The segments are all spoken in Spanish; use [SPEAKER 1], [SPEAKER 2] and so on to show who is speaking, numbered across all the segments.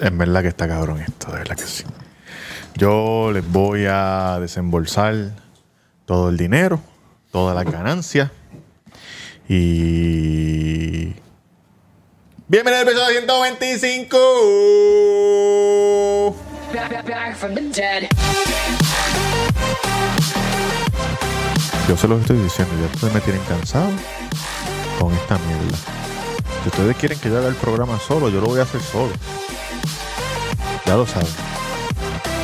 [SPEAKER 1] En verdad que está cabrón esto, de verdad que sí. Yo les voy a desembolsar todo el dinero, todas las ganancias. Y. Bienvenido al episodio 125.
[SPEAKER 2] Back, back, back from the dead.
[SPEAKER 1] Yo se los estoy diciendo, ya ustedes me tienen cansado con esta mierda. Si ustedes quieren que yo haga el programa solo, yo lo voy a hacer solo. Ya lo saben.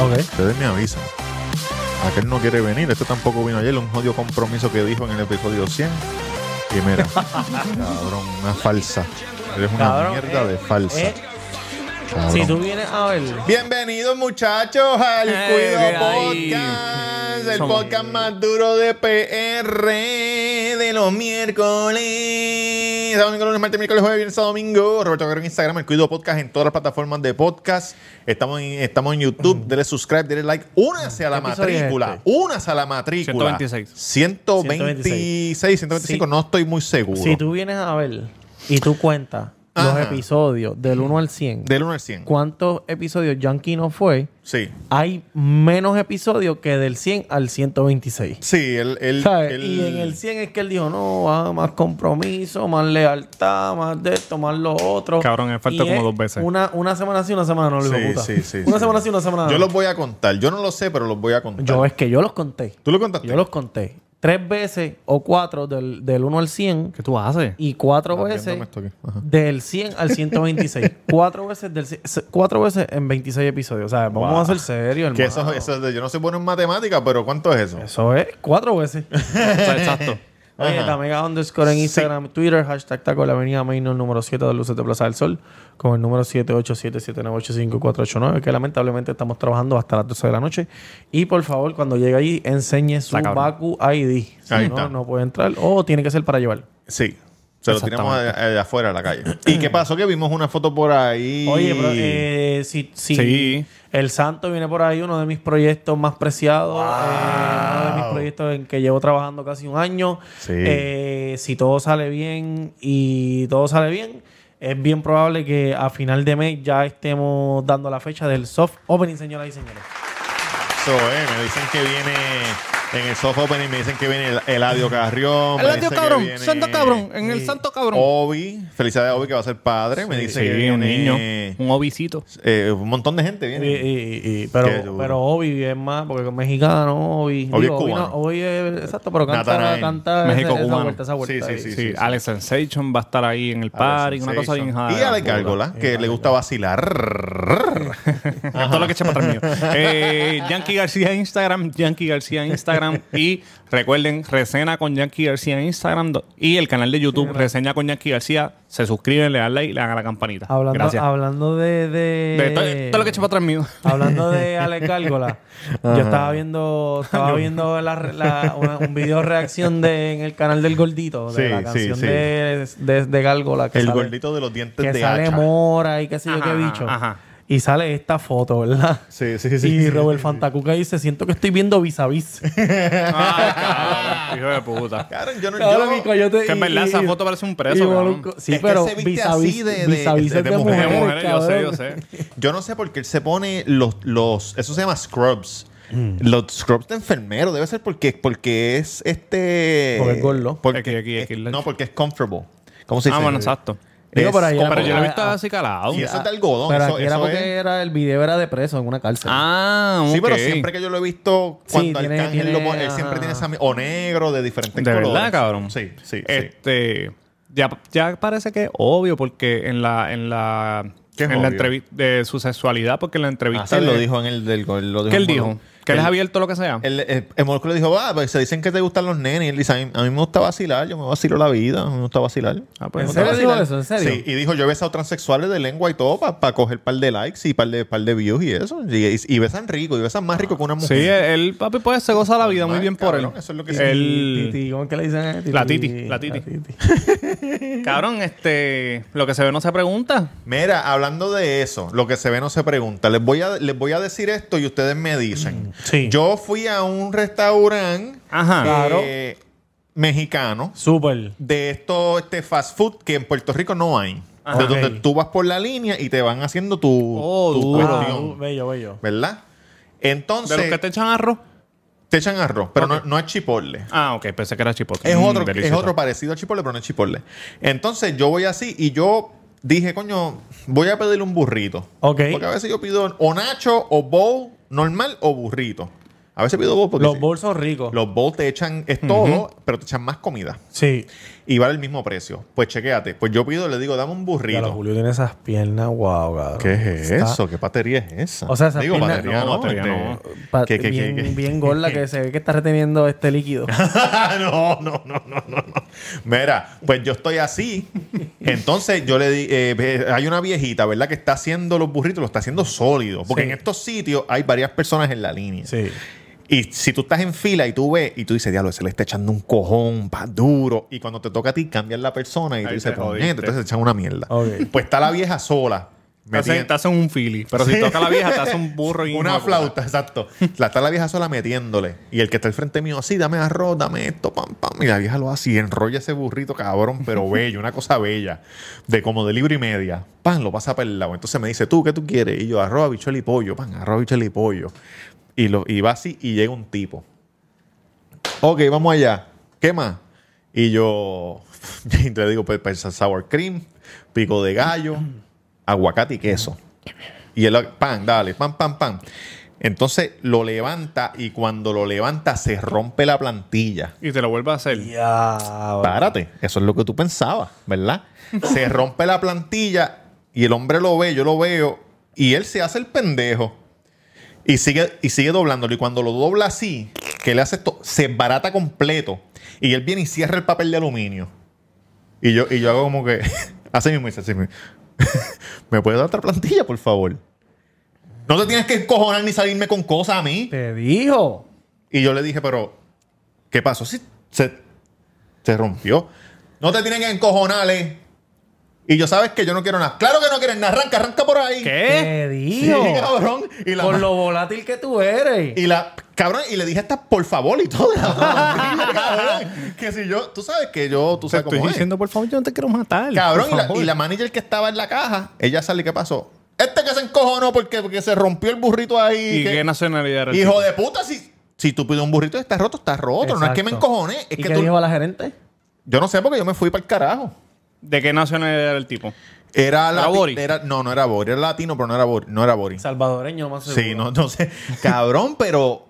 [SPEAKER 3] Ok.
[SPEAKER 1] Ustedes me avisan. Aquel no quiere venir, este tampoco vino ayer, un jodido compromiso que dijo en el episodio 100. Y mira, cabrón, una falsa. Eres una
[SPEAKER 3] Cabrón,
[SPEAKER 1] mierda
[SPEAKER 3] eh,
[SPEAKER 1] de falsa.
[SPEAKER 3] eh,
[SPEAKER 1] Cabrón.
[SPEAKER 3] si tú vienes a ver.
[SPEAKER 1] Bienvenidos muchachos al
[SPEAKER 3] Eh, que ahí- Somos-
[SPEAKER 1] más duro de PR de los miércoles. Sábado, domingo, lunes, martes, miércoles, jueves, viernes, sábado, domingo. Roberto Guerrero en Instagram, el Cuido Podcast en todas las plataformas de podcast. Estamos en, estamos en YouTube, dele subscribe, dele like. Únase a la
[SPEAKER 3] ¿Qué episodio es
[SPEAKER 1] matrícula,
[SPEAKER 3] este?
[SPEAKER 1] únase a la matrícula.
[SPEAKER 4] 126.
[SPEAKER 1] 126, 125,
[SPEAKER 3] Sí.
[SPEAKER 1] no estoy muy seguro.
[SPEAKER 3] Si tú vienes a ver y tú cuentas
[SPEAKER 1] Ajá.
[SPEAKER 3] los episodios del 1 al 100,
[SPEAKER 1] Del 1 al 100.
[SPEAKER 3] ¿cuántos episodios Yankee no fue?
[SPEAKER 1] Sí.
[SPEAKER 3] Hay menos episodios que del 100 al 126.
[SPEAKER 1] Sí, el... el,
[SPEAKER 3] ¿Sabes?
[SPEAKER 1] el-
[SPEAKER 3] Y en el 100 es que él dijo, no, ah, más compromiso, más lealtad, más de esto, más lo otro.
[SPEAKER 4] Cabrón, él faltó
[SPEAKER 3] Y
[SPEAKER 4] como
[SPEAKER 3] es
[SPEAKER 4] dos veces.
[SPEAKER 3] Una, una semana sí, una semana no, lo
[SPEAKER 1] Sí,
[SPEAKER 3] puta.
[SPEAKER 1] sí, sí,
[SPEAKER 3] Una
[SPEAKER 1] sí.
[SPEAKER 3] semana sí, una semana no.
[SPEAKER 1] Yo los voy a contar. Yo no lo sé, pero los voy a contar.
[SPEAKER 3] Yo es que yo los conté.
[SPEAKER 1] ¿Tú lo contaste?
[SPEAKER 3] Yo los conté. Tres veces o cuatro del, del 1 al 100
[SPEAKER 4] ¿Qué tú haces?
[SPEAKER 3] y cuatro
[SPEAKER 1] Ah,
[SPEAKER 3] veces
[SPEAKER 1] viéndome esto aquí. Ajá.
[SPEAKER 3] del 100 al 126. cuatro, veces del, ci- se- cuatro veces en 26 episodios. O sea, vamos
[SPEAKER 1] Wow.
[SPEAKER 3] a ser serios, hermano.
[SPEAKER 1] Que eso, eso es de- yo no soy bueno en matemáticas, pero ¿cuánto es eso?
[SPEAKER 3] Eso es cuatro veces.
[SPEAKER 4] Exacto.
[SPEAKER 3] Oye,
[SPEAKER 1] Ajá.
[SPEAKER 3] Tamega underscore en Instagram, Twitter, hashtag taco la avenida Maino, el número 7 de Luces de Plaza del Sol, con el número 787-798-5489, que lamentablemente estamos trabajando hasta las 12 de la noche. Y por favor, cuando llegue allí, enseñe su
[SPEAKER 4] La cabrón.
[SPEAKER 3] Baku ID. Si
[SPEAKER 1] Ahí
[SPEAKER 3] no,
[SPEAKER 1] está.
[SPEAKER 3] no puede entrar o tiene que ser para llevar.
[SPEAKER 1] Sí. Se lo tiramos a- allá afuera a la calle. ¿Y qué pasó? Que vimos una foto por ahí.
[SPEAKER 3] Oye, pero eh, si, si
[SPEAKER 4] Sí.
[SPEAKER 3] El Santo viene por ahí, uno de mis proyectos más preciados, eh, uno de mis proyectos en que llevo trabajando casi un año.
[SPEAKER 1] Sí.
[SPEAKER 3] Eh, si todo sale bien y todo sale bien, es bien probable que a final de mes ya estemos dando la fecha del soft opening, señoras y señores.
[SPEAKER 1] Eso, eh, me dicen que viene en el soft opening, me dicen que viene el Eladio Carrión. me
[SPEAKER 4] El
[SPEAKER 1] dicen que
[SPEAKER 4] cabrón,
[SPEAKER 1] viene
[SPEAKER 4] santo cabrón, en el santo cabrón.
[SPEAKER 1] Obi, felicidades a Obi que va a ser padre. me dice
[SPEAKER 4] Sí,
[SPEAKER 1] que viene,
[SPEAKER 4] un niño, un obisito.
[SPEAKER 1] eh, un montón de gente
[SPEAKER 3] Y-
[SPEAKER 1] viene.
[SPEAKER 3] y- y-
[SPEAKER 1] Qué
[SPEAKER 3] pero,
[SPEAKER 1] duro.
[SPEAKER 3] pero Obi es más, porque es mexicano, Obi.
[SPEAKER 1] Obi
[SPEAKER 3] digo,
[SPEAKER 1] es
[SPEAKER 3] no,
[SPEAKER 1] cubano.
[SPEAKER 3] Obi es- exacto, pero canta,
[SPEAKER 1] Natanael.
[SPEAKER 3] canta
[SPEAKER 4] México
[SPEAKER 3] esa,
[SPEAKER 4] cubano.
[SPEAKER 3] vuelta, esa vuelta.
[SPEAKER 1] Sí, sí,
[SPEAKER 3] ahí.
[SPEAKER 1] sí,
[SPEAKER 4] Sí,
[SPEAKER 1] sí.
[SPEAKER 4] Alex Sensation va a estar ahí en el
[SPEAKER 1] Alex
[SPEAKER 4] party, una cosa bien
[SPEAKER 1] Sensation.
[SPEAKER 4] jada.
[SPEAKER 1] Y Alex Gárgola, que le gusta vacilar.
[SPEAKER 4] Todo lo que echa para atrás mío. Eh, Yankee García en Instagram, Yankee García en Instagram. y recuerden, reseña con Yankee García en Instagram. do- Y el canal de YouTube, reseña con Yankee García. Se suscriben, le dan like y le dan a la campanita.
[SPEAKER 3] Hablando,
[SPEAKER 4] Gracias.
[SPEAKER 3] hablando de, de-
[SPEAKER 4] De todo, todo lo que echa para atrás mío.
[SPEAKER 3] Hablando de Alex Gárgola, yo estaba viendo, estaba viendo la, la- una- un video reacción de, en el canal del Gordito, de
[SPEAKER 1] Sí,
[SPEAKER 3] la
[SPEAKER 1] sí,
[SPEAKER 3] canción
[SPEAKER 1] sí.
[SPEAKER 3] de, de, de Gárgola. Que
[SPEAKER 1] El
[SPEAKER 3] sale,
[SPEAKER 1] gordito de los dientes
[SPEAKER 3] Que
[SPEAKER 1] de
[SPEAKER 3] sale
[SPEAKER 1] hacha.
[SPEAKER 3] mora y qué sé yo qué
[SPEAKER 4] Ajá,
[SPEAKER 3] bicho.
[SPEAKER 4] ajá.
[SPEAKER 3] Y sale esta foto, ¿verdad?
[SPEAKER 1] Sí, sí, sí.
[SPEAKER 3] y Robert Fantacuca dice, siento que estoy viendo vis a vis.
[SPEAKER 4] Ay, Ah, cabrón, hijo de puta.
[SPEAKER 1] Cabrón, yo no.
[SPEAKER 3] Cabrón,
[SPEAKER 1] yo-
[SPEAKER 3] mi coyote,
[SPEAKER 4] Que en
[SPEAKER 3] y-
[SPEAKER 4] verdad esa
[SPEAKER 3] y-
[SPEAKER 4] foto parece un
[SPEAKER 3] y
[SPEAKER 4] preso, cabrón.
[SPEAKER 3] Molusco- Sí,
[SPEAKER 1] Es que
[SPEAKER 3] pero
[SPEAKER 1] se viste
[SPEAKER 3] vis a vis,
[SPEAKER 1] así de- de-
[SPEAKER 3] vis a vis
[SPEAKER 1] de-
[SPEAKER 3] es
[SPEAKER 1] de
[SPEAKER 3] de,
[SPEAKER 1] mujer.
[SPEAKER 3] mujeres,
[SPEAKER 4] De mujer, yo sé, yo
[SPEAKER 3] cabrón.
[SPEAKER 4] sé.
[SPEAKER 1] Yo no sé por qué él se pone los, los eso se llama scrubs.
[SPEAKER 3] Mm.
[SPEAKER 1] Los scrubs de enfermero debe ser porque porque es este
[SPEAKER 3] Porque es gordo.
[SPEAKER 1] porque-
[SPEAKER 4] Aquí, aquí, aquí,
[SPEAKER 1] no, porque es comfortable. ¿Cómo se dice?
[SPEAKER 4] Ah, bueno, exacto.
[SPEAKER 1] Es
[SPEAKER 3] Digo, por ahí era
[SPEAKER 1] comfortable.
[SPEAKER 4] Pero yo lo he
[SPEAKER 3] Ah,
[SPEAKER 4] visto
[SPEAKER 3] ah.
[SPEAKER 4] así calado.
[SPEAKER 1] Y eso es de algodón,
[SPEAKER 3] Pero
[SPEAKER 1] eso-
[SPEAKER 3] aquí era
[SPEAKER 1] eso
[SPEAKER 3] porque
[SPEAKER 1] es-
[SPEAKER 3] era, el video era de preso en una cárcel.
[SPEAKER 4] Ah, ok.
[SPEAKER 1] Sí, pero siempre que yo lo he visto
[SPEAKER 3] Sí,
[SPEAKER 1] cuando
[SPEAKER 3] tiene-
[SPEAKER 1] Arcángel lo
[SPEAKER 3] tiene,
[SPEAKER 1] pone, él
[SPEAKER 3] ajá.
[SPEAKER 1] siempre tiene esa mi- o negro de diferentes
[SPEAKER 4] De
[SPEAKER 1] colores.
[SPEAKER 4] verdad, cabrón.
[SPEAKER 1] Sí, sí, sí.
[SPEAKER 4] Este, ya, ya parece que es obvio porque en la en la
[SPEAKER 1] ¿Qué es
[SPEAKER 4] en la
[SPEAKER 1] obvio?
[SPEAKER 4] entrevista de su sexualidad porque en la entrevista
[SPEAKER 1] Así lo
[SPEAKER 4] de-
[SPEAKER 1] dijo en el del él lo
[SPEAKER 4] ¿Qué él
[SPEAKER 1] en
[SPEAKER 4] dijo?
[SPEAKER 1] Molusco.
[SPEAKER 4] Que él
[SPEAKER 1] Él-
[SPEAKER 4] es abierto lo que sea.
[SPEAKER 1] El, el, el Molusco le dijo, ah, pues se dicen que te gustan los nenes. Y él dice, a mí, a mí me gusta vacilar, yo me vacilo la vida, me gusta vacilar.
[SPEAKER 4] Ah, pues,
[SPEAKER 1] Me
[SPEAKER 3] ¿En
[SPEAKER 1] gusta
[SPEAKER 3] serio dijo
[SPEAKER 1] vacilar.
[SPEAKER 3] eso? ¿En serio?
[SPEAKER 1] Sí, y dijo, yo he besado transexuales de lengua y todo para coger par de likes y par de, par de views y eso. Y, y- y besan rico, y besan más rico que una
[SPEAKER 4] sí,
[SPEAKER 1] mujer.
[SPEAKER 4] él papi pues se goza la vida muy
[SPEAKER 1] Ay,
[SPEAKER 4] bien por
[SPEAKER 1] cabrón,
[SPEAKER 4] él.
[SPEAKER 1] eso es lo que sí.
[SPEAKER 4] Él-
[SPEAKER 3] Titi, ¿cómo es que le dicen? eh?
[SPEAKER 4] La titi, la titi. cabrón, este, lo que se ve no se pregunta.
[SPEAKER 1] Mira, hablando de eso, lo que se ve no se pregunta. Les voy a, les voy a decir esto y ustedes me dicen.
[SPEAKER 4] Mm,
[SPEAKER 3] Sí.
[SPEAKER 1] Yo fui a un restaurante
[SPEAKER 4] Ajá.
[SPEAKER 1] eh, mexicano
[SPEAKER 3] Súper.
[SPEAKER 1] de esto, este fast food que en Puerto Rico no hay. de
[SPEAKER 3] Ok.
[SPEAKER 1] donde tú vas por la línea y te van haciendo tu,
[SPEAKER 4] Ah. Oh,
[SPEAKER 1] tu
[SPEAKER 4] duro.
[SPEAKER 3] Ah,
[SPEAKER 1] cuestión,
[SPEAKER 3] bello, bello.
[SPEAKER 1] ¿verdad?
[SPEAKER 4] ¿De
[SPEAKER 1] Entonces,
[SPEAKER 4] los que te echan arroz?
[SPEAKER 1] te echan arroz, pero
[SPEAKER 4] Ok.
[SPEAKER 1] no, no es chipotle.
[SPEAKER 4] Ah, ok, pensé que era chipotle.
[SPEAKER 1] Es
[SPEAKER 4] Mm,
[SPEAKER 1] otro, es
[SPEAKER 4] delicioso.
[SPEAKER 1] otro parecido a Chipotle, pero no es Chipotle. Entonces yo voy así y yo dije, coño, voy a pedirle un burrito.
[SPEAKER 3] Ok.
[SPEAKER 1] Porque a veces yo pido o nacho o bowl normal o burrito. A veces pido bowl porque
[SPEAKER 3] Los
[SPEAKER 1] sí,
[SPEAKER 3] bolsos ricos.
[SPEAKER 1] los bowl te echan, es todo, pero te echan más comida.
[SPEAKER 3] Sí.
[SPEAKER 1] Y vale el mismo precio. Pues chequéate. Pues yo pido, le digo, dame un
[SPEAKER 3] Ya,
[SPEAKER 1] burrito.
[SPEAKER 3] Julio tiene esas piernas, wow, cabrón.
[SPEAKER 1] ¿Qué es
[SPEAKER 3] Está
[SPEAKER 1] eso? ¿Qué patería es esa?
[SPEAKER 3] O sea, esa
[SPEAKER 1] digo,
[SPEAKER 3] pierna-
[SPEAKER 1] patería no,
[SPEAKER 4] no, patería
[SPEAKER 1] este-
[SPEAKER 3] pa-
[SPEAKER 1] ¿Qué, qué, qué,
[SPEAKER 3] bien,
[SPEAKER 1] qué?
[SPEAKER 3] bien gorda que se ve que está reteniendo este líquido.
[SPEAKER 1] no, no, no, no, no, no. Mira, pues yo estoy así. Entonces yo le di, eh, ve- hay una viejita, ¿verdad? Que está haciendo los burritos, lo está haciendo sólido. Porque
[SPEAKER 3] Sí.
[SPEAKER 1] en estos sitios hay varias personas en la línea.
[SPEAKER 3] sí.
[SPEAKER 1] Y si tú estás en fila y tú ves y tú dices, diablo, se le está echando un cojón, pa duro. Y cuando te toca a ti, cambian la persona y tú
[SPEAKER 4] Ahí
[SPEAKER 1] dices,
[SPEAKER 4] te jodiste.
[SPEAKER 1] "Puñeta", entonces te echan una mierda.
[SPEAKER 3] Ok.
[SPEAKER 1] Pues está la vieja sola.
[SPEAKER 4] Te hacen,
[SPEAKER 1] metida-
[SPEAKER 4] te hacen un fili, pero si toca la vieja te hace un burro y
[SPEAKER 1] una
[SPEAKER 4] hijo de puta.
[SPEAKER 1] flauta, exacto. La está la vieja sola metiéndole. Y el que está al frente mío, sí, dame arroz, dame esto, pam, pam. Y la vieja lo hace y enrolla ese burrito, cabrón, pero bello, una cosa bella. De como de libro y media. Pan, lo pasa para el lado. Entonces me dice, ¿tú qué tú quieres? Y yo, arroz, habichuela y pollo, pan, arroz, habichuela y pollo. Y, lo, y va así y llega un tipo. Ok, vamos allá. ¿Qué más? Y yo y le digo, pues, pues, sour cream, pico de gallo, aguacate y queso. Y él, pan, dale, pan, pan, pan. Entonces lo levanta y cuando lo levanta se rompe la plantilla.
[SPEAKER 4] Y te lo vuelve a hacer.
[SPEAKER 3] Ya.
[SPEAKER 1] Párate, eso es lo que tú pensabas, ¿verdad? Se rompe la plantilla y el hombre lo ve, yo lo veo, y él se hace el pendejo y sigue, y sigue doblándolo. Y cuando lo dobla así, que le hace esto, se barata completo. Y él viene y cierra el papel de aluminio. Y yo, y yo hago como que, así mismo, dice así mismo. ¿Me puede dar otra plantilla, por favor? No te tienes que encojonar ni salirme con cosas a mí.
[SPEAKER 3] Te dijo.
[SPEAKER 1] Y yo le dije, pero, ¿qué pasó? Si se, se rompió. No te tienen que encojonar, eh. Y yo sabes que yo no quiero nada. Claro que no quieres nada. Arranca, arranca por ahí.
[SPEAKER 4] ¿Qué?
[SPEAKER 3] Te
[SPEAKER 1] Sí,
[SPEAKER 3] dijo.
[SPEAKER 1] cabrón. Y la,
[SPEAKER 3] Por lo volátil que tú eres.
[SPEAKER 1] y la- cabrón, y le dije hasta por favor y todo. La otra cabrón. que si yo, tú sabes que yo, tú
[SPEAKER 4] Te
[SPEAKER 1] sabes
[SPEAKER 4] estoy
[SPEAKER 1] cómo es.
[SPEAKER 4] diciendo, por favor, yo no te quiero matar.
[SPEAKER 1] Cabrón,
[SPEAKER 4] por
[SPEAKER 1] y la,
[SPEAKER 4] favor.
[SPEAKER 1] y la manager que estaba en la caja, ella sale, ¿qué pasó? Este que se encojonó porque, porque se rompió el burrito ahí.
[SPEAKER 4] ¿Y
[SPEAKER 1] que-
[SPEAKER 4] qué nacionalidad era el
[SPEAKER 1] Hijo
[SPEAKER 4] tipo?
[SPEAKER 1] de puta, si, si tú pides un burrito y está roto, está roto. No es que me
[SPEAKER 3] Exacto.
[SPEAKER 1] encojoné. Es
[SPEAKER 3] ¿Y
[SPEAKER 1] que
[SPEAKER 3] qué
[SPEAKER 1] tú-
[SPEAKER 3] dijo a la gerente?
[SPEAKER 1] Yo no sé porque yo me fui para el carajo.
[SPEAKER 4] ¿De qué nacionalidad era el tipo?
[SPEAKER 1] Era, lati-
[SPEAKER 4] Bori?
[SPEAKER 1] era- No, no era Bori. Era latino, pero no era Bori. No era Bori.
[SPEAKER 3] Salvadoreño, más seguro.
[SPEAKER 1] Sí, no, no sé. Cabrón, pero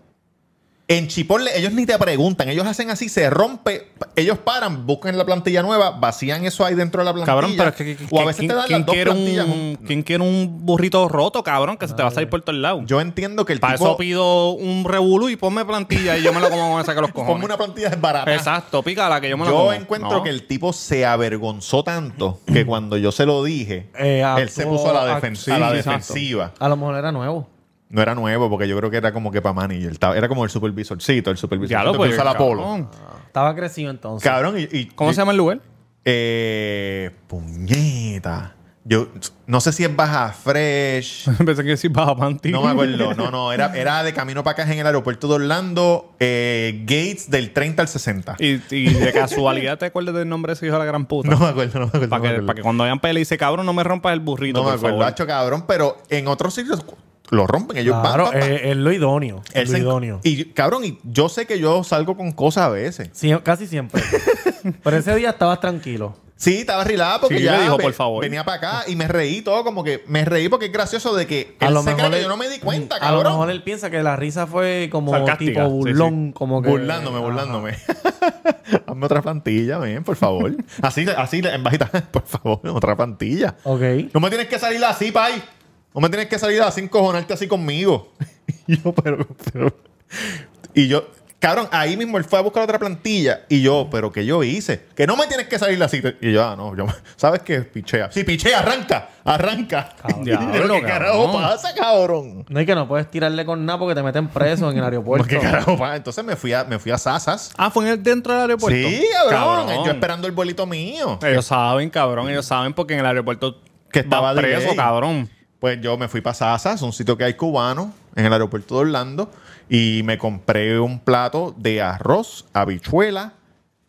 [SPEAKER 1] en Chipotle ellos ni te preguntan. Ellos hacen así, se rompe. Ellos paran, buscan la plantilla nueva, vacían eso ahí dentro de la plantilla.
[SPEAKER 4] Cabrón, pero es que, que-
[SPEAKER 1] o a
[SPEAKER 4] que-
[SPEAKER 1] veces te
[SPEAKER 4] ¿quién-
[SPEAKER 1] dan
[SPEAKER 4] quién
[SPEAKER 1] las dos
[SPEAKER 4] quiere
[SPEAKER 1] plantillas.
[SPEAKER 4] un, ¿Quién quiere un burrito roto, cabrón? Que se te va a salir por todos lados.
[SPEAKER 1] Yo entiendo que el
[SPEAKER 4] Para
[SPEAKER 1] tipo...
[SPEAKER 4] eso pido un revolú y ponme plantilla y yo me lo como con esa que los cojones.
[SPEAKER 1] Ponme una plantilla barata.
[SPEAKER 4] Exacto, pícala que yo me la como.
[SPEAKER 1] Yo encuentro
[SPEAKER 4] No.
[SPEAKER 1] que el tipo se avergonzó tanto que cuando yo se lo dije,
[SPEAKER 3] Eh, actuó-
[SPEAKER 1] él se puso a la, defen-
[SPEAKER 3] actuó-
[SPEAKER 1] a la
[SPEAKER 3] sí, exacto.
[SPEAKER 1] defensiva.
[SPEAKER 3] A lo mejor era nuevo.
[SPEAKER 1] No era nuevo, porque yo creo que era como que para manager. Estaba- Era como el supervisorcito, el supervisor.
[SPEAKER 4] Ya lo pues,
[SPEAKER 1] usa la polo.
[SPEAKER 4] cabrón.
[SPEAKER 3] Estaba crecido entonces.
[SPEAKER 1] Cabrón, y. y-
[SPEAKER 4] ¿Cómo
[SPEAKER 1] y-
[SPEAKER 4] se llama el lugar?
[SPEAKER 1] Eh, puñeta. Yo no sé si es Baja Fresh.
[SPEAKER 4] Pensé que decir baja panty.
[SPEAKER 1] No me acuerdo. No, no. Era, era de camino para acá en el aeropuerto de Orlando. eh, Gates del 30 al 60.
[SPEAKER 4] Y, y de casualidad te acuerdas del nombre de ese hijo de la gran puta.
[SPEAKER 1] No me acuerdo, no me acuerdo.
[SPEAKER 4] Para
[SPEAKER 1] no me
[SPEAKER 4] que,
[SPEAKER 1] acuerdo.
[SPEAKER 4] pa' que cuando vayan pelea dice, cabrón, no me rompas el burrito.
[SPEAKER 1] No me
[SPEAKER 4] por
[SPEAKER 1] acuerdo,
[SPEAKER 4] favor.
[SPEAKER 1] hacho, cabrón. Pero en otros sitios lo rompen. Ellos van,
[SPEAKER 3] Claro, eh,
[SPEAKER 1] pa, pa.
[SPEAKER 4] eh,
[SPEAKER 3] es, es lo idóneo.
[SPEAKER 1] Él
[SPEAKER 3] Es lo
[SPEAKER 1] se enc-
[SPEAKER 3] idóneo.
[SPEAKER 1] Y cabrón, y yo sé que yo salgo con cosas a veces.
[SPEAKER 3] Sí, casi siempre. Pero ese día estabas tranquilo.
[SPEAKER 1] Sí, estaba rilada porque
[SPEAKER 4] Sí,
[SPEAKER 1] ya
[SPEAKER 4] le dijo,
[SPEAKER 1] ve-
[SPEAKER 4] "Por favor".
[SPEAKER 1] venía para acá y me reí todo como que me reí porque es gracioso de que
[SPEAKER 3] A
[SPEAKER 1] él
[SPEAKER 3] lo
[SPEAKER 1] se
[SPEAKER 3] mejor
[SPEAKER 1] cree que
[SPEAKER 3] él-
[SPEAKER 1] yo no me di cuenta,
[SPEAKER 3] A lo
[SPEAKER 1] cabrón.
[SPEAKER 3] mejor él piensa que la risa fue como
[SPEAKER 4] Sarcástica,
[SPEAKER 3] tipo
[SPEAKER 4] sí,
[SPEAKER 3] burlón, como que.
[SPEAKER 1] burlándome, burlándome. Hazme otra plantilla, ven, por favor. Así, así en bajita, por favor, otra plantilla.
[SPEAKER 3] Ok.
[SPEAKER 1] No me tienes que salir así, pay. No me tienes que salir así, encojonarte así conmigo. y yo, pero, pero- Y yo, cabrón, ahí mismo él fue a buscar otra plantilla. Y yo, pero ¿qué yo hice? Que no me tienes que salir así. Y yo, ah, no, yo, ¿sabes qué? Pichea. Sí, pichea, arranca, arranca.
[SPEAKER 3] Cabrón.
[SPEAKER 1] Y yo,
[SPEAKER 4] Diablo,
[SPEAKER 1] ¿Qué carajo
[SPEAKER 4] cabrón.
[SPEAKER 1] pasa, cabrón?
[SPEAKER 3] No es que no puedes tirarle con nada porque te meten preso en el aeropuerto.
[SPEAKER 1] ¿Qué carajo pasa? Entonces me fui a, me fui a Sasas.
[SPEAKER 4] Ah, fue en el, dentro del aeropuerto.
[SPEAKER 1] Sí, cabrón. Yo esperando el bolito mío.
[SPEAKER 4] Ellos saben, cabrón. Ellos saben porque en el aeropuerto
[SPEAKER 1] Que estaba
[SPEAKER 4] vas
[SPEAKER 1] delay.
[SPEAKER 4] preso, cabrón.
[SPEAKER 1] Pues yo me fui para Sasas, un sitio que hay cubano, en el aeropuerto de Orlando, y me compré un plato de arroz, habichuela,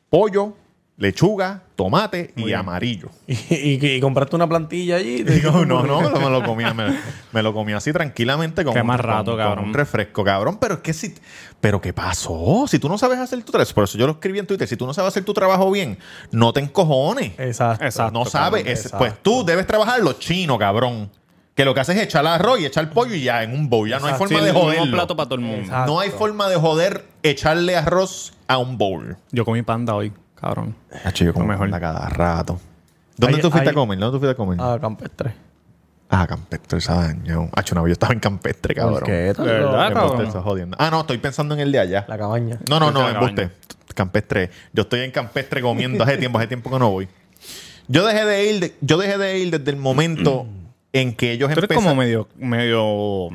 [SPEAKER 1] pollo, lechuga, tomate y
[SPEAKER 4] bien.
[SPEAKER 1] amarillo.
[SPEAKER 3] Y, y- y compraste una plantilla allí.
[SPEAKER 1] Y yo, no, no, me lo, me lo comía, me, me lo comía así tranquilamente con,
[SPEAKER 4] Qué
[SPEAKER 1] un-
[SPEAKER 4] más
[SPEAKER 1] con-
[SPEAKER 4] rato,
[SPEAKER 1] con
[SPEAKER 4] cabrón.
[SPEAKER 1] un refresco, cabrón. Pero es que si, pero qué pasó, si tú no sabes hacer tu trabajo, por eso yo lo escribí en Twitter, si tú no sabes hacer tu trabajo bien, no te encojones.
[SPEAKER 3] Exacto.
[SPEAKER 4] Exacto.
[SPEAKER 1] no sabes,
[SPEAKER 3] cabrón,
[SPEAKER 1] es-
[SPEAKER 3] exacto.
[SPEAKER 1] pues tú debes trabajar los chinos, cabrón. Que lo que haces es echar arroz y echar pollo y ya en un bowl, ya no hay
[SPEAKER 3] Exacto.
[SPEAKER 1] forma de
[SPEAKER 4] Un plato
[SPEAKER 1] joderlo.
[SPEAKER 4] para todo el mundo.
[SPEAKER 3] Exacto.
[SPEAKER 1] No hay forma de joder echarle arroz a un bowl.
[SPEAKER 4] Yo comí panda hoy, cabrón.
[SPEAKER 1] Hacho, yo como
[SPEAKER 4] mejor.
[SPEAKER 1] mejor. cada rato. ¿Dónde
[SPEAKER 3] Ahí-
[SPEAKER 1] tú fuiste
[SPEAKER 3] ahí-
[SPEAKER 1] a comer? ¿Dónde tú fuiste a comer?
[SPEAKER 3] Ah, campestre.
[SPEAKER 1] Ah, Campestre se ha dañado. Ah, chuna, yo estaba en Campestre, cabrón.
[SPEAKER 3] ¿Por qué,
[SPEAKER 4] ¿De verdad,
[SPEAKER 1] Embuste,
[SPEAKER 4] cabrón?
[SPEAKER 1] estás jodiendo. Ah, no, estoy pensando en el de allá.
[SPEAKER 3] La cabaña.
[SPEAKER 1] No, no, no,
[SPEAKER 4] Cabaña.
[SPEAKER 1] embuste. Campestre. Yo estoy en Campestre comiendo hace tiempo, hace tiempo que no voy. Yo dejé de ir, de- yo dejé de ir desde el momento en que ellos
[SPEAKER 4] Mm. Tú eres como
[SPEAKER 1] empezaron.
[SPEAKER 4] medio, medio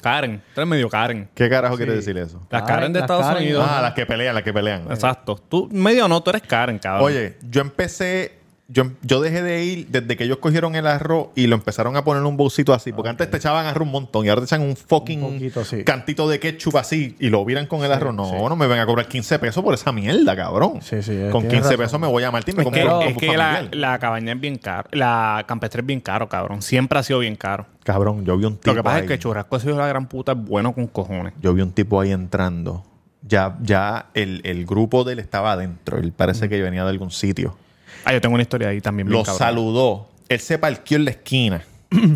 [SPEAKER 4] Karen. Tú eres medio Karen.
[SPEAKER 1] ¿Qué carajo quiere decir eso?
[SPEAKER 4] Las
[SPEAKER 3] Karen,
[SPEAKER 4] Karen de
[SPEAKER 3] las
[SPEAKER 4] Estados
[SPEAKER 3] Karen.
[SPEAKER 4] Unidos.
[SPEAKER 1] Ah, las que pelean, las que pelean.
[SPEAKER 4] Exacto. Tú, medio no, tú eres Karen, cabrón.
[SPEAKER 1] Oye, yo empecé, yo, yo dejé de ir desde que ellos cogieron el arroz y lo empezaron a poner en un bolsito así, porque antes te echaban arroz un montón y ahora te echan un fucking
[SPEAKER 3] Un poquito, sí.
[SPEAKER 1] cantito de ketchup así y lo viran con el arroz. No, no me van a cobrar 15 pesos por esa mierda, cabrón.
[SPEAKER 3] Sí, sí, eh,
[SPEAKER 1] Con 15
[SPEAKER 3] tienes razón.
[SPEAKER 1] pesos me voy a Martín, me
[SPEAKER 4] Es que,
[SPEAKER 1] compro un
[SPEAKER 4] es
[SPEAKER 1] combo
[SPEAKER 4] que la,
[SPEAKER 1] familiar.
[SPEAKER 4] la cabaña es bien caro. La campestre es bien caro, cabrón. Siempre ha sido bien caro.
[SPEAKER 1] Cabrón, yo vi un tipo
[SPEAKER 4] Lo que pasa
[SPEAKER 1] ahí,
[SPEAKER 4] es que Churrasco ha sido la gran puta, es bueno con cojones.
[SPEAKER 1] yo vi un tipo ahí entrando. Ya, ya el, el grupo de él estaba adentro. Él parece que venía de algún sitio.
[SPEAKER 4] Ah, yo tengo una historia ahí también. Mm. bien
[SPEAKER 1] lo
[SPEAKER 4] cabrón.
[SPEAKER 1] saludó. Él se parqueó en la esquina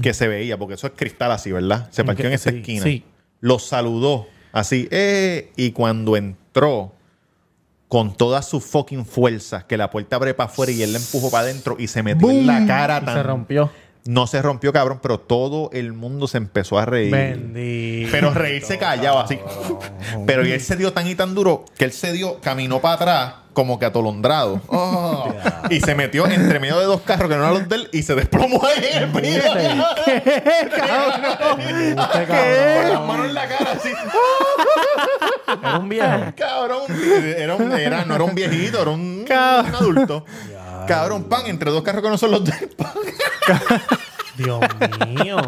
[SPEAKER 1] que se veía, porque eso es cristal así, ¿verdad? Se parqueó en
[SPEAKER 3] Ok,
[SPEAKER 1] esta
[SPEAKER 3] sí,
[SPEAKER 1] esquina.
[SPEAKER 3] sí.
[SPEAKER 1] Lo saludó así, eh, y cuando entró, con todas sus fucking fuerzas, que la puerta abre para afuera y él la empujó para adentro y se metió en la cara
[SPEAKER 3] Y
[SPEAKER 1] tan.
[SPEAKER 3] se rompió.
[SPEAKER 1] No se rompió, cabrón, pero todo el mundo se empezó a reír.
[SPEAKER 3] Bendito.
[SPEAKER 1] Pero reírse callado así. Pero y él se dio tan y tan duro que él se dio, caminó para atrás como que atolondrado. Oh. y se metió entre medio de dos carros que no eran los de él y se desplomó ahí en el piso.
[SPEAKER 3] Este
[SPEAKER 1] Con
[SPEAKER 3] cabrón.
[SPEAKER 1] las manos en la cara así.
[SPEAKER 3] Era un viejo.
[SPEAKER 1] Cabrón, era un- era- no era un viejito, era un, un adulto. Cabrón, pan, entre dos carros que no son los de él. pan.
[SPEAKER 3] Dios mío.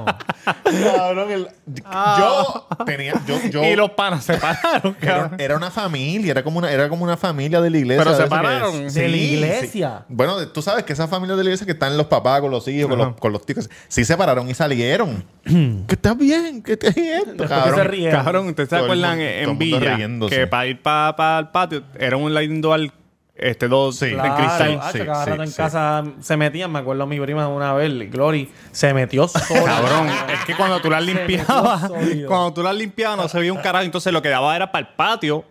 [SPEAKER 1] Cabrón, el- yo tenía, yo, yo-
[SPEAKER 4] Ah. Y los panas se pararon,
[SPEAKER 1] Era,
[SPEAKER 4] cabrón.
[SPEAKER 1] era una familia, era como una, era como una familia de la iglesia.
[SPEAKER 4] Pero
[SPEAKER 1] de
[SPEAKER 4] se
[SPEAKER 1] esa que-
[SPEAKER 4] pararon.
[SPEAKER 3] ¿De la iglesia?
[SPEAKER 1] sí. Bueno, de- tú sabes que esa familia de la iglesia que están los papás con los hijos, con
[SPEAKER 4] Ajá.
[SPEAKER 1] los, con los tíos, sí se pararon y salieron. que está bien, que está bien.
[SPEAKER 3] Después que se ríen.
[SPEAKER 4] Cabrón, ¿ustedes se
[SPEAKER 1] Todo el
[SPEAKER 4] acuerdan
[SPEAKER 1] mundo- todo el
[SPEAKER 4] en- en
[SPEAKER 1] mundo
[SPEAKER 4] Villa?
[SPEAKER 1] riéndose.
[SPEAKER 4] Que para ir para el patio era un line dual este, dos
[SPEAKER 1] Sí.
[SPEAKER 4] de
[SPEAKER 1] Claro,
[SPEAKER 4] cristal.
[SPEAKER 3] hacho,
[SPEAKER 1] sí,
[SPEAKER 3] cada
[SPEAKER 1] sí,
[SPEAKER 3] rato en
[SPEAKER 1] sí.
[SPEAKER 3] casa se metían. Me acuerdo mi prima una vez, Glory, se metió sola.
[SPEAKER 4] Cabrón, es que cuando tú las limpiabas,
[SPEAKER 3] metió sólido.
[SPEAKER 4] cuando tú las limpiabas no se veía un carajo, entonces lo que daba era para el patio o,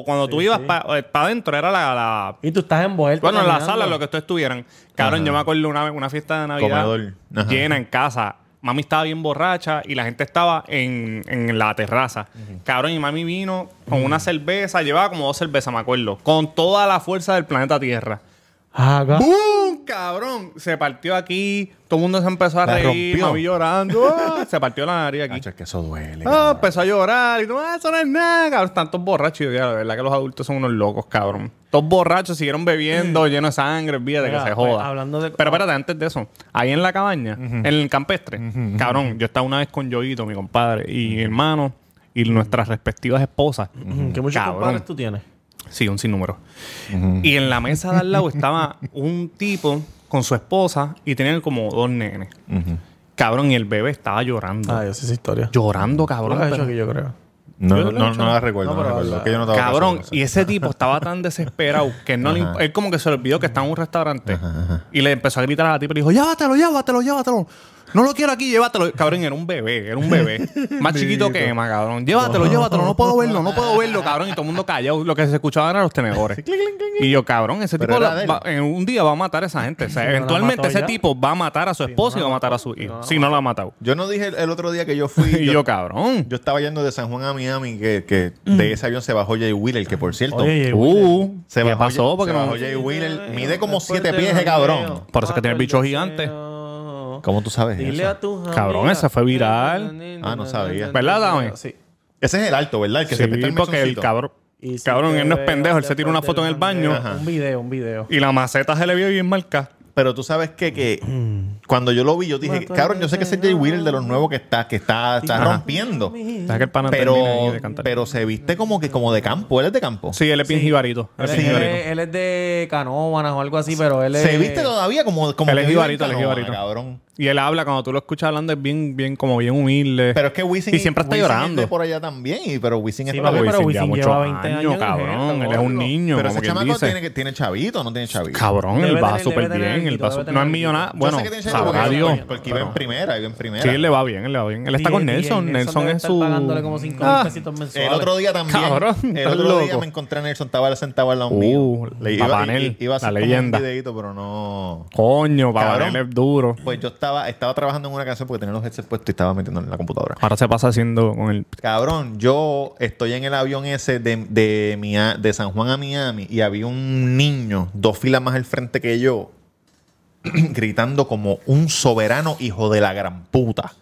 [SPEAKER 4] o cuando tú ibas para adentro era la, la-
[SPEAKER 3] Y tú estás envuelto.
[SPEAKER 4] bueno, la
[SPEAKER 3] caminando.
[SPEAKER 4] sala, lo que tú estuvieran. Cabrón, yo me acuerdo una vez, una fiesta de Navidad
[SPEAKER 1] Comedor. Ajá.
[SPEAKER 4] llena en casa. Mami estaba bien borracha y la gente estaba en, en la terraza. Cabrón, y mami vino con una cerveza, llevaba como dos cervezas, me acuerdo, con toda la fuerza del planeta Tierra.
[SPEAKER 3] Haga.
[SPEAKER 4] ¡Bum! Cabrón. Se partió aquí. Todo el mundo se empezó a
[SPEAKER 1] La
[SPEAKER 4] reír.
[SPEAKER 1] rompió.
[SPEAKER 4] Mami llorando. ¡Ah! se partió la nariz aquí.
[SPEAKER 1] Cacho, es que eso duele.
[SPEAKER 4] Ah, empezó a llorar. Y todo, "Ah, eso no es nada, cabrón. Están todos borrachos. Y yo, ya, la verdad que los adultos son unos locos, cabrón. Todos borrachos siguieron bebiendo, llenos de sangre, olvídate
[SPEAKER 3] Mm. Mira,
[SPEAKER 4] que se
[SPEAKER 3] pues,
[SPEAKER 4] joda.
[SPEAKER 3] hablando de-
[SPEAKER 4] Pero espérate, antes de eso, ahí en la cabaña, en el campestre, cabrón, yo estaba una vez con Yoito, mi compadre, y mi hermano, y nuestras respectivas esposas.
[SPEAKER 3] Que muchos
[SPEAKER 4] Cabrón.
[SPEAKER 3] compadres tú tienes.
[SPEAKER 4] Sí, un sinnúmero. Y en la mesa de al lado estaba un tipo con su esposa y tenían como dos nenes. Cabrón, y el bebé estaba llorando.
[SPEAKER 3] Ah, yo sé esa historia.
[SPEAKER 4] Llorando,
[SPEAKER 3] Lo
[SPEAKER 4] cabrón.
[SPEAKER 3] has hecho
[SPEAKER 4] pero-
[SPEAKER 3] aquí, yo creo.
[SPEAKER 1] No,
[SPEAKER 4] Yo
[SPEAKER 1] no,
[SPEAKER 4] lo he
[SPEAKER 1] no,
[SPEAKER 4] hecho.
[SPEAKER 1] la recuerdo.
[SPEAKER 3] No,
[SPEAKER 1] No, la
[SPEAKER 3] pero
[SPEAKER 1] recuerdo.
[SPEAKER 3] la-
[SPEAKER 1] que yo no estaba
[SPEAKER 4] Cabrón,
[SPEAKER 1] casado.
[SPEAKER 4] y ese tipo estaba tan desesperado que no le imp- él como que se le olvidó que estaba en un restaurante y le empezó a gritar a la tipa y le dijo, llévatelo, llévatelo, llévatelo. No lo quiero aquí, llévatelo. Cabrón, era un bebé, era un bebé. Más chiquito que Emma, cabrón. Llévatelo, llévatelo, no puedo verlo, no puedo verlo, cabrón. Y todo el mundo callado. Lo que se escuchaban eran los tenedores. Y yo, cabrón, ese
[SPEAKER 1] Pero
[SPEAKER 4] tipo
[SPEAKER 1] era
[SPEAKER 4] la-
[SPEAKER 1] de él.
[SPEAKER 4] va- en un día va a matar a esa gente. O sea,
[SPEAKER 3] no la
[SPEAKER 4] eventualmente
[SPEAKER 3] mató
[SPEAKER 4] ese
[SPEAKER 3] ya.
[SPEAKER 4] tipo va a matar a su esposa y va a matar a su hijo. Si no lo ha matado.
[SPEAKER 1] Yo no dije el, el otro día que yo fui.
[SPEAKER 4] Y yo, cabrón.
[SPEAKER 1] yo estaba yendo de San Juan a Miami, que, que de ese avión se bajó Jay Wheeler, que por cierto.
[SPEAKER 3] Oye, Jay
[SPEAKER 4] Uh,
[SPEAKER 1] se
[SPEAKER 4] ¿qué
[SPEAKER 1] bajó,
[SPEAKER 4] pasó?
[SPEAKER 1] se
[SPEAKER 4] Porque no-
[SPEAKER 1] bajó Jay Wheeler. Mide como
[SPEAKER 3] Después
[SPEAKER 1] siete
[SPEAKER 3] del
[SPEAKER 1] pies, ese cabrón.
[SPEAKER 3] jangueo,
[SPEAKER 4] Por eso es que tiene el bicho
[SPEAKER 3] deseo.
[SPEAKER 4] gigante.
[SPEAKER 1] ¿Cómo tú sabes
[SPEAKER 3] Dile
[SPEAKER 1] eso?
[SPEAKER 3] a tus
[SPEAKER 4] Cabrón,
[SPEAKER 3] amigas.
[SPEAKER 4] esa fue viral.
[SPEAKER 1] Ah, no sabía.
[SPEAKER 4] ¿Verdad, Dame?
[SPEAKER 3] Sí.
[SPEAKER 1] Ese es el alto, ¿verdad? El que
[SPEAKER 4] Sí,
[SPEAKER 1] se peta el
[SPEAKER 4] porque el
[SPEAKER 1] mesoncito.
[SPEAKER 4] cabrón.
[SPEAKER 3] Y si
[SPEAKER 4] cabrón,
[SPEAKER 3] te
[SPEAKER 4] él no es
[SPEAKER 3] veas
[SPEAKER 4] pendejo. Él se tira
[SPEAKER 3] después
[SPEAKER 4] una foto en
[SPEAKER 3] del
[SPEAKER 4] el baño
[SPEAKER 3] jangueo, Un video, un video.
[SPEAKER 4] y la maceta se le vio bien marcada.
[SPEAKER 1] pero tú sabes que, que cuando yo lo vi, yo dije, cabrón, yo sé que ese es Jay Wheeler de los nuevos que está, que está, está
[SPEAKER 4] Ajá.
[SPEAKER 1] rompiendo.
[SPEAKER 4] Deja que el pana termine ahí
[SPEAKER 1] Pero,
[SPEAKER 4] de cantar.
[SPEAKER 1] pero se viste como que como de campo, él es de campo.
[SPEAKER 4] sí, él es bien jibarito. Él
[SPEAKER 3] Él,
[SPEAKER 4] es
[SPEAKER 3] es-
[SPEAKER 4] bien
[SPEAKER 3] él
[SPEAKER 4] jibarito.
[SPEAKER 3] es, él es de Canóvanas o algo así, pero él es...
[SPEAKER 1] Se viste todavía como, como
[SPEAKER 4] Él es
[SPEAKER 1] que vive en
[SPEAKER 4] jibarito, él es
[SPEAKER 1] Canóvana,
[SPEAKER 4] jibarito.
[SPEAKER 1] cabrón.
[SPEAKER 4] Y él habla, cuando tú lo escuchas hablando, es bien, bien, como bien humilde.
[SPEAKER 1] Pero es que Wisin
[SPEAKER 4] Y siempre está
[SPEAKER 1] Wisin
[SPEAKER 4] llorando.
[SPEAKER 1] es de por allá también, y- pero Wisin
[SPEAKER 3] Sí,
[SPEAKER 1] es
[SPEAKER 3] papi,
[SPEAKER 1] todavía-
[SPEAKER 3] pero
[SPEAKER 4] ya
[SPEAKER 3] Wisin
[SPEAKER 4] muchos
[SPEAKER 3] lleva 20 años en
[SPEAKER 4] cabrón.
[SPEAKER 3] esto,
[SPEAKER 4] Él es un
[SPEAKER 3] gordo.
[SPEAKER 4] niño,
[SPEAKER 1] Pero
[SPEAKER 4] como
[SPEAKER 1] ese
[SPEAKER 4] quien
[SPEAKER 1] chamaco
[SPEAKER 4] dice.
[SPEAKER 1] tiene, que- tiene chavito, no tiene chavito.
[SPEAKER 4] Cabrón,
[SPEAKER 3] Debe
[SPEAKER 4] él baja
[SPEAKER 3] tener-
[SPEAKER 4] súper
[SPEAKER 3] debe tener
[SPEAKER 4] bien. Él
[SPEAKER 3] alguito,
[SPEAKER 4] baja su-
[SPEAKER 3] debe
[SPEAKER 4] No
[SPEAKER 3] tener
[SPEAKER 4] es
[SPEAKER 3] alguito.
[SPEAKER 4] millonario.
[SPEAKER 1] Yo
[SPEAKER 4] Bueno,
[SPEAKER 1] sé que tiene chavito
[SPEAKER 4] sabrá
[SPEAKER 1] porque-
[SPEAKER 4] Dios.
[SPEAKER 1] Porque iba
[SPEAKER 4] pero-
[SPEAKER 1] en primera, iba en primera.
[SPEAKER 4] Sí, él le va bien, él le va bien. Él está
[SPEAKER 3] Y-
[SPEAKER 4] con
[SPEAKER 3] y
[SPEAKER 4] Nelson.
[SPEAKER 3] el
[SPEAKER 4] Nelson
[SPEAKER 3] debe
[SPEAKER 4] es
[SPEAKER 3] estar
[SPEAKER 4] su.
[SPEAKER 3] pagándole como 5
[SPEAKER 4] Ah,
[SPEAKER 3] pesitos mensuales.
[SPEAKER 1] El otro día también.
[SPEAKER 4] Cabrón,
[SPEAKER 1] el
[SPEAKER 4] estás
[SPEAKER 1] otro día
[SPEAKER 4] loco.
[SPEAKER 1] me encontré a Nelson Tabala sentado al lado
[SPEAKER 4] Uh,
[SPEAKER 1] mío.
[SPEAKER 4] Papá
[SPEAKER 1] i-
[SPEAKER 4] Nel,
[SPEAKER 1] iba a hacer
[SPEAKER 4] la
[SPEAKER 1] como
[SPEAKER 4] leyenda.
[SPEAKER 1] un videito, pero no.
[SPEAKER 4] Coño,
[SPEAKER 1] Cabrón.
[SPEAKER 4] Babanel es duro.
[SPEAKER 1] Pues yo estaba, estaba trabajando en una canción porque tenía los headsets puestos y estaba metiendo en la computadora.
[SPEAKER 4] Ahora se pasa haciendo con el.
[SPEAKER 1] Cabrón, yo estoy en el avión ese de, de, Mia- de San Juan a Miami y había un niño dos filas más al frente que yo gritando como un soberano hijo de la gran puta.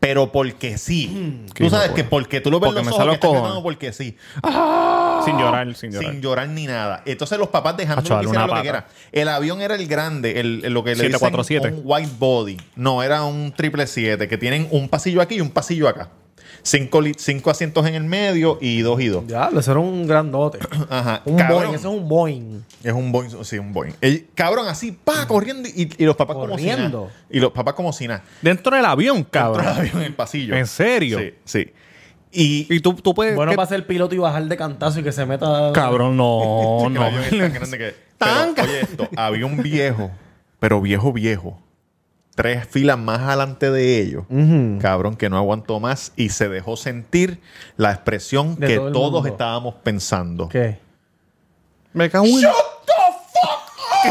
[SPEAKER 1] Pero porque sí.
[SPEAKER 4] Mm. qué
[SPEAKER 1] tú sabes
[SPEAKER 4] hijo de
[SPEAKER 1] que porque tú lo ves
[SPEAKER 4] Porque
[SPEAKER 1] en
[SPEAKER 4] me
[SPEAKER 1] los ojos
[SPEAKER 4] salen
[SPEAKER 1] que está
[SPEAKER 4] los cojones.
[SPEAKER 1] gritando porque sí. Ah,
[SPEAKER 4] Sin llorar, sin llorar.
[SPEAKER 1] Sin llorar ni nada. Entonces los papás dejando
[SPEAKER 4] Acho,
[SPEAKER 1] que
[SPEAKER 4] dale
[SPEAKER 1] hiciera
[SPEAKER 4] una
[SPEAKER 1] lo que
[SPEAKER 4] pata.
[SPEAKER 1] quiera. El avión era el grande, el, el- lo que le dicen
[SPEAKER 4] 747.
[SPEAKER 1] un white body. No, era un triple 7 que tienen un pasillo aquí y un pasillo acá. Cinco, li- cinco asientos en el medio y dos y dos.
[SPEAKER 3] Diablo, eso era un grandote.
[SPEAKER 1] Ajá.
[SPEAKER 3] Un
[SPEAKER 1] cabrón.
[SPEAKER 3] Boeing, eso es un Boeing.
[SPEAKER 1] Es un Boeing, sí, un Boeing. El, cabrón, así, pa, corriendo y, y los papás como si
[SPEAKER 3] Corriendo.
[SPEAKER 1] nada. Y los papás como si nada.
[SPEAKER 4] Dentro del avión,
[SPEAKER 1] Otro
[SPEAKER 4] cabrón.
[SPEAKER 1] avión en el pasillo.
[SPEAKER 4] ¿En serio?
[SPEAKER 1] Sí, sí. Y
[SPEAKER 4] Y tú, tú puedes.
[SPEAKER 3] Bueno
[SPEAKER 4] ¿qué-
[SPEAKER 3] para ser piloto y bajar de cantazo y que se meta...
[SPEAKER 4] Cabrón, no,
[SPEAKER 1] Que el
[SPEAKER 4] no.
[SPEAKER 1] avión es tan grande que- pero,
[SPEAKER 4] Tanca.
[SPEAKER 1] oye, esto, había un viejo, pero viejo, viejo. Tres filas más adelante de ellos, cabrón, que no aguantó más y se dejó sentir la expresión
[SPEAKER 3] De
[SPEAKER 1] que
[SPEAKER 3] todo el
[SPEAKER 1] todos
[SPEAKER 3] mundo.
[SPEAKER 1] estábamos pensando.
[SPEAKER 3] ¿Qué?
[SPEAKER 4] Me cago en.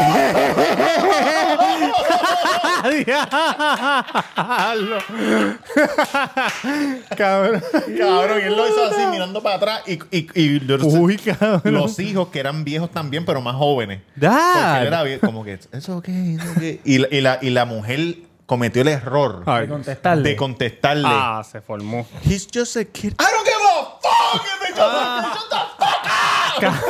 [SPEAKER 4] cabrón.
[SPEAKER 1] Cabrón, y él lo hizo así mirando para atrás y, y- y los,
[SPEAKER 4] Uy, cabrón.
[SPEAKER 1] los hijos que eran viejos también, pero más jóvenes. Porque él era
[SPEAKER 4] Dad.
[SPEAKER 1] vie- como que, eso okay, it's okay". Y, la- y la, y la mujer cometió el error
[SPEAKER 4] Ay,
[SPEAKER 3] De contestarle.
[SPEAKER 1] de contestarle.
[SPEAKER 4] Ah, se formó.
[SPEAKER 1] He's just a kid. I don't give a fuck este if it's just
[SPEAKER 4] Ah.
[SPEAKER 1] a kid. Shut the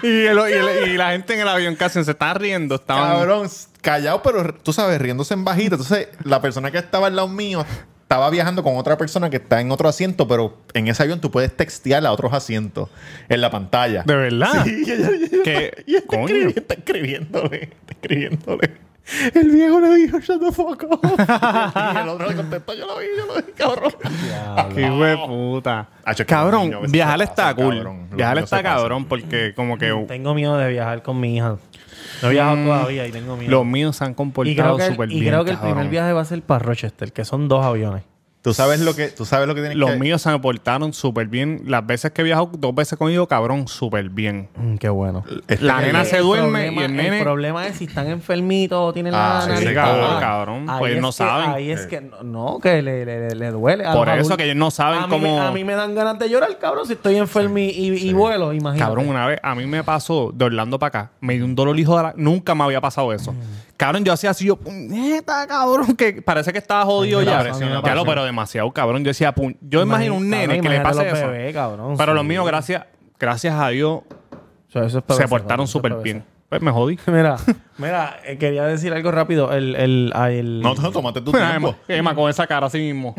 [SPEAKER 4] Diablo. y, el- y el- y la gente en el avión casi se está riendo. Estaban
[SPEAKER 1] Cabrón, callado, pero tú sabes, riéndose en bajita. Entonces, la persona que estaba al lado mío estaba viajando con otra persona que está en otro asiento, pero en ese avión tú puedes textear a otros asientos en la pantalla.
[SPEAKER 4] De verdad.
[SPEAKER 1] Y ella- y ella-
[SPEAKER 4] ¿Qué?
[SPEAKER 1] y ella está,
[SPEAKER 4] Coño.
[SPEAKER 1] escribi- está escribiéndole, está escribiéndole. El viejo le dijo, shut the fuck up. y el otro le contestó, yo lo vi, yo lo vi, cabrón.
[SPEAKER 4] Qué hueputa.
[SPEAKER 1] Ah, es que los
[SPEAKER 4] Cabrón,
[SPEAKER 1] niños a veces
[SPEAKER 4] viajar
[SPEAKER 1] se
[SPEAKER 4] está
[SPEAKER 1] pasan,
[SPEAKER 4] cool.
[SPEAKER 1] cabrón. Los
[SPEAKER 4] Viajar
[SPEAKER 1] niños se
[SPEAKER 4] está
[SPEAKER 1] pasan.
[SPEAKER 4] cabrón
[SPEAKER 3] Mm,
[SPEAKER 4] porque como que
[SPEAKER 3] Tengo miedo de viajar con mi hija. No he viajado todavía y tengo miedo.
[SPEAKER 4] los míos se han
[SPEAKER 3] y creo
[SPEAKER 4] comportado
[SPEAKER 3] que, el,
[SPEAKER 4] súper
[SPEAKER 3] y
[SPEAKER 4] bien.
[SPEAKER 3] creo que el
[SPEAKER 4] cabrón.
[SPEAKER 3] primer viaje va a ser para Rochester, que son dos aviones.
[SPEAKER 1] Tú sabes lo que, tú sabes lo que tienes
[SPEAKER 4] Los
[SPEAKER 1] que...
[SPEAKER 4] míos se me portaron súper bien. Las veces que he viajado, dos veces conmigo, cabrón, súper bien.
[SPEAKER 3] Mm, qué bueno.
[SPEAKER 1] Este-
[SPEAKER 4] la nena
[SPEAKER 3] El
[SPEAKER 4] se duerme y
[SPEAKER 3] problema-
[SPEAKER 4] el nene-
[SPEAKER 3] problema es si están enfermitos o tienen
[SPEAKER 1] Ah,
[SPEAKER 3] la
[SPEAKER 1] sí,
[SPEAKER 3] nariz
[SPEAKER 1] sí,
[SPEAKER 3] tapada.
[SPEAKER 1] cabrón,
[SPEAKER 4] cabrón,
[SPEAKER 3] Ahí
[SPEAKER 4] pues
[SPEAKER 3] es
[SPEAKER 4] no
[SPEAKER 3] que-
[SPEAKER 4] saben.
[SPEAKER 3] Ahí es que no- no, que le, le- le- le duele. A
[SPEAKER 4] Por
[SPEAKER 3] los
[SPEAKER 4] eso
[SPEAKER 3] adultos-
[SPEAKER 4] que ellos no saben
[SPEAKER 3] a mí
[SPEAKER 4] cómo-
[SPEAKER 3] me- a mí me dan ganas de llorar, cabrón, si estoy enfermo y, y- y vuelo, imagínate.
[SPEAKER 4] Cabrón, una vez a mí me pasó de Orlando para acá. Me dio un dolor hijo de la... Nunca me había pasado
[SPEAKER 3] Mm.
[SPEAKER 4] eso. Cabrón, yo hacía así, yo, puñeta, cabrón, que parece que estaba jodido
[SPEAKER 3] Ay, me
[SPEAKER 4] ya.
[SPEAKER 3] la presión, me la
[SPEAKER 4] Ya lo,
[SPEAKER 3] presión.
[SPEAKER 4] pero demasiado, cabrón. Yo decía, puñ- yo imagino un
[SPEAKER 3] Imagínate,
[SPEAKER 4] nene que le
[SPEAKER 3] imagínate
[SPEAKER 4] pase
[SPEAKER 3] los
[SPEAKER 4] eso.
[SPEAKER 3] bebés, cabrón,
[SPEAKER 4] pero
[SPEAKER 3] sí.
[SPEAKER 4] los míos, gracias, gracias a Dios,
[SPEAKER 3] O sea, eso es para
[SPEAKER 4] se
[SPEAKER 3] besar,
[SPEAKER 4] portaron
[SPEAKER 3] eso es
[SPEAKER 4] súper
[SPEAKER 3] para
[SPEAKER 4] bien.
[SPEAKER 3] besar.
[SPEAKER 4] Pues me jodí.
[SPEAKER 3] Mira, mira, eh, quería decir algo rápido. El, el, a el-
[SPEAKER 1] No, no, tómate tu
[SPEAKER 4] Mira, Emma,
[SPEAKER 1] tiempo.
[SPEAKER 4] Emma con esa cara así mismo.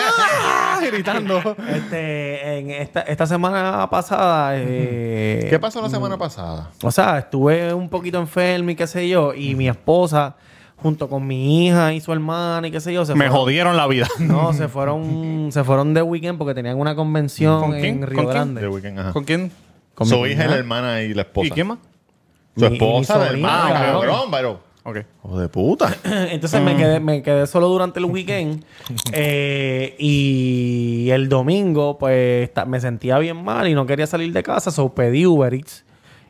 [SPEAKER 4] ¡Ah! Gritando.
[SPEAKER 3] este, en esta, esta semana pasada. eh,
[SPEAKER 1] ¿Qué pasó la semana pasada?
[SPEAKER 3] O sea, estuve un poquito enfermo y qué sé yo. Y mi esposa, junto con mi hija y su hermana y qué sé yo, se
[SPEAKER 4] Me
[SPEAKER 3] fueron-
[SPEAKER 4] jodieron la vida.
[SPEAKER 3] No, se fueron, se fueron de weekend porque tenían una convención
[SPEAKER 4] ¿Con quién?
[SPEAKER 3] en Río
[SPEAKER 4] ¿Con quién?
[SPEAKER 3] Grande.
[SPEAKER 1] De weekend, ajá.
[SPEAKER 4] ¿Con quién?
[SPEAKER 3] Con mi
[SPEAKER 1] Su hija,
[SPEAKER 3] cuñada.
[SPEAKER 1] la hermana y la esposa.
[SPEAKER 4] ¿Y quién más?
[SPEAKER 1] Su
[SPEAKER 3] Mi-
[SPEAKER 1] esposa,
[SPEAKER 3] mi
[SPEAKER 1] la
[SPEAKER 3] sobrina,
[SPEAKER 1] hermana,
[SPEAKER 3] cabrón.
[SPEAKER 1] cabrón, pero...
[SPEAKER 4] Ok.
[SPEAKER 1] Hijo de puta.
[SPEAKER 3] Entonces
[SPEAKER 4] Ah.
[SPEAKER 3] me, quedé, me quedé solo durante el weekend. eh, y el domingo, pues ta- me sentía bien mal y no quería salir de casa. So pedí Uber Eats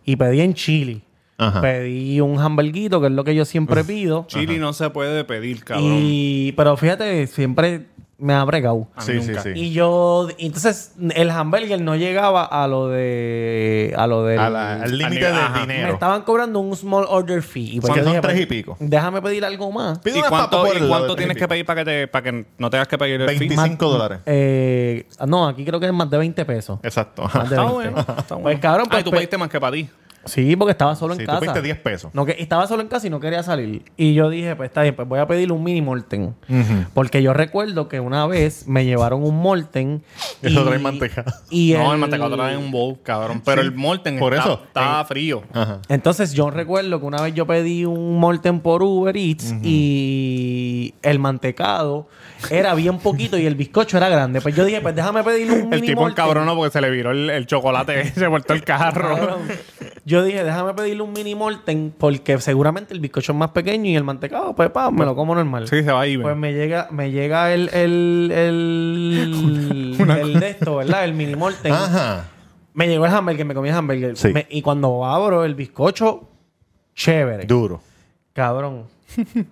[SPEAKER 3] y pedí en Chile.
[SPEAKER 1] Ajá.
[SPEAKER 3] Pedí un hamburguito, que es lo que yo siempre pido.
[SPEAKER 4] Chili no se puede pedir, cabrón.
[SPEAKER 3] Y, pero fíjate, siempre me ha bregado.
[SPEAKER 4] A mí
[SPEAKER 1] Sí, sí,
[SPEAKER 4] nunca.
[SPEAKER 1] sí.
[SPEAKER 3] Y yo, y entonces el hamburger no llegaba a lo de. A lo de.
[SPEAKER 1] A la- al límite
[SPEAKER 4] nivel-
[SPEAKER 1] del
[SPEAKER 4] ajá.
[SPEAKER 3] me
[SPEAKER 1] dinero.
[SPEAKER 3] estaban cobrando un small order fee. Y pues
[SPEAKER 1] Porque
[SPEAKER 3] yo
[SPEAKER 1] son
[SPEAKER 3] dije,
[SPEAKER 1] tres
[SPEAKER 3] pues,
[SPEAKER 1] y pico.
[SPEAKER 3] Déjame pedir algo más.
[SPEAKER 1] Pide
[SPEAKER 4] ¿Y
[SPEAKER 1] unas papas
[SPEAKER 4] cuánto,
[SPEAKER 1] por
[SPEAKER 4] y
[SPEAKER 1] el lado
[SPEAKER 4] cuánto
[SPEAKER 1] del
[SPEAKER 4] tienes que
[SPEAKER 1] pico.
[SPEAKER 4] pedir para que, te, para que no tengas que pedir el fee?
[SPEAKER 1] 25 dólares.
[SPEAKER 3] Eh, no, aquí creo que es más de 20 pesos.
[SPEAKER 1] Exacto.
[SPEAKER 3] Más de
[SPEAKER 4] Está
[SPEAKER 3] 20.
[SPEAKER 4] bueno. Está bueno.
[SPEAKER 3] Pues, cabrón, pues,
[SPEAKER 4] Ay, tú
[SPEAKER 3] pe-
[SPEAKER 4] pediste más que para ti.
[SPEAKER 3] Sí, porque estaba solo
[SPEAKER 1] Sí,
[SPEAKER 3] en
[SPEAKER 1] tú
[SPEAKER 3] casa.
[SPEAKER 1] pediste 10 pesos.
[SPEAKER 3] No, que estaba solo en casa y no quería salir. Y yo dije, pues está bien, pues voy a pedir un mini molten. Porque yo recuerdo que una vez me llevaron un molten.
[SPEAKER 1] Eso
[SPEAKER 3] y-
[SPEAKER 1] trae manteca.
[SPEAKER 3] Y
[SPEAKER 4] no, el,
[SPEAKER 3] el-
[SPEAKER 4] mantecado trae un bowl, cabrón. Pero el molten
[SPEAKER 1] Por
[SPEAKER 4] está,
[SPEAKER 1] eso.
[SPEAKER 4] está frío.
[SPEAKER 1] Ajá.
[SPEAKER 3] Entonces yo recuerdo que una vez yo pedí un molten por Uber Eats y el mantecado era bien poquito y el bizcocho era grande. Pues yo dije, pues déjame pedir un
[SPEAKER 4] El
[SPEAKER 3] mini
[SPEAKER 4] tipo
[SPEAKER 3] molten.
[SPEAKER 4] encabronó porque se le viró el, el chocolate, se vuelto el carro.
[SPEAKER 3] Cabrón. Yo dije, déjame pedirle un mini molten porque seguramente el bizcocho es más pequeño y el mantecado, pues pa, me lo como normal.
[SPEAKER 4] sí, se va ahí.
[SPEAKER 3] Pues me llega, me llega el, el, el, el de esto, ¿verdad? El mini molten.
[SPEAKER 1] Ajá.
[SPEAKER 3] Me llegó el hamburger, me comí el hamburger.
[SPEAKER 1] Sí.
[SPEAKER 3] Me- y cuando abro el bizcocho, chévere.
[SPEAKER 1] Duro.
[SPEAKER 3] Cabrón.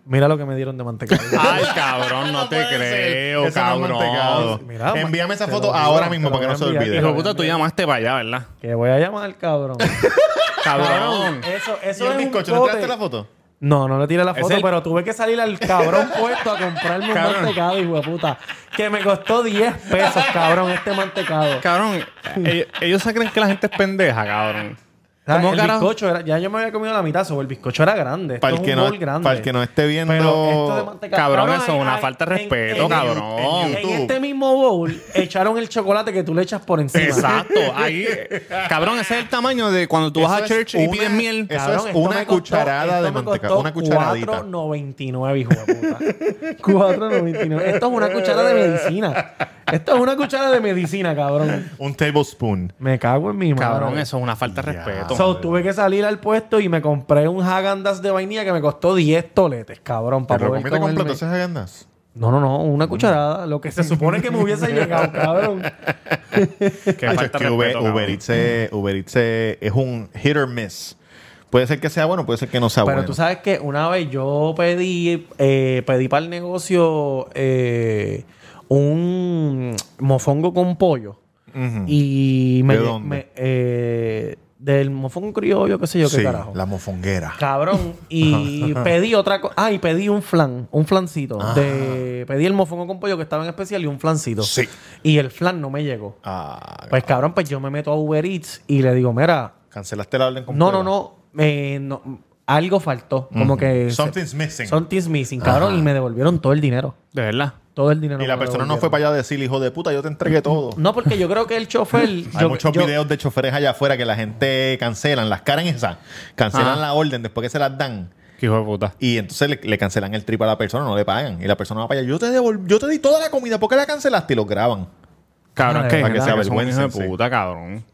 [SPEAKER 3] Mira lo que me dieron de mantecado.
[SPEAKER 4] Ay, cabrón, no, te
[SPEAKER 1] puede ser.
[SPEAKER 4] creo,
[SPEAKER 1] Eso no es mantecado.
[SPEAKER 4] cabrón.
[SPEAKER 3] Mira, ma-
[SPEAKER 1] Envíame esa
[SPEAKER 3] te
[SPEAKER 1] foto
[SPEAKER 3] lo juro,
[SPEAKER 1] ahora
[SPEAKER 3] te
[SPEAKER 1] mismo
[SPEAKER 3] lo
[SPEAKER 1] para que
[SPEAKER 3] voy
[SPEAKER 1] no se
[SPEAKER 3] a enviar.
[SPEAKER 1] olvide.
[SPEAKER 4] Hijo de puta, tú llamaste para allá, ¿verdad?
[SPEAKER 3] que voy a llamar, cabrón.
[SPEAKER 4] Cabrón.
[SPEAKER 3] Eso,
[SPEAKER 1] ¿Y
[SPEAKER 3] eso
[SPEAKER 1] el
[SPEAKER 3] es
[SPEAKER 1] bizcocho?
[SPEAKER 3] un
[SPEAKER 1] ¿No
[SPEAKER 3] pote.
[SPEAKER 1] tiraste la foto?
[SPEAKER 3] No, no le tiré la
[SPEAKER 4] Es
[SPEAKER 3] foto,
[SPEAKER 4] el-
[SPEAKER 3] pero tuve que salir al cabrón puesto a comprarme un
[SPEAKER 4] Cabrón.
[SPEAKER 3] mantecado, hijo de puta. Que me costó 10 pesos, cabrón, este mantecado.
[SPEAKER 4] Cabrón, ellos, ellos se creen que la gente es pendeja, cabrón.
[SPEAKER 3] O sea,
[SPEAKER 4] ¿Cómo
[SPEAKER 3] el
[SPEAKER 4] carajo?
[SPEAKER 3] bizcocho era, ya yo me había comido la mitad, sobre el bizcocho era grande. Esto
[SPEAKER 1] Para el,
[SPEAKER 3] es
[SPEAKER 1] que
[SPEAKER 3] un
[SPEAKER 1] no,
[SPEAKER 3] bol grande.
[SPEAKER 1] para el que no esté viendo.
[SPEAKER 3] Pero esto de mantecado.
[SPEAKER 4] Cabrón,
[SPEAKER 3] Ahora,
[SPEAKER 4] eso es una
[SPEAKER 3] ay,
[SPEAKER 4] falta de
[SPEAKER 3] en-
[SPEAKER 4] respeto,
[SPEAKER 3] en-
[SPEAKER 4] cabrón.
[SPEAKER 3] En, en este mismo bowl echaron el chocolate que tú le echas por encima.
[SPEAKER 4] Exacto. Ahí, eh, cabrón, ese es el tamaño de cuando tú vas
[SPEAKER 1] Eso es
[SPEAKER 4] a church y
[SPEAKER 1] una-
[SPEAKER 4] pides miel.
[SPEAKER 1] Eso
[SPEAKER 3] Cabrón,
[SPEAKER 1] es
[SPEAKER 3] esto
[SPEAKER 1] una
[SPEAKER 3] me costó-
[SPEAKER 1] cucharada
[SPEAKER 3] esto
[SPEAKER 1] de
[SPEAKER 3] me
[SPEAKER 1] manteca,
[SPEAKER 3] costó
[SPEAKER 1] una cucharadita.
[SPEAKER 3] 4.99, hijo de puta. 4.99. Esto es una cuchara de medicina. Esto es una cuchara de medicina, cabrón.
[SPEAKER 1] Un tablespoon.
[SPEAKER 3] Me cago en mi madre.
[SPEAKER 4] Cabrón, eso es una falta de
[SPEAKER 1] Ya.
[SPEAKER 4] respeto.
[SPEAKER 3] So, tuve que salir al puesto y me compré un Hagandas de vainilla que me costó 10 toletes, cabrón,
[SPEAKER 1] ¿Te
[SPEAKER 3] para
[SPEAKER 1] lo
[SPEAKER 3] poder
[SPEAKER 1] comiste
[SPEAKER 3] comerme.
[SPEAKER 1] completo Mm. esas agendas?
[SPEAKER 3] No, no, no, una cucharada, lo que se supone que me hubiese llegado, cabrón.
[SPEAKER 1] Hacho,
[SPEAKER 4] Qué
[SPEAKER 1] es
[SPEAKER 4] falta de
[SPEAKER 1] que Uber,
[SPEAKER 4] respeto, cabrón.
[SPEAKER 1] Uber Eats, eh, Uber Eats, eh, es un hit or miss. Puede ser que sea bueno, puede ser que no sea
[SPEAKER 3] Pero
[SPEAKER 1] bueno.
[SPEAKER 3] tú sabes que una vez yo pedí, eh, pedí para el negocio eh, un mofongo con pollo.
[SPEAKER 1] Ujú.
[SPEAKER 3] Y me,
[SPEAKER 1] ¿De dónde?
[SPEAKER 3] me- eh, del mofongo criollo, qué sé yo, qué
[SPEAKER 1] sí,
[SPEAKER 3] carajo.
[SPEAKER 1] la mofonguera.
[SPEAKER 3] Cabrón. Y pedí otra cosa. Ah, y pedí un flan, un flancito.
[SPEAKER 1] Ajá.
[SPEAKER 3] De, pedí el mofongo con pollo que estaba en especial y un flancito.
[SPEAKER 1] Sí.
[SPEAKER 3] Y el flan no me llegó.
[SPEAKER 1] Ah,
[SPEAKER 3] Pues cabrón, pues yo me meto a Uber Eats y le digo, mira,
[SPEAKER 1] cancelaste la orden
[SPEAKER 3] no,
[SPEAKER 1] completa.
[SPEAKER 3] no, no, eh, no, algo faltó. Como
[SPEAKER 1] Ujú.
[SPEAKER 3] que...
[SPEAKER 1] Something's missing.
[SPEAKER 3] Something's missing, cabrón.
[SPEAKER 1] Ajá.
[SPEAKER 3] Y me devolvieron todo el dinero.
[SPEAKER 4] De verdad.
[SPEAKER 3] Todo el dinero.
[SPEAKER 1] Y la
[SPEAKER 3] me lo
[SPEAKER 1] persona no
[SPEAKER 3] devolvieron.
[SPEAKER 1] fue para allá a decir, hijo de puta, yo te entregué todo.
[SPEAKER 3] No, porque yo creo que el chofer...
[SPEAKER 1] Hay
[SPEAKER 3] yo-
[SPEAKER 1] muchos
[SPEAKER 3] yo-
[SPEAKER 1] videos de choferes allá afuera que la gente cancelan, las caras esas, cancelan
[SPEAKER 4] Ajá.
[SPEAKER 3] Ah.
[SPEAKER 1] la orden después que se las dan.
[SPEAKER 4] Qué hijo de puta.
[SPEAKER 1] Y entonces le, le cancelan el trip a la persona, no le pagan. Y la persona va para allá, yo te, devol- yo te di toda la comida, ¿por qué la cancelaste? Y los graban.
[SPEAKER 4] Cabrón,
[SPEAKER 3] Madre
[SPEAKER 4] es que,
[SPEAKER 3] mía.
[SPEAKER 4] hay gente
[SPEAKER 1] Para que
[SPEAKER 4] que
[SPEAKER 1] se
[SPEAKER 4] son hijos de
[SPEAKER 1] avergüencen, sí.
[SPEAKER 4] puta, cabrón.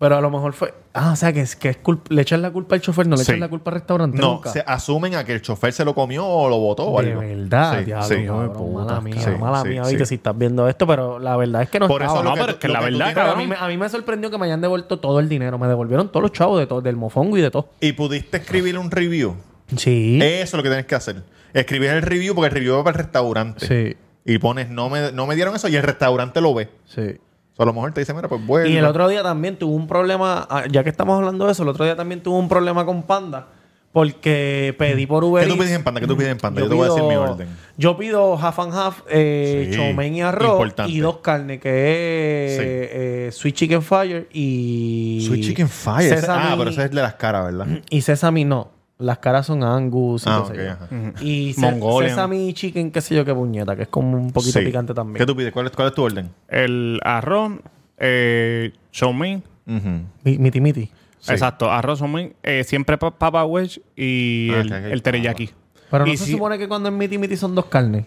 [SPEAKER 3] Pero a lo mejor fue... Ah, o sea, que, es- que es culp- le echan la culpa al chofer, no le
[SPEAKER 1] Sí.
[SPEAKER 3] echan la culpa al restaurante
[SPEAKER 1] No,
[SPEAKER 3] nunca.
[SPEAKER 1] se asumen a que el chofer se lo comió o lo botó o
[SPEAKER 3] de
[SPEAKER 1] algo.
[SPEAKER 3] verdad,
[SPEAKER 1] Sí,
[SPEAKER 3] diablo,
[SPEAKER 1] sí.
[SPEAKER 3] cabrón, mala mía,
[SPEAKER 1] Sí,
[SPEAKER 3] mala
[SPEAKER 1] sí,
[SPEAKER 3] mía,
[SPEAKER 1] sí.
[SPEAKER 3] oíste, si estás viendo esto, pero la verdad es que no
[SPEAKER 1] Por
[SPEAKER 3] estaba.
[SPEAKER 1] eso lo
[SPEAKER 4] No,
[SPEAKER 1] que tú-
[SPEAKER 4] pero es que
[SPEAKER 1] lo
[SPEAKER 4] la
[SPEAKER 1] que tú
[SPEAKER 4] verdad,
[SPEAKER 1] tienes-
[SPEAKER 3] Pero a,
[SPEAKER 4] cabrón.
[SPEAKER 3] mí, me- a mí me sorprendió que me hayan devuelto todo el dinero. Me devolvieron todos los chavos de todo, del mofongo y de todo.
[SPEAKER 1] Y pudiste escribir un review.
[SPEAKER 3] Sí.
[SPEAKER 1] Eso es lo que tienes que hacer. Escribir el review porque el review va para el restaurante.
[SPEAKER 3] Sí.
[SPEAKER 1] Y pones, no me, no me dieron eso y el restaurante lo ve.
[SPEAKER 3] Sí.
[SPEAKER 1] O sea, a lo mejor te dice, mira, pues bueno.
[SPEAKER 3] Y el otro día también tuvo un problema, ah, ya que estamos hablando de eso, el otro día también tuvo un problema con Panda. Porque pedí por Uber
[SPEAKER 1] ¿Qué tú
[SPEAKER 3] Eats.
[SPEAKER 1] pides en panda? ¿Qué tú pides en panda? Yo,
[SPEAKER 3] Yo
[SPEAKER 1] te voy a decir mi
[SPEAKER 3] pido-
[SPEAKER 1] orden.
[SPEAKER 3] Yo pido half and half, eh,
[SPEAKER 1] Sí,
[SPEAKER 3] chomen y arroz
[SPEAKER 1] importante.
[SPEAKER 3] y dos carnes, que es
[SPEAKER 1] Sí.
[SPEAKER 3] eh, Sweet Chicken Fire y.
[SPEAKER 1] Sweet Chicken Fire. Ese-
[SPEAKER 3] Sesame-
[SPEAKER 1] ah, pero ese es el de las caras, ¿verdad?
[SPEAKER 3] Y Sesame no. Las caras son Angus y
[SPEAKER 1] Ah,
[SPEAKER 3] qué
[SPEAKER 1] ok,
[SPEAKER 3] sé yo.
[SPEAKER 1] ajá.
[SPEAKER 3] Y se-
[SPEAKER 4] Mongolian.
[SPEAKER 3] Sesame Chicken, qué sé yo, qué puñeta, que es como un poquito
[SPEAKER 1] Sí.
[SPEAKER 3] picante también.
[SPEAKER 1] ¿Qué tú pides? ¿Cuál es, cuál es tu orden?
[SPEAKER 4] El arroz, eh, chow mein.
[SPEAKER 1] Ujú.
[SPEAKER 3] Mi- Miti miti.
[SPEAKER 1] Sí.
[SPEAKER 4] Exacto, arroz, chow mein. eh, siempre pa- papa wedge y
[SPEAKER 1] Ah,
[SPEAKER 4] el,
[SPEAKER 1] que hay
[SPEAKER 4] el teriyaki.
[SPEAKER 3] Pero no
[SPEAKER 4] Y
[SPEAKER 3] se
[SPEAKER 4] si-
[SPEAKER 3] supone que cuando es miti miti son dos carnes.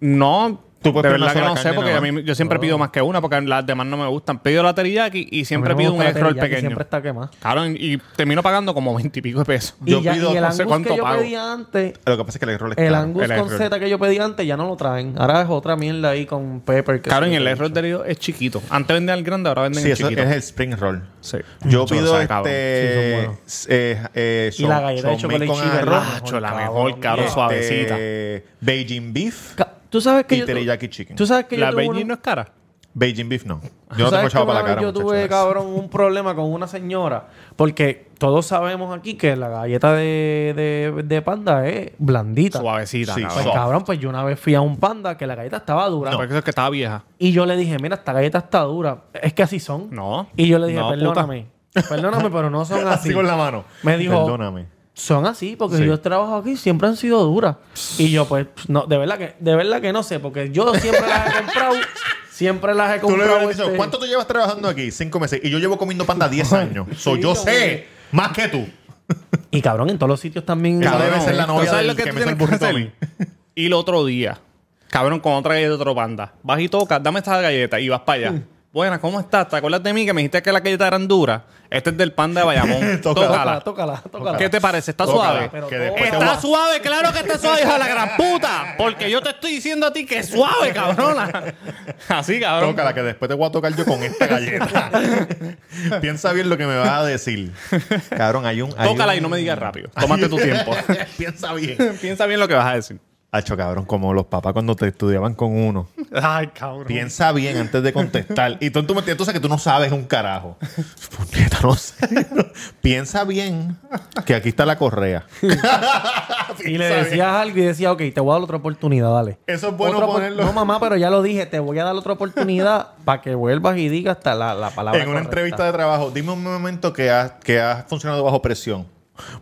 [SPEAKER 4] No,
[SPEAKER 1] Tú puedes
[SPEAKER 4] de
[SPEAKER 1] pedir una
[SPEAKER 4] verdad que
[SPEAKER 1] sola
[SPEAKER 4] no sé,
[SPEAKER 1] carne Oh.
[SPEAKER 4] porque
[SPEAKER 1] nada
[SPEAKER 4] a mí, yo siempre pido más que una, porque las demás no me gustan. Pido la teriyaki y siempre
[SPEAKER 3] A mí no
[SPEAKER 4] pido
[SPEAKER 3] me
[SPEAKER 4] un
[SPEAKER 3] gusta la
[SPEAKER 4] egg roll
[SPEAKER 3] teriyaki,
[SPEAKER 4] pequeño.
[SPEAKER 3] Siempre está quemada.
[SPEAKER 4] Cabrón, y termino pagando como veintipico de pesos.
[SPEAKER 3] Y,
[SPEAKER 1] Yo
[SPEAKER 3] ya-
[SPEAKER 1] pido-
[SPEAKER 3] y el
[SPEAKER 1] no
[SPEAKER 4] sé
[SPEAKER 3] angus
[SPEAKER 4] cuánto
[SPEAKER 3] que yo
[SPEAKER 4] pago.
[SPEAKER 3] pedía antes,
[SPEAKER 1] Lo que pasa es que el error es
[SPEAKER 3] el
[SPEAKER 1] caro.
[SPEAKER 3] angus
[SPEAKER 4] el
[SPEAKER 3] con
[SPEAKER 4] egg roll.
[SPEAKER 3] Z que yo pedí antes ya no lo traen. Ahora es otra mierda ahí con pepper. que
[SPEAKER 4] Cabrón,
[SPEAKER 3] sé
[SPEAKER 4] y el
[SPEAKER 3] yo.
[SPEAKER 4] egg roll de ellos es chiquito. Antes vendían el grande, ahora venden
[SPEAKER 1] Sí,
[SPEAKER 4] el
[SPEAKER 1] eso
[SPEAKER 4] chiquito.
[SPEAKER 1] es el spring roll.
[SPEAKER 4] Sí.
[SPEAKER 1] Yo
[SPEAKER 4] Eso
[SPEAKER 1] pido
[SPEAKER 4] sabe,
[SPEAKER 1] este
[SPEAKER 4] cabrón.
[SPEAKER 3] Sí, son buenos.
[SPEAKER 1] s- eh, eh,
[SPEAKER 3] Y
[SPEAKER 1] chow-
[SPEAKER 3] la galleta de
[SPEAKER 1] chow mein
[SPEAKER 3] chocolate
[SPEAKER 1] con
[SPEAKER 3] chip es
[SPEAKER 1] arroz,
[SPEAKER 4] Nacho, la
[SPEAKER 3] cabrón,
[SPEAKER 4] mejor, cabrón,
[SPEAKER 3] mira.
[SPEAKER 4] suavecita.
[SPEAKER 1] eh, Beijing beef
[SPEAKER 3] Ca- Tú sabes que yo
[SPEAKER 1] Títere y
[SPEAKER 3] tu-
[SPEAKER 1] Jackie Chicken.
[SPEAKER 3] Tú sabes que
[SPEAKER 4] La
[SPEAKER 3] yo tuve
[SPEAKER 4] Beijing
[SPEAKER 3] uno-
[SPEAKER 4] no es cara.
[SPEAKER 1] Beijing Beef no.
[SPEAKER 3] ¿Tú
[SPEAKER 1] Yo no tengo
[SPEAKER 3] sabes
[SPEAKER 1] chavo
[SPEAKER 3] que
[SPEAKER 1] para
[SPEAKER 3] una
[SPEAKER 1] la
[SPEAKER 3] vez
[SPEAKER 1] cara,
[SPEAKER 3] Yo
[SPEAKER 1] muchachos.
[SPEAKER 3] tuve, cabrón, un problema con una señora. Porque todos sabemos aquí que la galleta de, de- de panda es blandita.
[SPEAKER 4] Suavecita.
[SPEAKER 1] Sí,
[SPEAKER 4] cabrón.
[SPEAKER 3] Pues,
[SPEAKER 1] soft.
[SPEAKER 3] cabrón, pues yo una vez fui a un panda que la galleta estaba dura.
[SPEAKER 4] Por eso es que estaba vieja.
[SPEAKER 3] Y yo le dije, mira, esta galleta está dura. Es que así son.
[SPEAKER 4] No.
[SPEAKER 3] Y yo le dije,
[SPEAKER 4] No, puta.
[SPEAKER 3] perdóname. Perdóname, pero no son así.
[SPEAKER 1] Así con la mano.
[SPEAKER 3] Me dijo,
[SPEAKER 1] Perdóname.
[SPEAKER 3] Son así, porque
[SPEAKER 1] Sí.
[SPEAKER 3] yo trabajo aquí y siempre han sido duras. Y yo, pues, no, de verdad que, de verdad que no sé, porque yo siempre las he comprado. Siempre las he
[SPEAKER 1] Tú le
[SPEAKER 3] comprado.
[SPEAKER 1] hubieras dicho,
[SPEAKER 3] este-
[SPEAKER 1] ¿cuánto tú llevas trabajando aquí? Cinco meses. Y yo llevo comiendo panda 10 años. so,
[SPEAKER 3] Sí,
[SPEAKER 1] yo
[SPEAKER 3] como
[SPEAKER 1] sé más que tú.
[SPEAKER 3] Y cabrón, en todos los sitios también.
[SPEAKER 1] Esa debe
[SPEAKER 4] Cabrón,
[SPEAKER 1] ser la
[SPEAKER 4] ¿tú
[SPEAKER 1] novia
[SPEAKER 4] sabes
[SPEAKER 1] del
[SPEAKER 4] lo que
[SPEAKER 1] que
[SPEAKER 4] tú
[SPEAKER 1] me hizo el
[SPEAKER 4] tienes que
[SPEAKER 1] burrito a
[SPEAKER 4] hacer? Y el otro día, cabrón, con otra galleta de otro panda. Vas y tocas, dame esta galleta y vas para allá. Buenas, ¿cómo estás? ¿Te acuerdas de mí que me dijiste que las galletas eran duras? Este es del panda de
[SPEAKER 1] Tócala.
[SPEAKER 4] Bayamón. Tócala.
[SPEAKER 3] tócala, tócala.
[SPEAKER 4] ¿Qué te parece? ¿Está
[SPEAKER 1] Tócala,
[SPEAKER 4] suave?
[SPEAKER 3] pero
[SPEAKER 1] que
[SPEAKER 3] todo-
[SPEAKER 1] después te voy
[SPEAKER 4] Está
[SPEAKER 1] a-
[SPEAKER 4] suave, claro que está suave, hija de la gran puta. Porque yo te estoy diciendo a ti que es suave, cabrona. Así, cabrón.
[SPEAKER 1] Tócala, que después te voy a tocar yo con esta galleta. Piensa bien lo que me vas a decir. Cabrón, hay un. hay
[SPEAKER 4] Tócala
[SPEAKER 1] un-
[SPEAKER 4] y no me digas rápido. Tómate tu tiempo.
[SPEAKER 1] Piensa bien.
[SPEAKER 4] Piensa bien lo que vas a decir.
[SPEAKER 1] Hacho, cabrón, como los papás cuando te estudiaban con uno.
[SPEAKER 4] Ay, cabrón.
[SPEAKER 1] Piensa bien antes de contestar. Y tú en tu mente, tú sabes que tú no sabes un carajo. Puñeta, no sé. Piensa bien que aquí está la correa.
[SPEAKER 3] Y le decías algo y decía, ok, te voy a dar otra oportunidad, dale.
[SPEAKER 1] Eso es bueno
[SPEAKER 3] Otra opor-
[SPEAKER 1] ponerlo.
[SPEAKER 3] No, mamá, pero ya lo dije, te voy a dar otra oportunidad para que vuelvas y digas hasta la, la palabra.
[SPEAKER 1] en una
[SPEAKER 3] correcta.
[SPEAKER 1] entrevista de trabajo, dime un momento que has, que has funcionado bajo presión.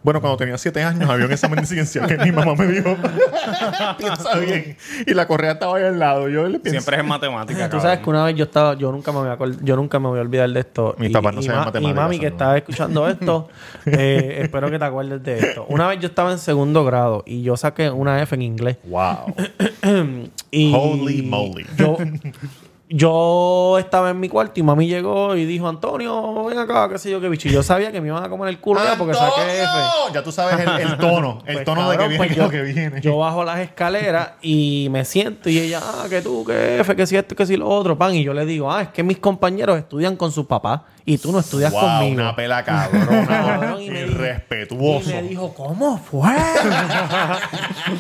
[SPEAKER 1] Bueno, cuando tenía siete años había un examen de ciencia que mi mamá me dijo. Piensa bien. Y la correa estaba ahí al lado. Yo le pienso.
[SPEAKER 4] Siempre es en matemática.
[SPEAKER 3] Tú sabes
[SPEAKER 4] cabrón.
[SPEAKER 3] que una vez yo estaba, yo nunca me voy a, acor- yo nunca me voy a olvidar de esto.
[SPEAKER 1] Mis papás no
[SPEAKER 3] y,
[SPEAKER 1] saben
[SPEAKER 3] ma- y
[SPEAKER 1] matemáticas,
[SPEAKER 3] mami que
[SPEAKER 1] ¿no?
[SPEAKER 3] estaba escuchando esto, eh, espero que te acuerdes de esto. Una vez yo estaba en segundo grado y yo saqué una F en inglés.
[SPEAKER 1] Wow.
[SPEAKER 3] Y
[SPEAKER 1] Holy moly.
[SPEAKER 3] Yo, yo estaba en mi cuarto y mami llegó y dijo, Antonio, ven acá, qué sé yo qué bicho. Y yo sabía que me iban a comer el culo ya Ah, porque saqué F.
[SPEAKER 1] ¡Antonio! Ya tú sabes el, el tono. El
[SPEAKER 3] Pues,
[SPEAKER 1] tono
[SPEAKER 3] cabrón,
[SPEAKER 1] de que viene
[SPEAKER 3] pues,
[SPEAKER 1] lo
[SPEAKER 3] yo-
[SPEAKER 1] que viene.
[SPEAKER 3] Yo bajo las escaleras y me siento y ella, ah, que tú, que F, que si esto, que si lo otro, pan. Y yo le digo, ah, es que mis compañeros estudian con sus papás y tú no estudias
[SPEAKER 1] wow,
[SPEAKER 3] conmigo.
[SPEAKER 1] una pela cabrona.
[SPEAKER 3] Cabrón, y me dijo-
[SPEAKER 1] irrespetuoso.
[SPEAKER 3] Y me dijo, ¿cómo fue?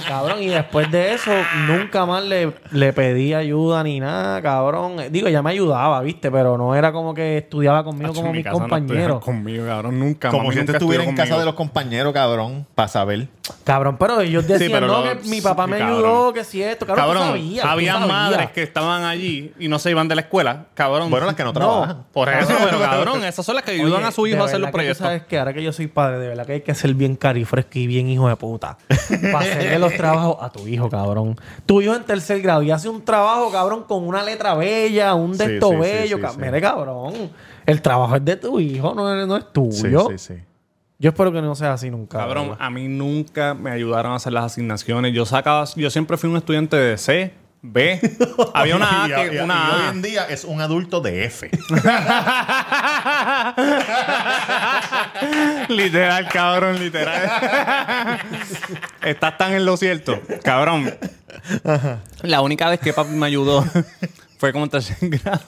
[SPEAKER 3] cabrón, y después de eso, nunca más le, le pedí ayuda ni nada, cabrón. Digo, ella me ayudaba, viste, pero no era como que estudiaba conmigo
[SPEAKER 4] Hacho,
[SPEAKER 3] como
[SPEAKER 4] en mi
[SPEAKER 3] mis
[SPEAKER 4] casa no
[SPEAKER 3] compañeros.
[SPEAKER 4] estuvieron conmigo, cabrón. Nunca.
[SPEAKER 1] Como
[SPEAKER 4] mami
[SPEAKER 1] si
[SPEAKER 4] nunca
[SPEAKER 1] este estuviera en
[SPEAKER 4] estuvo
[SPEAKER 1] casa
[SPEAKER 4] conmigo.
[SPEAKER 1] de los compañeros, cabrón, para saber.
[SPEAKER 3] Cabrón, pero ellos decían,
[SPEAKER 4] pero
[SPEAKER 3] no,
[SPEAKER 4] no,
[SPEAKER 3] que mi papá me
[SPEAKER 4] cabrón.
[SPEAKER 3] ayudó, que si esto, cabrón,
[SPEAKER 4] Cabrón,
[SPEAKER 3] tú sabías, tú
[SPEAKER 4] había
[SPEAKER 3] sabías.
[SPEAKER 4] madres que estaban allí y no se iban de la escuela. Cabrón.
[SPEAKER 1] Bueno, las que no trabajan.
[SPEAKER 4] Por eso, pero cabrón, esas son las que ayudan
[SPEAKER 3] Oye,
[SPEAKER 4] a su
[SPEAKER 3] de
[SPEAKER 4] hijo a hacer
[SPEAKER 3] verdad
[SPEAKER 4] los
[SPEAKER 3] que tú
[SPEAKER 4] proyectos.
[SPEAKER 3] sabes que ahora que yo soy padre, de verdad que hay que ser bien carifresco y bien hijo de puta. Para hacerle los trabajos a tu hijo, cabrón. Tu hijo en tercer grado y hace un trabajo, cabrón, con una letra bella, un
[SPEAKER 1] Sí,
[SPEAKER 3] texto
[SPEAKER 1] sí, sí,
[SPEAKER 3] bello.
[SPEAKER 1] sí,
[SPEAKER 3] ca-
[SPEAKER 1] sí.
[SPEAKER 3] Mire, cabrón. El trabajo es de tu hijo, no es, no es
[SPEAKER 1] Sí,
[SPEAKER 3] tuyo.
[SPEAKER 1] sí, sí.
[SPEAKER 3] Yo espero que no sea así nunca.
[SPEAKER 4] Cabrón,
[SPEAKER 3] ¿verdad?
[SPEAKER 4] a mí nunca me ayudaron a hacer las asignaciones. Yo sacaba, yo siempre fui un estudiante de C, B. Había una A
[SPEAKER 1] Y- y-
[SPEAKER 4] que
[SPEAKER 1] y
[SPEAKER 4] una
[SPEAKER 1] hoy en día es un adulto de F.
[SPEAKER 4] A. Literal, cabrón, literal. Estás tan en lo cierto, cabrón. La única vez que papi me ayudó fue como en tercer grado.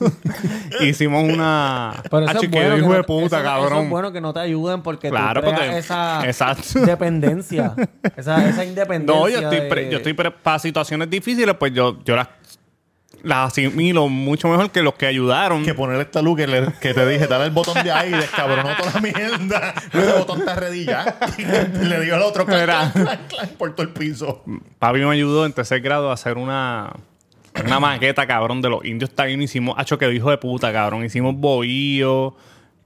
[SPEAKER 4] Hicimos una.
[SPEAKER 3] Pero eso
[SPEAKER 4] Hacho,
[SPEAKER 3] es
[SPEAKER 4] que hijo
[SPEAKER 3] bueno. que
[SPEAKER 4] de
[SPEAKER 3] no- eso-
[SPEAKER 4] puta,
[SPEAKER 3] eso es
[SPEAKER 4] cabrón.
[SPEAKER 3] bueno que no te ayuden porque
[SPEAKER 4] Claro,
[SPEAKER 3] tú creas
[SPEAKER 4] porque-
[SPEAKER 3] esa
[SPEAKER 4] exacto.
[SPEAKER 3] dependencia. Esa, esa independencia.
[SPEAKER 4] No, yo estoy,
[SPEAKER 3] de-
[SPEAKER 4] pre- yo estoy pre- para situaciones difíciles, pues yo, yo las, las asimilo mucho mejor que los que ayudaron.
[SPEAKER 1] que poner esta luz que, le- que te dije, dale el botón de ahí, descabronó toda la mierda. Luego el botón está ready ya. Le dio al otro clan,
[SPEAKER 4] Era.
[SPEAKER 1] clan, clan, clan, por todo el piso.
[SPEAKER 4] Papi me ayudó en tercer grado a hacer una, una maqueta, cabrón, de los indios taínos. Hicimos, hacho, que hijo de puta, cabrón. Hicimos bohíos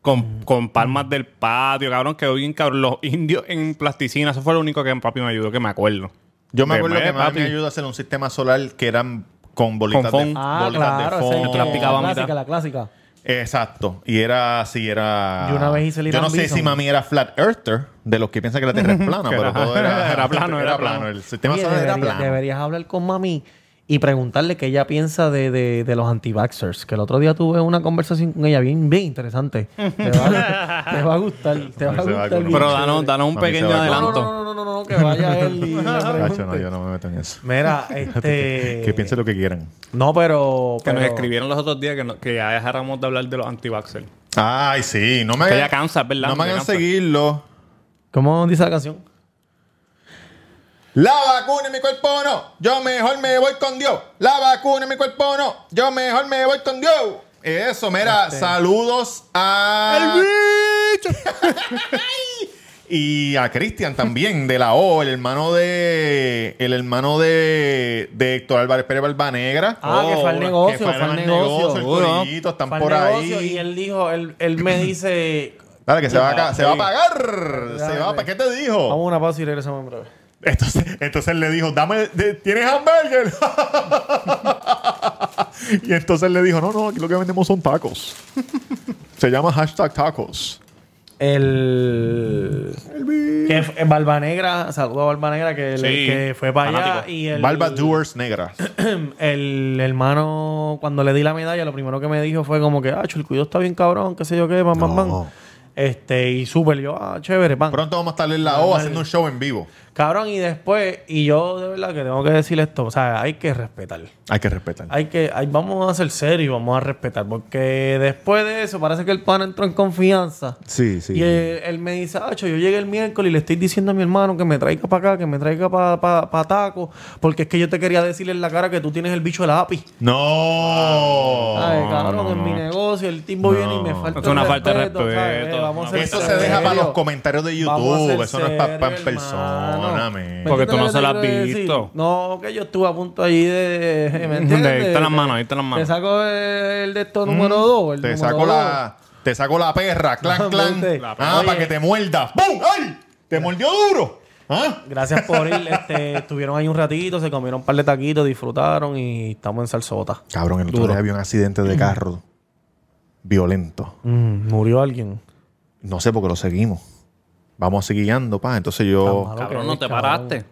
[SPEAKER 4] con, con palmas del patio, cabrón, quedó bien, cabrón. Los indios en plasticina, eso fue lo único que papi me ayudó, que me acuerdo.
[SPEAKER 1] Yo me
[SPEAKER 4] De
[SPEAKER 1] acuerdo
[SPEAKER 4] mes,
[SPEAKER 1] que mami
[SPEAKER 4] Pues, papi.
[SPEAKER 1] me ayudó a hacer un sistema solar que eran con bolitas
[SPEAKER 4] Con
[SPEAKER 1] de
[SPEAKER 4] fon.
[SPEAKER 3] Ah,
[SPEAKER 1] bolitas
[SPEAKER 3] claro.
[SPEAKER 1] de
[SPEAKER 3] esa es
[SPEAKER 1] fon.
[SPEAKER 4] Yo te la picaba a
[SPEAKER 3] la
[SPEAKER 4] mitad.
[SPEAKER 3] clásica, la clásica.
[SPEAKER 1] Exacto. Y era así, era.
[SPEAKER 3] Yo una vez hice el
[SPEAKER 1] Yo no
[SPEAKER 3] Irán
[SPEAKER 1] sé
[SPEAKER 3] Bison.
[SPEAKER 1] si mami era flat earther, de los que piensan que la tierra es plana,
[SPEAKER 4] Que
[SPEAKER 1] pero
[SPEAKER 4] era-
[SPEAKER 1] todo era,
[SPEAKER 4] era plano, era plano.
[SPEAKER 1] El sistema
[SPEAKER 3] Oye,
[SPEAKER 1] solar era
[SPEAKER 3] debería-
[SPEAKER 1] plano.
[SPEAKER 3] Deberías hablar con mami y preguntarle qué ella piensa de, de, de los anti-vaxxers. Que el otro día tuve una conversación con ella bien, bien interesante. Te va, te va a gustar. Te va a
[SPEAKER 1] Mami se
[SPEAKER 3] gustar.
[SPEAKER 1] vacunó.
[SPEAKER 3] bien
[SPEAKER 4] Pero
[SPEAKER 1] Sí.
[SPEAKER 4] danos, danos un
[SPEAKER 1] Mami se
[SPEAKER 4] pequeño
[SPEAKER 1] va con-
[SPEAKER 3] No, no,
[SPEAKER 4] adelanto.
[SPEAKER 3] no, no, no, no, no, que vaya él. y le
[SPEAKER 1] Cacho, no,
[SPEAKER 3] pregunte.
[SPEAKER 1] yo no me meto en eso.
[SPEAKER 3] Mira, este.
[SPEAKER 1] Que piensen lo que quieran.
[SPEAKER 3] No, pero.
[SPEAKER 4] Que nos
[SPEAKER 3] pero-
[SPEAKER 4] escribieron los otros días que, no- que ya dejáramos de hablar de los anti-vaxxers.
[SPEAKER 1] Ay, sí, no me
[SPEAKER 4] Que
[SPEAKER 1] hagan-
[SPEAKER 4] ya cansa, ¿verdad?
[SPEAKER 1] No me
[SPEAKER 4] Ya
[SPEAKER 1] hagan
[SPEAKER 4] cansa.
[SPEAKER 1] seguirlo.
[SPEAKER 3] ¿Cómo dice la canción?
[SPEAKER 1] La vacuna en mi cuerpo no, yo mejor me voy con Dios. La vacuna en mi cuerpo no, yo mejor me voy con Dios. Eso, mira, saludos a... Y a Cristian también, de la O, el hermano de. El hermano de, de Héctor Álvarez Pérez Barbanegra.
[SPEAKER 3] Ah, que fue al negocio,
[SPEAKER 1] que fue al negocio, el corillito, están
[SPEAKER 3] Fue al
[SPEAKER 1] por
[SPEAKER 3] negocio
[SPEAKER 1] ahí.
[SPEAKER 3] Y él dijo, él, él me dice,
[SPEAKER 1] Dale, que se va, a, ca- se va a
[SPEAKER 4] Sí.
[SPEAKER 1] pagar. Se va a pa- ¿Qué te dijo?
[SPEAKER 3] vamos a una pausa y regresamos en breve.
[SPEAKER 1] Entonces, entonces él le dijo, dame, de- ¿tienes hamburger? y entonces él le dijo, no, no, aquí lo que vendemos son tacos. se llama hashtag tacos.
[SPEAKER 3] El. que f- eh, Barba Negra, saludo a Barba Negra que, le-
[SPEAKER 4] Sí,
[SPEAKER 3] que fue para allá.
[SPEAKER 4] fanático.
[SPEAKER 3] Y el,
[SPEAKER 1] Barba Doers Negra.
[SPEAKER 3] el hermano, cuando le di la medalla, lo primero que me dijo fue como que, ah, el cuidado está bien cabrón, qué sé yo qué, man, man, man.
[SPEAKER 1] No.
[SPEAKER 3] Este, y súper, yo, ah, chévere, pan.
[SPEAKER 1] Pronto vamos a estar en la O haciendo un show en vivo.
[SPEAKER 3] Cabrón, y después, y yo de verdad que tengo que decir esto, o sea, hay que respetar.
[SPEAKER 1] Hay que respetar.
[SPEAKER 3] Hay que, hay- vamos a ser serios y vamos a respetar, porque después de eso parece que el pan entró en confianza.
[SPEAKER 1] Sí, sí.
[SPEAKER 3] Y él, él me dice, Acho, yo llegué el miércoles y le estoy diciendo a mi hermano que me traiga para acá, que me traiga para pa, pa taco, porque es que yo te quería decir en la cara que tú tienes el bicho de la API.
[SPEAKER 1] Oh, No.
[SPEAKER 3] Ay, cabrón, en mi negocio el tipo viene y me falta
[SPEAKER 4] Es una
[SPEAKER 3] el
[SPEAKER 4] falta de
[SPEAKER 3] ¿sabes?
[SPEAKER 4] respeto.
[SPEAKER 3] Eh, vamos a ser
[SPEAKER 1] Eso se
[SPEAKER 3] serios.
[SPEAKER 1] deja para los comentarios de
[SPEAKER 3] Vamos a
[SPEAKER 1] YouTube.
[SPEAKER 3] ser
[SPEAKER 1] Eso no es para pa en
[SPEAKER 3] serios,
[SPEAKER 1] persona,
[SPEAKER 3] hermano.
[SPEAKER 1] man.
[SPEAKER 3] ¿Me
[SPEAKER 4] Porque tú
[SPEAKER 3] entiendes
[SPEAKER 4] no
[SPEAKER 3] lo
[SPEAKER 4] se
[SPEAKER 3] que
[SPEAKER 4] la
[SPEAKER 3] te
[SPEAKER 4] has
[SPEAKER 3] quiero
[SPEAKER 4] visto.
[SPEAKER 3] decir? No, que yo estuve a punto ahí de... ¿Me entiendes?
[SPEAKER 4] Ahí están las manos, ahí están las manos.
[SPEAKER 3] Te saco el de esto número dos. el
[SPEAKER 1] Mm, Te
[SPEAKER 3] número
[SPEAKER 1] saco
[SPEAKER 3] dos.
[SPEAKER 1] la. Te saco la perra, clan, clan.
[SPEAKER 3] Vente.
[SPEAKER 1] Ah,
[SPEAKER 3] Oye.
[SPEAKER 1] para que te muerda. ¡Bum! ¡Ay! ¡Te mordió duro! ¿Ah?
[SPEAKER 3] Gracias por ir. Este, estuvieron ahí un ratito, se comieron un par de taquitos, disfrutaron y estamos en salsota.
[SPEAKER 1] Cabrón, el otro día había un accidente de carro. Violento.
[SPEAKER 3] Mm, murió alguien.
[SPEAKER 1] No sé por qué lo seguimos. Vamos a seguir guiando, pa. Entonces yo.
[SPEAKER 3] Tan malo
[SPEAKER 4] Cabrón,
[SPEAKER 3] que
[SPEAKER 4] no
[SPEAKER 3] es,
[SPEAKER 4] te
[SPEAKER 3] cabrón.
[SPEAKER 4] paraste.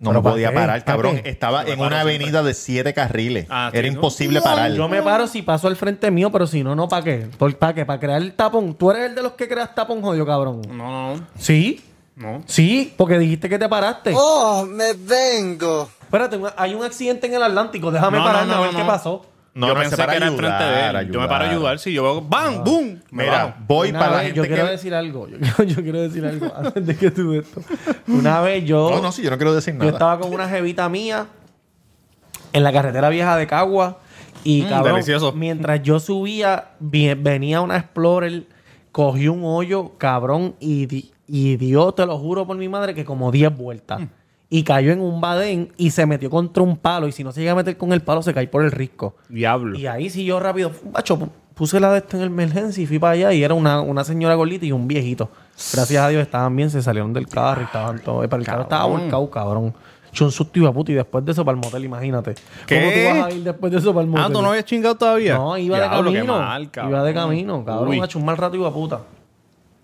[SPEAKER 1] No me
[SPEAKER 3] Pero ¿pa'
[SPEAKER 1] podía
[SPEAKER 3] qué?
[SPEAKER 1] parar,
[SPEAKER 3] ¿Pa'
[SPEAKER 1] cabrón.
[SPEAKER 3] qué?
[SPEAKER 1] Estaba en una avenida de siete carriles.
[SPEAKER 4] Ah, sí,
[SPEAKER 1] Era
[SPEAKER 4] ¿no?
[SPEAKER 1] imposible parar.
[SPEAKER 3] Yo me paro si paso al frente mío, pero si no, no, ¿para qué? ¿Por, ¿Para qué? ¿Para crear el tapón? Tú eres el de los que creas tapón, jodido, cabrón.
[SPEAKER 4] No, no,
[SPEAKER 3] ¿Sí?
[SPEAKER 4] no.
[SPEAKER 3] Sí, porque dijiste que te paraste.
[SPEAKER 5] Oh, me vengo.
[SPEAKER 3] Espérate, un- hay un accidente en el Atlántico. Déjame
[SPEAKER 4] No, no,
[SPEAKER 3] pararme
[SPEAKER 4] no,
[SPEAKER 3] a ver
[SPEAKER 4] no,
[SPEAKER 3] qué
[SPEAKER 4] no.
[SPEAKER 3] pasó.
[SPEAKER 1] No,
[SPEAKER 4] yo
[SPEAKER 1] no, se
[SPEAKER 4] pensé
[SPEAKER 1] para
[SPEAKER 4] que era
[SPEAKER 1] ayudar,
[SPEAKER 4] enfrente de él. Yo me paro a
[SPEAKER 1] ayudar.
[SPEAKER 4] ayudar. Si yo veo, ¡bam! ¡Boom! Me
[SPEAKER 1] Mira,
[SPEAKER 4] bajo.
[SPEAKER 1] voy
[SPEAKER 3] Una
[SPEAKER 1] para la
[SPEAKER 3] vez-
[SPEAKER 1] gente
[SPEAKER 3] yo quiero
[SPEAKER 1] que-
[SPEAKER 3] decir algo. Yo, quiero- yo quiero decir algo antes de que tú esto. Una vez yo...
[SPEAKER 1] No, no, sí, yo no quiero decir
[SPEAKER 3] Yo
[SPEAKER 1] nada.
[SPEAKER 3] estaba con una jevita mía en la carretera vieja de Cagua y
[SPEAKER 4] Mm,
[SPEAKER 3] cabrón,
[SPEAKER 4] delicioso.
[SPEAKER 3] mientras yo subía, vi- venía una Explorer, cogió un hoyo, cabrón, y, di- y dio, te lo juro por mi madre, que como 10 vueltas. Y cayó en un badén y se metió contra un palo. Y si no se llega a meter con el palo, se cae por el risco.
[SPEAKER 4] Diablo.
[SPEAKER 3] Y ahí sí yo rápido, fu- macho, pu- puse la de esto en el emergencia y fui para allá y era una, una señora golita y un viejito. Gracias a Dios estaban bien, se salieron del carro y estaban todos. Pero el carro estaba volcado, cabrón. Yo un susto iba puto y después de eso para el motel, imagínate.
[SPEAKER 4] ¿Qué?
[SPEAKER 3] ¿Cómo tú vas a ir después de eso para el motel?
[SPEAKER 4] Ah, ¿tú no habías chingado todavía?
[SPEAKER 3] No, iba de
[SPEAKER 4] Diablo, qué
[SPEAKER 3] camino.
[SPEAKER 4] mal, cabrón.
[SPEAKER 3] iba de camino, cabrón.
[SPEAKER 4] Uy.
[SPEAKER 3] Macho, un mal rato iba puta.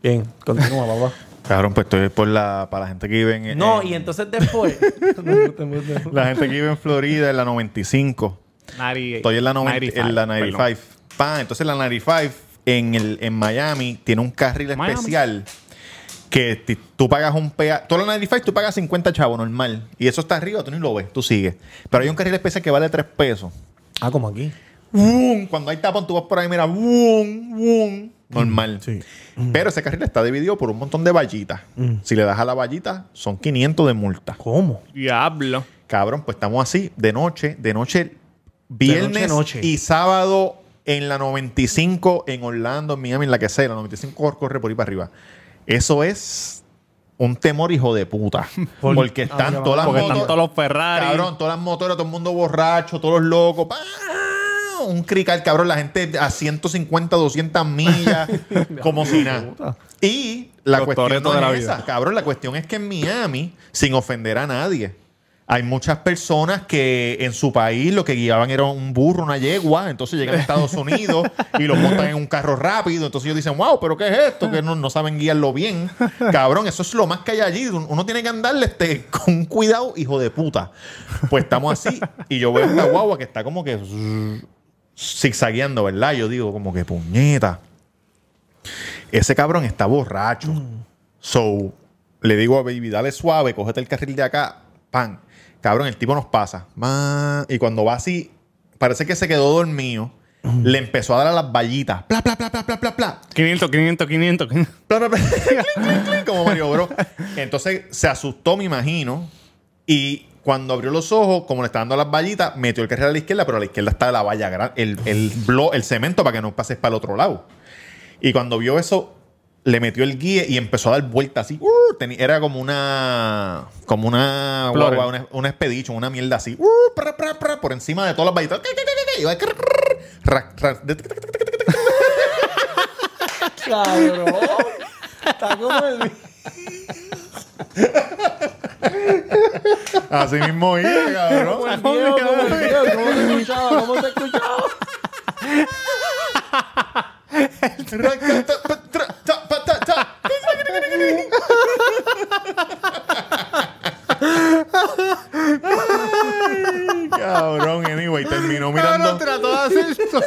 [SPEAKER 3] Bien, continúa, papá.
[SPEAKER 1] Cabrón, pues estoy por la, para la gente que vive
[SPEAKER 4] Eh,
[SPEAKER 1] en.
[SPEAKER 3] No,
[SPEAKER 1] en-
[SPEAKER 3] y entonces después. No, te metas.
[SPEAKER 1] La gente que vive en Florida, en la 95.
[SPEAKER 4] Nari-
[SPEAKER 1] Estoy en la, 90 en la 95.
[SPEAKER 4] perdón.
[SPEAKER 1] Pa, entonces la 95 en, el, en Miami tiene un carril
[SPEAKER 4] Miami.
[SPEAKER 1] especial que ti- tú pagas un peaje. Tú en la 95 tú pagas 50 chavos normal. Y eso está arriba, tú ni lo ves, tú sigues. Pero hay un carril especial que vale 3 pesos.
[SPEAKER 3] Ah, como aquí.
[SPEAKER 1] ¡Bum! Cuando hay tapón, tú vas por ahí, mira, ¡bum! ¡bum! Normal.
[SPEAKER 3] sí.
[SPEAKER 1] Pero ese carril está dividido por un montón de vallitas. Si le das a la vallita, son 500 de multa.
[SPEAKER 3] ¿Cómo?
[SPEAKER 4] Diablo.
[SPEAKER 1] Cabrón, pues estamos así, de noche, de noche, viernes
[SPEAKER 3] De noche a noche.
[SPEAKER 1] y sábado en la 95 en Orlando, en Miami, en la que sea. La 95 cor- corre por ahí para arriba. Eso es un temor hijo de puta.
[SPEAKER 3] Por-
[SPEAKER 1] porque
[SPEAKER 3] Ah,
[SPEAKER 1] están
[SPEAKER 3] ya va.
[SPEAKER 1] todas las
[SPEAKER 4] Porque
[SPEAKER 1] motos-
[SPEAKER 4] están todos los Ferrari.
[SPEAKER 1] Cabrón, todas las motoras, todo el mundo borracho, todos los locos. ¡pa! Un crical, cabrón, la gente a 150, 200 millas, como si nada. Y la
[SPEAKER 4] Los
[SPEAKER 1] cuestión
[SPEAKER 4] toretos
[SPEAKER 1] no
[SPEAKER 4] de la
[SPEAKER 1] es
[SPEAKER 4] vida.
[SPEAKER 1] esa, cabrón. La cuestión es que en Miami, sin ofender a nadie, hay muchas personas que en su país lo que guiaban era un burro, una yegua. Entonces llegan a Estados Unidos y lo montan en un carro rápido. Entonces ellos dicen, wow, pero ¿qué es esto? Que no, no saben guiarlo bien. Cabrón, eso es lo más que hay allí. Uno tiene que andarle este, con cuidado, hijo de puta. Pues estamos así. Y yo veo esta guagua que está como que zzz, zigzagueando, ¿verdad? Yo digo, como que puñeta. Ese cabrón está borracho. So, le digo a Baby, dale suave, cógete el carril de acá. Pan. Cabrón, el tipo nos pasa. Ma- Y cuando va así, parece que se quedó dormido. Le empezó a dar a las vallitas. Pla, pla, pla, pla, pla, pla, pla.
[SPEAKER 4] 500, 500, 500.
[SPEAKER 1] Pla, pla, pla. Clin, clin, clin, Como Mario Bro. Entonces se asustó, me imagino. Y cuando abrió los ojos, como le está dando las vallitas, metió el carril a la izquierda, pero a la izquierda está la valla grande, el, el, blo- el cemento para que no pases para el otro lado. Y cuando vio eso, le metió el guía y empezó a dar vueltas así. ¡uh! Teni- era como una. Como una.
[SPEAKER 4] Explorer.
[SPEAKER 1] guagua, una, una expedition, una mierda así. ¡uh! Pra, pra, pra, por encima de todas las vallitas. Iba crrr, ra- ra- de-
[SPEAKER 3] Cabrón. Está como el.
[SPEAKER 1] Así mismo iba, cabrón.
[SPEAKER 3] ¿Cómo se escuchaba? ¿Cómo se escuchaba?
[SPEAKER 1] Ay, Cabrón, anyway, terminó mirando.
[SPEAKER 4] trató de hacer esto.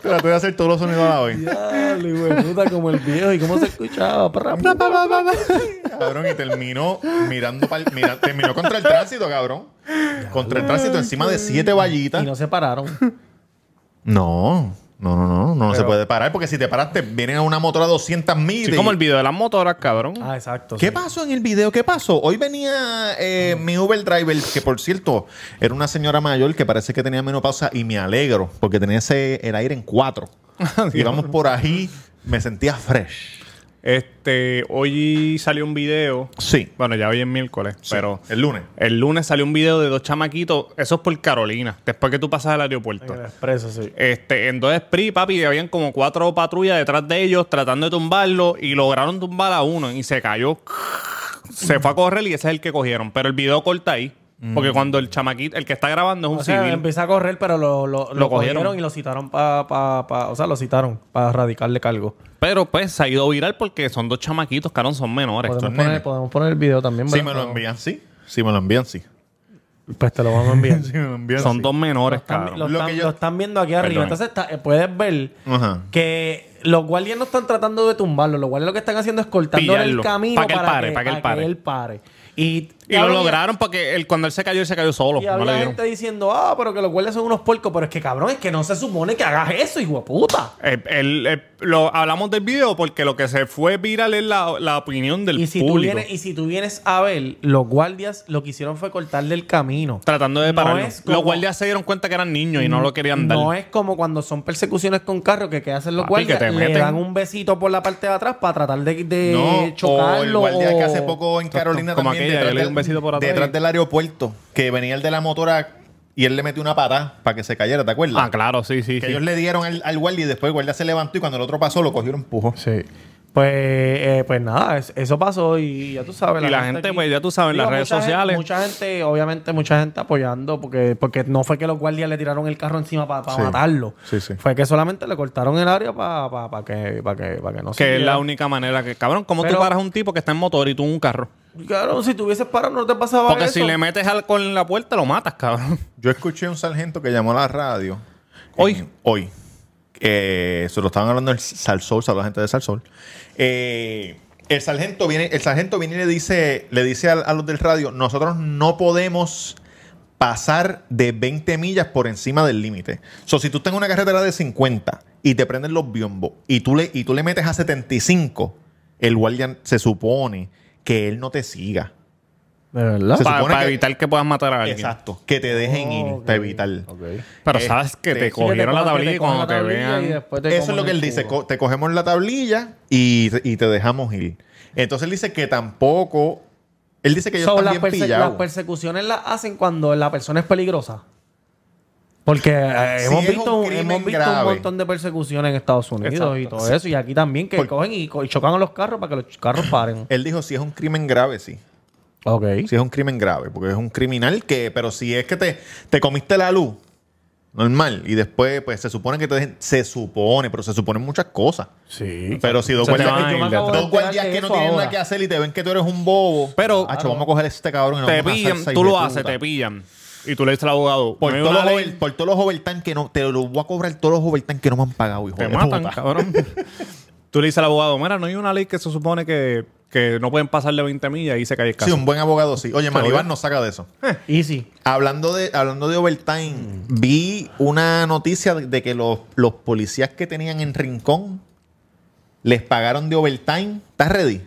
[SPEAKER 1] Trató de hacer todos los sonidos a la vez.
[SPEAKER 3] Dale, güey, puta, como el viejo. ¿Y cómo se escuchaba? Pra, pra, pra, pra, pra.
[SPEAKER 1] Cabrón, y terminó mirando pa'l- mira, terminó contra el tránsito, cabrón. Contra el tránsito encima de siete vallitas.
[SPEAKER 3] Y no se pararon.
[SPEAKER 1] No, no, no, no, no se puede parar porque si te paraste, vienen a una motora 200 mil.
[SPEAKER 4] Sí, como el video de las motoras, cabrón.
[SPEAKER 3] Ah, exacto.
[SPEAKER 1] ¿Qué
[SPEAKER 3] sí.
[SPEAKER 1] pasó en el video? ¿Qué pasó? Hoy venía eh, mi Uber driver, que por cierto, era una señora mayor que parece que tenía menopausa y me alegro porque tenía ese, el aire en cuatro. Íbamos por ahí, me sentía fresh.
[SPEAKER 4] Este, hoy salió un video.
[SPEAKER 1] Sí,
[SPEAKER 4] Bueno, ya hoy es miércoles, pero
[SPEAKER 1] el lunes.
[SPEAKER 4] el lunes salió un video de dos chamaquitos. Eso es por Carolina, después que tú pasas al aeropuerto.
[SPEAKER 3] En el expreso, sí.
[SPEAKER 4] Este, en dos sprints, papi, habían como cuatro patrullas detrás de ellos tratando de tumbarlo y lograron tumbar a uno y se cayó. Se fue a correr y ese es el que cogieron. Pero el video corta ahí. Porque cuando el chamaquito, el que está grabando es un
[SPEAKER 3] Mm. O sea,
[SPEAKER 4] civil.
[SPEAKER 3] empieza a correr, pero lo, lo, lo
[SPEAKER 4] Lo cogieron.
[SPEAKER 3] cogieron. y lo citaron para... Pa, pa- o sea, lo citaron para radicarle cargo.
[SPEAKER 4] Pero pues se ha ido viral porque son dos chamaquitos, carón, son menores.
[SPEAKER 3] Podemos
[SPEAKER 1] nenes.
[SPEAKER 3] poner, podemos poner el video también,
[SPEAKER 1] Sí, me
[SPEAKER 3] ¿verdad?
[SPEAKER 1] lo envían, sí. Sí, me lo envían, sí.
[SPEAKER 3] Pues te lo vamos a enviar.
[SPEAKER 1] Sí, me lo envían,
[SPEAKER 4] Son
[SPEAKER 1] sí.
[SPEAKER 4] dos menores,
[SPEAKER 3] Están-
[SPEAKER 4] cabrón.
[SPEAKER 3] lo,
[SPEAKER 1] Lo
[SPEAKER 3] están,
[SPEAKER 1] que yo-
[SPEAKER 3] lo están viendo aquí
[SPEAKER 4] Perdón.
[SPEAKER 3] arriba. Entonces está- eh, puedes ver
[SPEAKER 1] Ajá.
[SPEAKER 3] que los guardias no están tratando de tumbarlo. Los guardias lo que están haciendo es cortando
[SPEAKER 4] Pillarlo,
[SPEAKER 3] el camino
[SPEAKER 4] pa' que él pare, pa' que él pare.
[SPEAKER 3] pare. Y,
[SPEAKER 4] Y lo
[SPEAKER 3] había-
[SPEAKER 4] lograron porque él, cuando él se cayó, él se cayó solo.
[SPEAKER 3] Y
[SPEAKER 4] no le
[SPEAKER 3] había
[SPEAKER 4] dieron.
[SPEAKER 3] gente diciendo, ah, pero que los guardias son unos puercos. Pero es que, cabrón, es que no se supone que hagas eso, hijo de puta.
[SPEAKER 4] Eh, el- eh, lo, hablamos del video porque lo que se fue viral es la, la opinión del
[SPEAKER 3] Y si, tú
[SPEAKER 4] público.
[SPEAKER 3] vienes, y si tú vienes a ver, los guardias lo que hicieron fue cortarle el camino.
[SPEAKER 4] Tratando de
[SPEAKER 3] No
[SPEAKER 4] pararlo.
[SPEAKER 3] es como-
[SPEAKER 4] Los guardias se dieron cuenta que eran niños y no lo querían dar.
[SPEAKER 3] No es como cuando son persecuciones con carro que, que hacen los
[SPEAKER 4] Papi, que
[SPEAKER 3] guardias,
[SPEAKER 4] te
[SPEAKER 3] le
[SPEAKER 4] meten.
[SPEAKER 3] dan un besito por la parte de atrás para tratar de, de
[SPEAKER 1] No, o el
[SPEAKER 3] chocarlo.
[SPEAKER 1] guardia que
[SPEAKER 3] o-
[SPEAKER 1] hace poco en Carolina
[SPEAKER 4] como
[SPEAKER 1] también,
[SPEAKER 4] aquella, yo
[SPEAKER 1] detrás,
[SPEAKER 4] le di
[SPEAKER 1] del,
[SPEAKER 4] un besito por atrás.
[SPEAKER 1] detrás del aeropuerto, que venía el de la motora y él le metió una patada para que se cayera, ¿te acuerdas?
[SPEAKER 4] Ah, claro, sí, sí.
[SPEAKER 1] Que
[SPEAKER 4] sí.
[SPEAKER 1] ellos le dieron al, al guardia y después el guardia se levantó y cuando el otro pasó lo cogió y lo empujó.
[SPEAKER 3] Sí. Pues, eh, pues nada, es- eso pasó y ya tú sabes.
[SPEAKER 4] Y la gente, pues, ya tú sabes, las redes
[SPEAKER 3] mucha gente-
[SPEAKER 4] sociales.
[SPEAKER 3] mucha gente, obviamente, mucha gente apoyando porque, porque no fue que los guardias le tiraron el carro encima para
[SPEAKER 1] Sí.
[SPEAKER 3] matarlo.
[SPEAKER 1] Sí, sí.
[SPEAKER 3] Fue que solamente le cortaron el área para que, pa' que, pa' que no se
[SPEAKER 4] Que es
[SPEAKER 3] viera.
[SPEAKER 4] la única manera que. Cabrón, ¿cómo tú
[SPEAKER 3] Pero-
[SPEAKER 4] paras a un tipo que está en motor y tú en un carro?
[SPEAKER 3] Claro, si tuvieses parado no te pasaba
[SPEAKER 4] Porque
[SPEAKER 3] eso.
[SPEAKER 4] si le metes alcohol en la puerta, lo matas, cabrón.
[SPEAKER 1] Yo escuché a un sargento que llamó a la radio.
[SPEAKER 4] Hoy.
[SPEAKER 1] Eh, hoy. Eh, se lo estaban hablando el Salsol, saludos a la gente de Salsol. Eh, el sargento viene, el sargento viene y le dice, le dice a, a los del radio: nosotros no podemos pasar de 20 millas por encima del límite. O so, si tú estás en una carretera de 50 y te prenden los biombos y tú le, y tú le metes a 75, el guardia se supone que él no te siga.
[SPEAKER 3] De verdad.
[SPEAKER 1] Se
[SPEAKER 4] Para
[SPEAKER 1] supone que-
[SPEAKER 4] Ah, evitar que puedas matar a alguien.
[SPEAKER 1] Exacto. Que te dejen ir
[SPEAKER 3] Oh, Ok,
[SPEAKER 1] para evitar.
[SPEAKER 3] ok.
[SPEAKER 4] Pero sabes que
[SPEAKER 1] Este,
[SPEAKER 4] te
[SPEAKER 1] sí,
[SPEAKER 3] Sí, que te
[SPEAKER 4] cogieron la
[SPEAKER 3] cojan-
[SPEAKER 4] tablilla
[SPEAKER 3] que
[SPEAKER 4] y
[SPEAKER 3] cojan
[SPEAKER 4] cuando
[SPEAKER 3] la
[SPEAKER 4] te
[SPEAKER 3] tablilla y
[SPEAKER 4] vean.
[SPEAKER 3] después te
[SPEAKER 1] Eso es
[SPEAKER 3] coman
[SPEAKER 1] lo que
[SPEAKER 3] el
[SPEAKER 1] él dice.
[SPEAKER 3] culo.
[SPEAKER 1] co- te cogemos la tablilla y, y te dejamos ir. Entonces él dice que tampoco. Él dice que ellos
[SPEAKER 3] So,
[SPEAKER 1] están
[SPEAKER 3] las,
[SPEAKER 1] bien
[SPEAKER 3] perse- las
[SPEAKER 1] pillados.
[SPEAKER 3] persecuciones las hacen cuando la persona es peligrosa. Porque eh,
[SPEAKER 1] Si
[SPEAKER 3] hemos,
[SPEAKER 1] es un
[SPEAKER 3] visto, un-
[SPEAKER 1] crimen
[SPEAKER 3] hemos visto un
[SPEAKER 1] grave.
[SPEAKER 3] montón de persecuciones en Estados Unidos y
[SPEAKER 4] Exacto.
[SPEAKER 3] todo eso. Y aquí también que
[SPEAKER 1] Por-
[SPEAKER 3] cogen y, co- y chocan a los carros para que los ch- carros paren.
[SPEAKER 1] Él dijo: si es un crimen grave, sí.
[SPEAKER 3] ok.
[SPEAKER 1] Si es un crimen grave, porque es un criminal que. Pero si es que te, te comiste la luz, normal. Y después, pues se supone que te dejen. Se supone, pero se suponen muchas cosas.
[SPEAKER 3] Sí.
[SPEAKER 1] Pero si dos
[SPEAKER 3] Pues
[SPEAKER 4] Se te
[SPEAKER 1] guardias,
[SPEAKER 4] van a
[SPEAKER 1] dos
[SPEAKER 4] ir de atrás.
[SPEAKER 3] Yo me acabo de
[SPEAKER 1] guardias
[SPEAKER 3] enterar
[SPEAKER 1] que
[SPEAKER 3] de
[SPEAKER 1] no
[SPEAKER 3] eso
[SPEAKER 1] tienen nada
[SPEAKER 3] ahora.
[SPEAKER 1] que hacer y te ven que tú eres un bobo.
[SPEAKER 4] Pero-
[SPEAKER 1] Acho, vamos a coger a este cabrón y nos
[SPEAKER 4] Te
[SPEAKER 1] vamos a hacer
[SPEAKER 4] pillan,
[SPEAKER 1] seis
[SPEAKER 4] tú
[SPEAKER 1] de
[SPEAKER 4] lo haces,
[SPEAKER 1] puta.
[SPEAKER 4] te pillan. Y tú le dices al abogado.
[SPEAKER 1] Por
[SPEAKER 4] no hay
[SPEAKER 1] todos, los
[SPEAKER 4] una ley,
[SPEAKER 1] over- por todos los overtime que no, te lo voy a cobrar todos los overtime que no me han pagado, hijo.
[SPEAKER 4] Te
[SPEAKER 1] de
[SPEAKER 4] matan,
[SPEAKER 1] puta.
[SPEAKER 4] cabrón. Tú le dices al abogado, mira, no hay una ley que se supone que, que no pueden pasar de 20 millas y se cae el
[SPEAKER 1] Sí,
[SPEAKER 4] caso.
[SPEAKER 1] un buen abogado, sí. Oye, Maribel
[SPEAKER 4] Seguro.
[SPEAKER 1] nos saca de eso.
[SPEAKER 3] Easy.
[SPEAKER 1] Hablando de, hablando de overtime,
[SPEAKER 4] Mm.
[SPEAKER 1] vi una noticia de, de que los, los policías que tenían en Rincón Les pagaron de overtime. ¿Estás ready?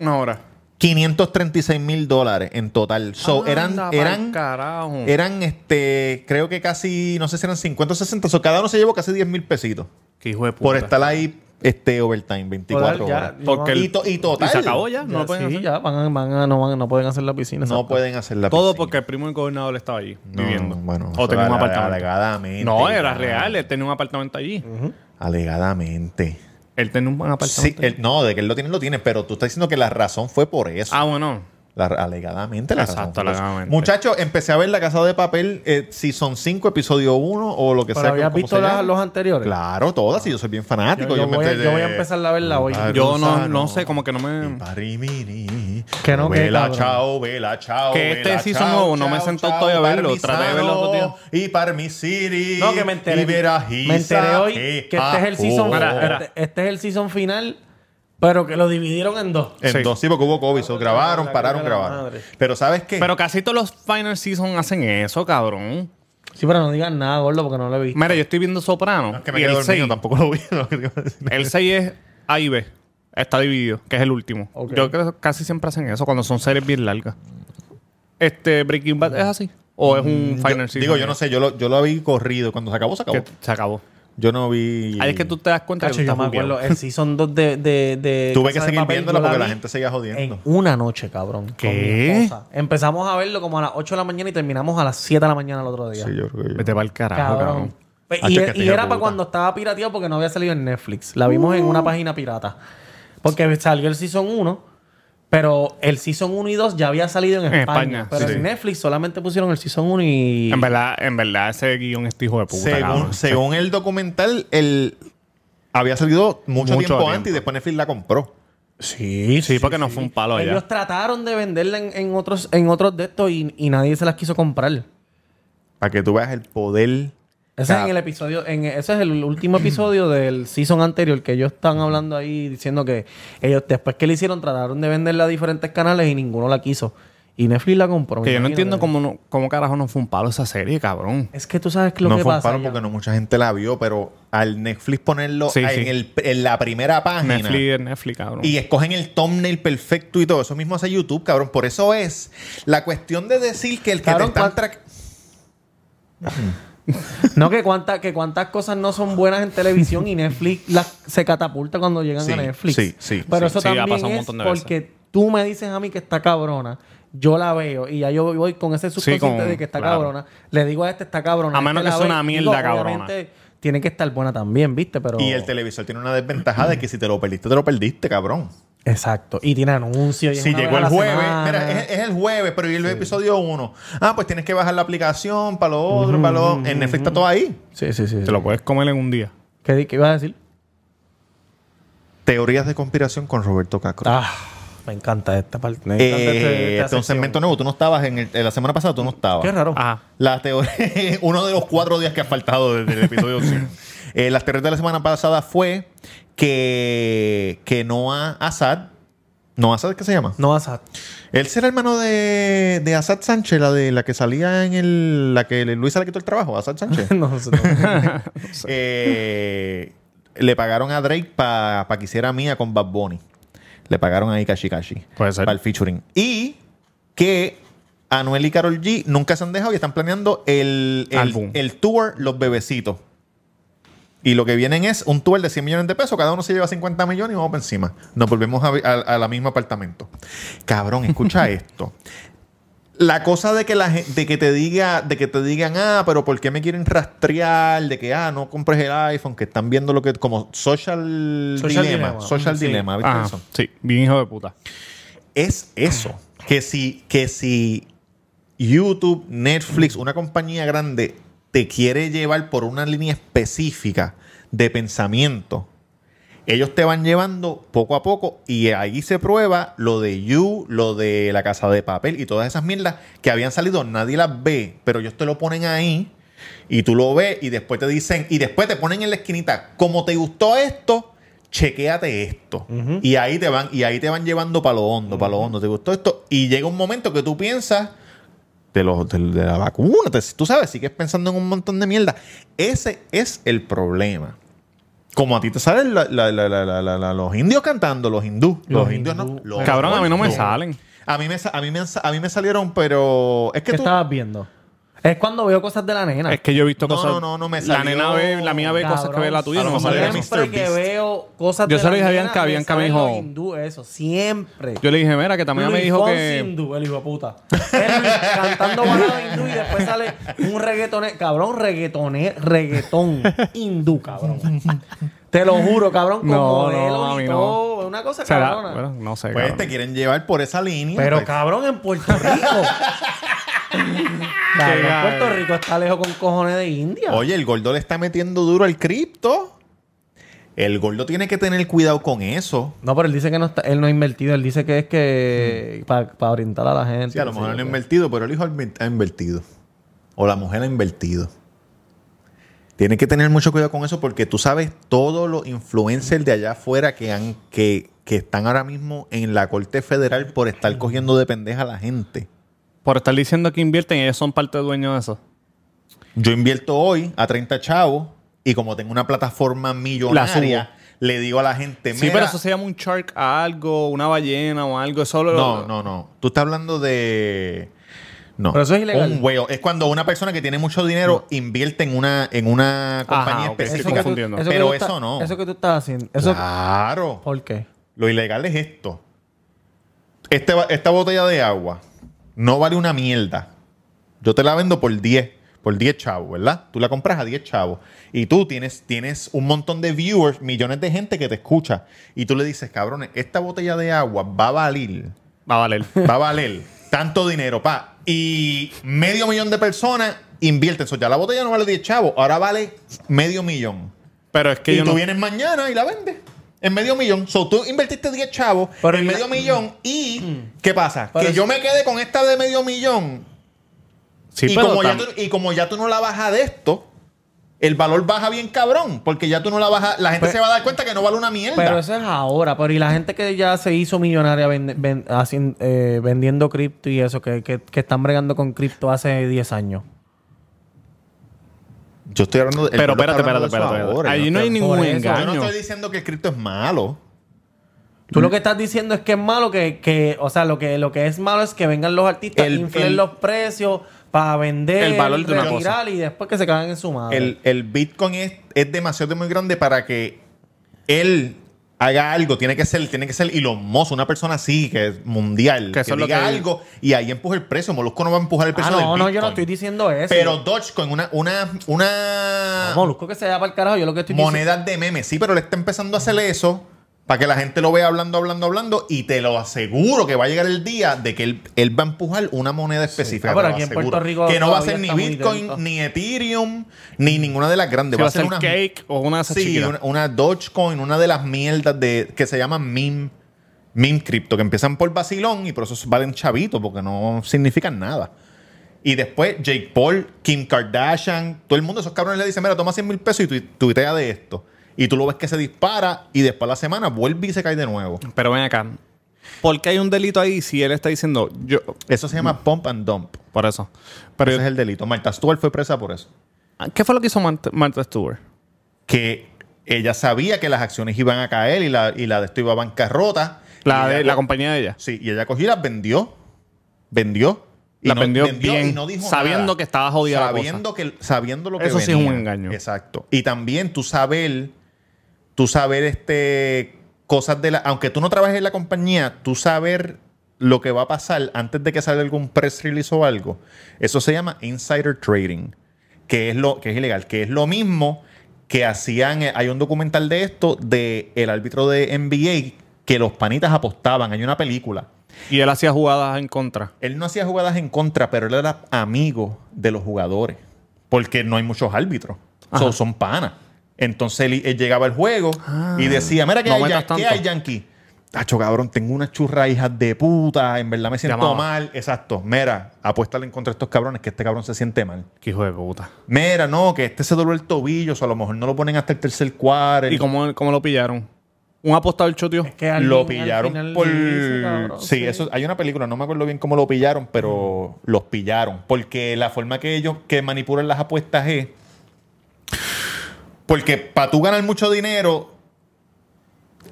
[SPEAKER 4] Una hora.
[SPEAKER 1] 536 mil dólares en total. So, eran,
[SPEAKER 4] Anda pa'l
[SPEAKER 1] eran, er
[SPEAKER 4] carajo.
[SPEAKER 1] eran, este, creo que casi, no sé si eran 50 o 60. So, cada uno se llevó casi 10 mil pesitos
[SPEAKER 4] Qué hijo de puta.
[SPEAKER 1] por estar ahí, este, overtime, 24
[SPEAKER 3] Total, ya,
[SPEAKER 1] horas.
[SPEAKER 3] ya
[SPEAKER 4] Porque
[SPEAKER 3] van-
[SPEAKER 4] el-
[SPEAKER 1] Y, to- y total.
[SPEAKER 4] Y se acabó ya.
[SPEAKER 3] ya,
[SPEAKER 4] No lo pueden
[SPEAKER 3] sí,
[SPEAKER 4] hacer.
[SPEAKER 3] ya, van a- van a- no, van- no pueden hacer la piscina.
[SPEAKER 1] No
[SPEAKER 3] exacto.
[SPEAKER 1] pueden hacer la
[SPEAKER 4] Todo
[SPEAKER 1] piscina.
[SPEAKER 4] porque el primo del gobernador estaba allí
[SPEAKER 1] No,
[SPEAKER 4] viviendo.
[SPEAKER 1] bueno,
[SPEAKER 4] o
[SPEAKER 1] eso
[SPEAKER 4] tenía un
[SPEAKER 1] ale-
[SPEAKER 4] apartamento.
[SPEAKER 1] Alegadamente.
[SPEAKER 4] no, era
[SPEAKER 1] ya.
[SPEAKER 4] real. Él tenía un apartamento allí.
[SPEAKER 1] Alegadamente.
[SPEAKER 4] Él tenía un apartamento.
[SPEAKER 1] Sí, él- no, de que él lo tiene, lo tiene, pero tú estás diciendo que la razón fue por eso.
[SPEAKER 4] Ah, bueno.
[SPEAKER 1] La- alegadamente la razón.
[SPEAKER 4] Exacto,
[SPEAKER 1] fue por eso.
[SPEAKER 4] alegadamente.
[SPEAKER 1] Muchachos, empecé a ver La Casa de Papel, eh, Season 5, Episodio 1 o lo que
[SPEAKER 3] Pero
[SPEAKER 1] sea.
[SPEAKER 3] habías
[SPEAKER 1] ¿cómo
[SPEAKER 3] visto
[SPEAKER 1] se
[SPEAKER 3] la-
[SPEAKER 1] llama?
[SPEAKER 3] los anteriores.
[SPEAKER 1] Claro, todas, y yo soy bien fanático.
[SPEAKER 3] Yo- yo
[SPEAKER 1] me
[SPEAKER 3] voy a-
[SPEAKER 1] enteré-
[SPEAKER 3] yo voy a empezar a verla hoy.
[SPEAKER 1] Padre
[SPEAKER 4] Yo no,
[SPEAKER 1] Gusano,
[SPEAKER 4] no sé, como que no me.
[SPEAKER 1] Parimini.
[SPEAKER 3] Que no, que
[SPEAKER 1] Vela,
[SPEAKER 3] cabrón.
[SPEAKER 1] chao, vela, chao.
[SPEAKER 4] Que este
[SPEAKER 1] vela,
[SPEAKER 4] season
[SPEAKER 1] chao,
[SPEAKER 4] nuevo no me he
[SPEAKER 1] chao,
[SPEAKER 4] sentado
[SPEAKER 1] chao,
[SPEAKER 4] todavía a verlo. Traté de verlo
[SPEAKER 1] Parmisano
[SPEAKER 4] otro día.
[SPEAKER 1] Y Parmisiri.
[SPEAKER 3] No, que me
[SPEAKER 1] Y
[SPEAKER 3] enteré.
[SPEAKER 1] Verajisa,
[SPEAKER 3] me enteré hoy
[SPEAKER 1] eh,
[SPEAKER 3] que este es el
[SPEAKER 1] ah,
[SPEAKER 3] season.
[SPEAKER 1] oh.
[SPEAKER 4] Mira, era-
[SPEAKER 3] este- este es el season final, pero que lo dividieron en dos.
[SPEAKER 1] En
[SPEAKER 4] Sí.
[SPEAKER 1] dos, sí, porque hubo COVID. so, grabaron,
[SPEAKER 3] la
[SPEAKER 1] pararon,
[SPEAKER 3] cara de la
[SPEAKER 1] grabaron.
[SPEAKER 3] madre.
[SPEAKER 1] Pero ¿sabes qué?
[SPEAKER 4] Pero casi todos los final season hacen eso, cabrón.
[SPEAKER 3] Sí, pero no digan nada, gordo, porque no lo he visto.
[SPEAKER 4] Mira, yo estoy viendo Soprano.
[SPEAKER 1] No, es que me
[SPEAKER 4] y
[SPEAKER 1] quedé
[SPEAKER 4] el
[SPEAKER 1] dormido,
[SPEAKER 4] 6,
[SPEAKER 1] tampoco lo vi. no, que te iba a decir.
[SPEAKER 4] el 6 es A y B. Está dividido, que es el último.
[SPEAKER 3] Ok.
[SPEAKER 4] Yo creo que casi siempre hacen eso cuando son series bien largas. Este Breaking Bad es así. O es un
[SPEAKER 1] Mm, Yo-
[SPEAKER 4] final season.
[SPEAKER 1] digo, yo no sé, yo lo, yo lo vi corrido. Cuando se acabó, se acabó.
[SPEAKER 4] Que se acabó.
[SPEAKER 1] Yo no vi.
[SPEAKER 3] Ah,
[SPEAKER 4] Ahí es que tú te das cuenta
[SPEAKER 3] Cacho,
[SPEAKER 4] que tú
[SPEAKER 3] yo
[SPEAKER 4] estás
[SPEAKER 3] me
[SPEAKER 4] jugueado.
[SPEAKER 3] acuerdo, el season 2 de, de, de
[SPEAKER 1] Tuve que
[SPEAKER 3] Casa de
[SPEAKER 1] seguir
[SPEAKER 3] Papel,
[SPEAKER 1] viéndola
[SPEAKER 3] yo
[SPEAKER 1] porque la
[SPEAKER 3] vi
[SPEAKER 1] gente seguía jodiendo.
[SPEAKER 3] En una noche, cabrón. con
[SPEAKER 4] ¿Qué?
[SPEAKER 3] mi esposa. Empezamos a verlo como a las 8 de la mañana y terminamos a las 7 de la mañana el otro día.
[SPEAKER 1] Sí, yo creo que yo-
[SPEAKER 4] Vete para el carajo,
[SPEAKER 3] eh, cabrón.
[SPEAKER 4] cabrón.
[SPEAKER 3] Pues,
[SPEAKER 1] Ah,
[SPEAKER 3] y,
[SPEAKER 1] chequete,
[SPEAKER 3] y
[SPEAKER 1] hijo de
[SPEAKER 3] era
[SPEAKER 1] puta.
[SPEAKER 3] para cuando estaba pirateado porque no había salido en Netflix. La vimos en una página pirata. Porque salió el Season 1. Pero el Season 1 y 2 ya había salido en
[SPEAKER 4] En
[SPEAKER 3] España.
[SPEAKER 4] España,
[SPEAKER 3] pero
[SPEAKER 4] sí.
[SPEAKER 3] en Netflix solamente pusieron el Season 1 y...
[SPEAKER 4] En verdad, en verdad, ese guión es hijo de puta.
[SPEAKER 1] según,
[SPEAKER 4] cabrón.
[SPEAKER 1] según el documental, el había salido mucho,
[SPEAKER 4] Mucho
[SPEAKER 1] tiempo,
[SPEAKER 4] tiempo.
[SPEAKER 1] antes y después Netflix la compró.
[SPEAKER 4] Sí, sí, porque no fue un palo allá.
[SPEAKER 3] Ellos trataron de venderla en, en otros en otros de estos y, y nadie se las quiso comprar.
[SPEAKER 1] Para que tú veas el poder.
[SPEAKER 3] Ese
[SPEAKER 1] Claro.
[SPEAKER 3] es en el episodio, en, ese es el último episodio del season anterior que ellos están hablando ahí diciendo que ellos después que le hicieron trataron de venderla a diferentes canales y ninguno la quiso. Y Netflix la compró.
[SPEAKER 4] Que yo no
[SPEAKER 3] imagínate.
[SPEAKER 4] entiendo cómo, no- cómo carajo no fue un palo esa serie, cabrón.
[SPEAKER 3] Es que tú sabes que lo
[SPEAKER 1] no
[SPEAKER 3] que
[SPEAKER 1] fue un
[SPEAKER 3] pasa.
[SPEAKER 1] palo
[SPEAKER 3] ya.
[SPEAKER 1] porque no mucha gente la vio, pero al Netflix ponerlo
[SPEAKER 4] Sí,
[SPEAKER 1] en,
[SPEAKER 4] sí.
[SPEAKER 1] el- en la primera página.
[SPEAKER 4] Netflix, Netflix, cabrón.
[SPEAKER 1] Y escogen el thumbnail perfecto y todo. Eso mismo hace YouTube, cabrón. Por eso es la cuestión de decir que el que
[SPEAKER 3] Cabrón,
[SPEAKER 1] te están
[SPEAKER 3] ¿cuál-
[SPEAKER 1] tra-
[SPEAKER 3] No, que, cuánta- que cuántas cosas no son buenas en televisión y Netflix las- se catapulta cuando llegan
[SPEAKER 1] Sí,
[SPEAKER 3] a Netflix.
[SPEAKER 1] sí, sí,
[SPEAKER 3] Pero
[SPEAKER 4] sí,
[SPEAKER 3] eso
[SPEAKER 4] sí, ha
[SPEAKER 3] también
[SPEAKER 4] pasado un
[SPEAKER 3] es
[SPEAKER 4] montón de veces.
[SPEAKER 3] porque tú me dices a mí que está cabrona, yo la veo y ya yo voy con ese subconsciente
[SPEAKER 4] con-
[SPEAKER 3] de que está
[SPEAKER 4] claro.
[SPEAKER 3] cabrona. Le digo a este está cabrona.
[SPEAKER 4] A
[SPEAKER 3] este
[SPEAKER 4] menos que
[SPEAKER 3] la
[SPEAKER 4] sea
[SPEAKER 3] ve,
[SPEAKER 4] una
[SPEAKER 3] digo,
[SPEAKER 4] mierda cabrona.
[SPEAKER 3] obviamente, Tiene que estar buena también, ¿viste? Pero...
[SPEAKER 1] Y el televisor tiene una desventaja de que si te lo perdiste, te lo perdiste, cabrón.
[SPEAKER 3] Exacto. Y tiene anuncios. y es
[SPEAKER 1] Si
[SPEAKER 3] una
[SPEAKER 1] llegó
[SPEAKER 3] vez
[SPEAKER 1] el
[SPEAKER 3] a la
[SPEAKER 1] jueves,
[SPEAKER 3] semana.
[SPEAKER 1] mira, es, es el jueves, pero y el episodio 1. Ah, pues tienes que bajar la aplicación para lo otro, para lo En Netflix está todo ahí.
[SPEAKER 3] Sí, sí, sí. sí.
[SPEAKER 4] Te lo puedes comer en un día.
[SPEAKER 3] ¿Qué, di- qué ibas a decir?
[SPEAKER 1] Teorías de conspiración con Roberto Cacro.
[SPEAKER 3] Ah, me encanta esta parte. me
[SPEAKER 1] Eh,
[SPEAKER 3] encanta este-
[SPEAKER 1] este
[SPEAKER 3] esta
[SPEAKER 1] es un
[SPEAKER 3] sección.
[SPEAKER 1] segmento nuevo. Tú no estabas en, el- en la semana pasada, tú no estabas.
[SPEAKER 3] Qué raro.
[SPEAKER 4] Ajá.
[SPEAKER 1] La teoría, uno de los cuatro días que ha faltado desde el episodio 100. Eh, las teorías de la semana pasada fue que, que Noah Assad, ¿Noah Assad qué se llama?
[SPEAKER 3] No vas a...
[SPEAKER 1] Él será hermano de, de Assad Sánchez, la de la que salía en el. la que Luisa le quitó el trabajo, Assad Sánchez.
[SPEAKER 3] no sé, no.
[SPEAKER 1] Eh, le pagaron a Drake para que hiciera mía con Bad Bunny. Le pagaron ahí Kashi Kashi.
[SPEAKER 4] Puede ser.
[SPEAKER 1] Para el featuring. Y que Anuel y Carol G nunca se han dejado y están planeando el, el,
[SPEAKER 4] Álbum.
[SPEAKER 1] el tour Los Bebecitos. Y lo que vienen es un tour de 100 millones de pesos. Cada uno se lleva 50 millones y vamos para encima. Nos volvemos a, a, a la misma apartamento. Cabrón, escucha esto. La cosa de que la gen- de que te diga, de que te digan, ah, pero ¿por qué me quieren rastrear? De que ah, no compres el iPhone, que están viendo lo que como social,
[SPEAKER 3] Social
[SPEAKER 1] dilema,
[SPEAKER 3] dilema.
[SPEAKER 1] social
[SPEAKER 3] Sí.
[SPEAKER 1] dilema, ¿viste
[SPEAKER 4] Ah,
[SPEAKER 1] eso?
[SPEAKER 4] sí, bien hijo de puta.
[SPEAKER 1] Es eso, que si que si YouTube, Netflix, una compañía grande te quiere llevar por una línea específica de pensamiento, ellos te van llevando poco a poco y ahí se prueba lo de You, lo de la casa de papel y todas esas mierdas que habían salido, nadie las ve, pero ellos te lo ponen ahí y tú lo ves y después te dicen, y después te ponen en la esquinita, como te gustó esto, chequéate esto. Y ahí te van, y ahí te van llevando para lo hondo, para lo hondo, te gustó esto. Y llega un momento que tú piensas de, los, de, de la vacuna, te- tú sabes, sigues pensando en un montón de mierda. Ese es el problema Como a ti te salen la- la- la- la- la- la- la- los indios cantando, los hindú. Los,
[SPEAKER 3] Los
[SPEAKER 1] indios no.
[SPEAKER 3] hindú.
[SPEAKER 1] los
[SPEAKER 4] Cabrón, a mí no me
[SPEAKER 1] hindú.
[SPEAKER 4] salen.
[SPEAKER 1] A mí me, sa- a mí me, han sa- a mí me salieron, pero. Es que
[SPEAKER 3] ¿Qué
[SPEAKER 1] tú.
[SPEAKER 3] estabas viendo? Es cuando veo cosas de la nena.
[SPEAKER 4] Es que yo he visto
[SPEAKER 1] No,
[SPEAKER 4] cosas.
[SPEAKER 1] no, no, no me
[SPEAKER 4] La
[SPEAKER 1] salió-
[SPEAKER 4] nena ve, la mía ve cosas que
[SPEAKER 3] Cabrón,
[SPEAKER 4] ve la tuya.
[SPEAKER 1] A
[SPEAKER 4] No
[SPEAKER 1] lo
[SPEAKER 4] me
[SPEAKER 1] mejor
[SPEAKER 4] sale
[SPEAKER 1] era
[SPEAKER 4] eso.
[SPEAKER 1] mis-
[SPEAKER 3] Siempre
[SPEAKER 1] Mr.
[SPEAKER 3] que
[SPEAKER 1] Beast.
[SPEAKER 3] veo cosas
[SPEAKER 4] Yo
[SPEAKER 3] de
[SPEAKER 4] se lo
[SPEAKER 3] la
[SPEAKER 4] dije a
[SPEAKER 3] nena,
[SPEAKER 4] Bianca,
[SPEAKER 3] me
[SPEAKER 4] Bianca me
[SPEAKER 3] salen
[SPEAKER 4] dijo-
[SPEAKER 3] los hindú, eso, siempre.
[SPEAKER 4] Yo le dije, mira, que también me
[SPEAKER 3] Luis
[SPEAKER 4] dijo
[SPEAKER 3] Fonsi
[SPEAKER 4] que.
[SPEAKER 3] hindú, el hijo de puta. Él cantando balada hindú y después sale un reggaetonero. Cabrón, reggaetoner, reggaetón hindú, cabrón. Te lo juro, cabrón, con
[SPEAKER 4] No, no, a
[SPEAKER 3] modelo
[SPEAKER 4] mí
[SPEAKER 3] y
[SPEAKER 4] no.
[SPEAKER 3] todo. Una cosa
[SPEAKER 4] Será.
[SPEAKER 3] cabrona.
[SPEAKER 4] Bueno, no sé.
[SPEAKER 1] Pues
[SPEAKER 4] cabrón.
[SPEAKER 1] te quieren llevar por esa línea.
[SPEAKER 3] Pero
[SPEAKER 1] pues.
[SPEAKER 3] cabrón, en Puerto Rico. Cabrón,
[SPEAKER 4] Qué
[SPEAKER 3] Puerto
[SPEAKER 4] gago.
[SPEAKER 3] Rico está lejos con cojones de India.
[SPEAKER 1] Oye, el gordo le está metiendo duro al cripto. El gordo tiene que tener cuidado con eso.
[SPEAKER 3] No, pero él dice que no está, él no ha invertido. Él dice que es que para orientar a la gente.
[SPEAKER 1] Sí, a lo mejor no ha
[SPEAKER 3] que-
[SPEAKER 1] invertido, pero el hijo ha inver- ha invertido. O la mujer ha invertido. Tiene que tener mucho cuidado con eso porque tú sabes todos los influencers de allá afuera que, han, que, que están ahora mismo en la Corte Federal por estar cogiendo de pendeja a la gente.
[SPEAKER 4] Por estar diciendo que invierten, ellos son parte dueños de eso.
[SPEAKER 1] Yo invierto hoy a 30 chavos y como tengo una plataforma millonaria, le digo a la gente,
[SPEAKER 4] Sí,
[SPEAKER 1] "Mira,
[SPEAKER 4] pero eso se llama un shark a algo, una ballena o algo. Eso lo-
[SPEAKER 1] No, no, no. Tú estás hablando de. No.
[SPEAKER 3] Pero eso es ilegal.
[SPEAKER 1] Un whale. Es cuando una persona que tiene mucho dinero invierte en una, en una
[SPEAKER 4] Ajá,
[SPEAKER 1] compañía
[SPEAKER 4] ok. Eso Estoy
[SPEAKER 3] que
[SPEAKER 1] específica.
[SPEAKER 3] tú-
[SPEAKER 4] confundiendo.
[SPEAKER 3] que
[SPEAKER 1] Pero
[SPEAKER 3] tú
[SPEAKER 1] eso
[SPEAKER 3] estás-
[SPEAKER 1] no.
[SPEAKER 3] Eso que tú estás haciendo. Eso,
[SPEAKER 1] Claro.
[SPEAKER 3] ¿Por qué?
[SPEAKER 1] Lo ilegal es esto. Este va- esta botella de agua no vale una mierda. Yo te la vendo por 10, por 10 chavos, ¿verdad? Tú la compras a 10 chavos. Y tú tienes, tienes un montón de viewers, millones de gente que te escucha. Y tú le dices, cabrones, esta botella de agua va a valer
[SPEAKER 4] Va a valer.
[SPEAKER 1] va a valer tanto dinero, pa. Y medio millón de personas invierten. eso ya la botella no vale 10 chavos, ahora vale medio millón.
[SPEAKER 4] Pero es que
[SPEAKER 1] y
[SPEAKER 4] yo
[SPEAKER 1] tú
[SPEAKER 4] no.
[SPEAKER 1] vienes mañana y la vendes. En medio millón. So, tú invertiste 10 chavos
[SPEAKER 3] Pero
[SPEAKER 1] en
[SPEAKER 3] y la-
[SPEAKER 1] medio millón. ¿Y qué pasa?
[SPEAKER 3] Pero
[SPEAKER 1] que
[SPEAKER 3] es-
[SPEAKER 1] yo me quedé con esta de medio millón.
[SPEAKER 4] Sí,
[SPEAKER 1] y,
[SPEAKER 4] pero
[SPEAKER 1] como ya
[SPEAKER 4] tam-
[SPEAKER 1] tú, y como ya tú no la bajas de esto, el valor baja bien cabrón. Porque ya tú no la bajas. La gente
[SPEAKER 3] Pero-
[SPEAKER 1] se va a dar cuenta que no vale una mierda.
[SPEAKER 3] Pero eso es ahora. Pero y la gente que ya se hizo millonaria vende- ven- hacien- eh, vendiendo cripto y eso, que, que- que están bregando con cripto hace 10 años.
[SPEAKER 1] yo estoy hablando de. el
[SPEAKER 4] Pero
[SPEAKER 1] pueblo está
[SPEAKER 4] espérate, espérate,
[SPEAKER 1] hablando de eso
[SPEAKER 4] espérate.
[SPEAKER 1] ahora, yo
[SPEAKER 4] Ahí no hay
[SPEAKER 1] estoy-
[SPEAKER 4] ningún
[SPEAKER 3] por eso.
[SPEAKER 1] Yo no
[SPEAKER 4] engaño.
[SPEAKER 1] estoy diciendo que el cripto es malo.
[SPEAKER 3] Tú lo que estás diciendo es que es malo que, que o sea, lo que, lo que es malo es que vengan los artistas,
[SPEAKER 1] El-
[SPEAKER 3] inflen
[SPEAKER 1] el-
[SPEAKER 3] los precios para vender,
[SPEAKER 4] El valor de una
[SPEAKER 3] retirar y después que se cagan en su madre.
[SPEAKER 1] el, el Bitcoin es, es demasiado muy grande para que él haga algo. Tiene que ser, tiene que ser Elon Musk, una persona así, que es mundial,
[SPEAKER 4] Que
[SPEAKER 1] que,
[SPEAKER 4] eso es lo
[SPEAKER 1] diga
[SPEAKER 4] que-
[SPEAKER 1] algo y ahí empuja el precio. Molusco no va a empujar el
[SPEAKER 3] ah,
[SPEAKER 1] precio del
[SPEAKER 3] no, no, yo no estoy
[SPEAKER 1] Bitcoin.
[SPEAKER 3] diciendo eso.
[SPEAKER 1] Pero Dogecoin, una, una, una
[SPEAKER 3] No, Molusco que se da para el carajo, yo lo que estoy diciendo.
[SPEAKER 1] moneda de meme. Sí, pero le está empezando a hacerle eso para que la gente lo vea hablando, hablando, hablando y te lo aseguro que va a llegar el día de que él, él va a empujar una moneda específica.
[SPEAKER 3] Ah, pero
[SPEAKER 1] te lo
[SPEAKER 3] aquí en
[SPEAKER 1] aseguro.
[SPEAKER 3] Puerto Rico
[SPEAKER 1] que no va a
[SPEAKER 3] todavía
[SPEAKER 1] ser ni
[SPEAKER 3] está muy
[SPEAKER 1] Bitcoin,
[SPEAKER 3] lento.
[SPEAKER 1] ni Ethereum, ni ninguna de las grandes.
[SPEAKER 4] Si va a ser
[SPEAKER 1] una
[SPEAKER 4] cake o una de esas
[SPEAKER 1] Sí,
[SPEAKER 4] chiquitas.
[SPEAKER 1] una, una Dogecoin, una de las mierdas de, que se llaman meme, meme crypto, que empiezan por vacilón y por eso valen chavitos, porque no significan nada. Y después Jake Paul, Kim Kardashian, todo el mundo, esos cabrones le dicen, mira, toma 100 mil pesos y tu- tuitea de esto. Y tú lo ves que se dispara y después a la semana vuelve y se cae de nuevo.
[SPEAKER 4] Pero ven acá. ¿Por qué hay un delito ahí si él está diciendo yo?
[SPEAKER 1] Eso se llama pump and dump.
[SPEAKER 4] Por eso. Pero
[SPEAKER 1] Ese es el delito. Marta Stewart fue presa por eso.
[SPEAKER 4] ¿qué fue lo que hizo Mart- Martha Stewart?
[SPEAKER 1] Que ella sabía que las acciones iban a caer y la, y la de esto iba a bancarrota.
[SPEAKER 4] La
[SPEAKER 1] Y
[SPEAKER 4] de
[SPEAKER 1] ella-
[SPEAKER 4] la compañía de ella.
[SPEAKER 1] Sí, y ella cogió y las vendió. Vendió. Y
[SPEAKER 4] La
[SPEAKER 1] no-
[SPEAKER 4] vendió bien,
[SPEAKER 1] y no dijo
[SPEAKER 4] sabiendo
[SPEAKER 1] nada.
[SPEAKER 4] que estaba jodida la
[SPEAKER 1] sabiendo Que, sabiendo lo que
[SPEAKER 4] Eso sí es
[SPEAKER 1] venía.
[SPEAKER 4] un engaño.
[SPEAKER 1] Exacto. Y también tú saber, tú saber este, cosas de la... Aunque tú no trabajes en la compañía, tú saber lo que va a pasar antes de que salga algún press release o algo. Eso se llama insider trading, que es, lo, que es ilegal, que es lo mismo que hacían... eh, Hay un documental de esto, de el árbitro de NBA, que los panitas apostaban. Hay una película.
[SPEAKER 4] Y él hacía jugadas en contra.
[SPEAKER 1] Él no hacía jugadas en contra, pero él era amigo de los jugadores. Porque no hay muchos árbitros. So, son panas. Entonces él, él llegaba al juego y decía: Mira, ¿qué,
[SPEAKER 4] Ah. no
[SPEAKER 1] hay, ya-
[SPEAKER 4] metas
[SPEAKER 1] ¿qué
[SPEAKER 4] tanto".
[SPEAKER 1] hay, Yankee? Tacho, cabrón, tengo una churra hijas de puta. En verdad me siento
[SPEAKER 4] Llamaba.
[SPEAKER 1] mal. Exacto. Mira, apuéstale en contra de estos cabrones que este cabrón se siente mal.
[SPEAKER 4] Qué hijo de puta.
[SPEAKER 1] Mira, no, que este se dobló el tobillo. O sea, a lo mejor no lo ponen hasta el tercer cuarto.
[SPEAKER 4] ¿Y cómo, cómo lo pillaron? ¿Un apostador choteó?
[SPEAKER 3] que alguien
[SPEAKER 1] lo
[SPEAKER 3] al
[SPEAKER 1] pillaron
[SPEAKER 3] final
[SPEAKER 1] por.
[SPEAKER 3] dice, cabrón,
[SPEAKER 1] sí, eso. Hay una película, no me acuerdo bien cómo lo pillaron, pero
[SPEAKER 3] Mm.
[SPEAKER 1] los pillaron. Porque la forma que ellos que manipulan las apuestas es. Porque para tú ganar mucho dinero,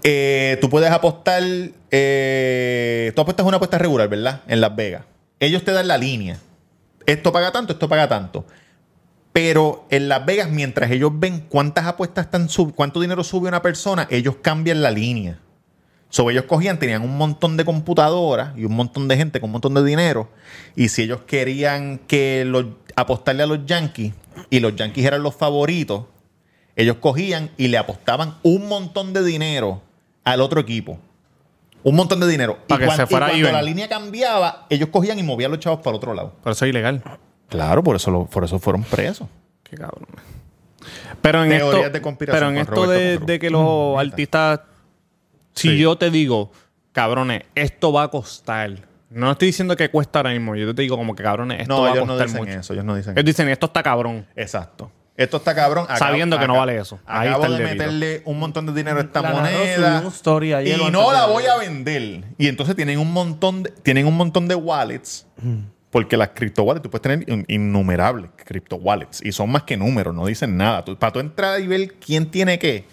[SPEAKER 1] eh, tú puedes apostar. eh, tú apuestas una apuesta regular, ¿verdad? En Las Vegas. Ellos te dan la línea. Esto paga tanto, esto paga tanto. Pero en Las Vegas, mientras ellos ven cuántas apuestas están sub, cuánto dinero sube una persona, ellos cambian la línea. So, ellos cogían, tenían un montón de computadoras y un montón de gente con un montón de dinero. Y si ellos querían que los, apostarle a los Yankees y los Yankees eran los favoritos, ellos cogían y le apostaban un montón de dinero al otro equipo. Un montón de dinero.
[SPEAKER 4] Pa' que
[SPEAKER 1] cuan-
[SPEAKER 4] se fuera
[SPEAKER 1] cuando
[SPEAKER 4] even.
[SPEAKER 1] la línea cambiaba, ellos cogían y movían los chavos para el otro lado.
[SPEAKER 4] Pero eso es ilegal.
[SPEAKER 1] Claro, por eso, lo- por eso fueron presos.
[SPEAKER 4] Qué cabrón. Pero en
[SPEAKER 1] Teorías
[SPEAKER 4] esto,
[SPEAKER 1] de conspiración
[SPEAKER 4] pero en
[SPEAKER 1] con
[SPEAKER 4] esto
[SPEAKER 1] Roberto
[SPEAKER 4] de,
[SPEAKER 1] Control.
[SPEAKER 4] de que
[SPEAKER 1] Mm,
[SPEAKER 4] los artistas, si
[SPEAKER 1] Sí.
[SPEAKER 4] yo te digo, cabrones, esto va a costar. No estoy diciendo que cuesta ahora mismo. Yo te digo como que cabrones, esto
[SPEAKER 1] No,
[SPEAKER 4] va a
[SPEAKER 1] ellos no
[SPEAKER 4] costar
[SPEAKER 1] dicen
[SPEAKER 4] mucho.
[SPEAKER 1] eso, ellos no dicen
[SPEAKER 4] Ellos dicen, esto está cabrón.
[SPEAKER 1] Exacto. Esto está cabrón.
[SPEAKER 4] Sabiendo que no vale eso. Ahí
[SPEAKER 1] acabo
[SPEAKER 4] está el
[SPEAKER 1] de
[SPEAKER 4] delito.
[SPEAKER 1] meterle un montón de dinero a esta
[SPEAKER 3] La narró,
[SPEAKER 1] moneda.
[SPEAKER 3] subió un story ayer o
[SPEAKER 1] y
[SPEAKER 3] antes
[SPEAKER 1] no
[SPEAKER 3] de
[SPEAKER 1] la
[SPEAKER 3] ayer.
[SPEAKER 1] voy a vender. Y entonces tienen un montón de, tienen un montón de wallets. Porque las cripto wallets, tú puedes tener in- innumerables cripto wallets. Y son más que números, no dicen nada. Tú- para tú entrar y ver quién tiene qué,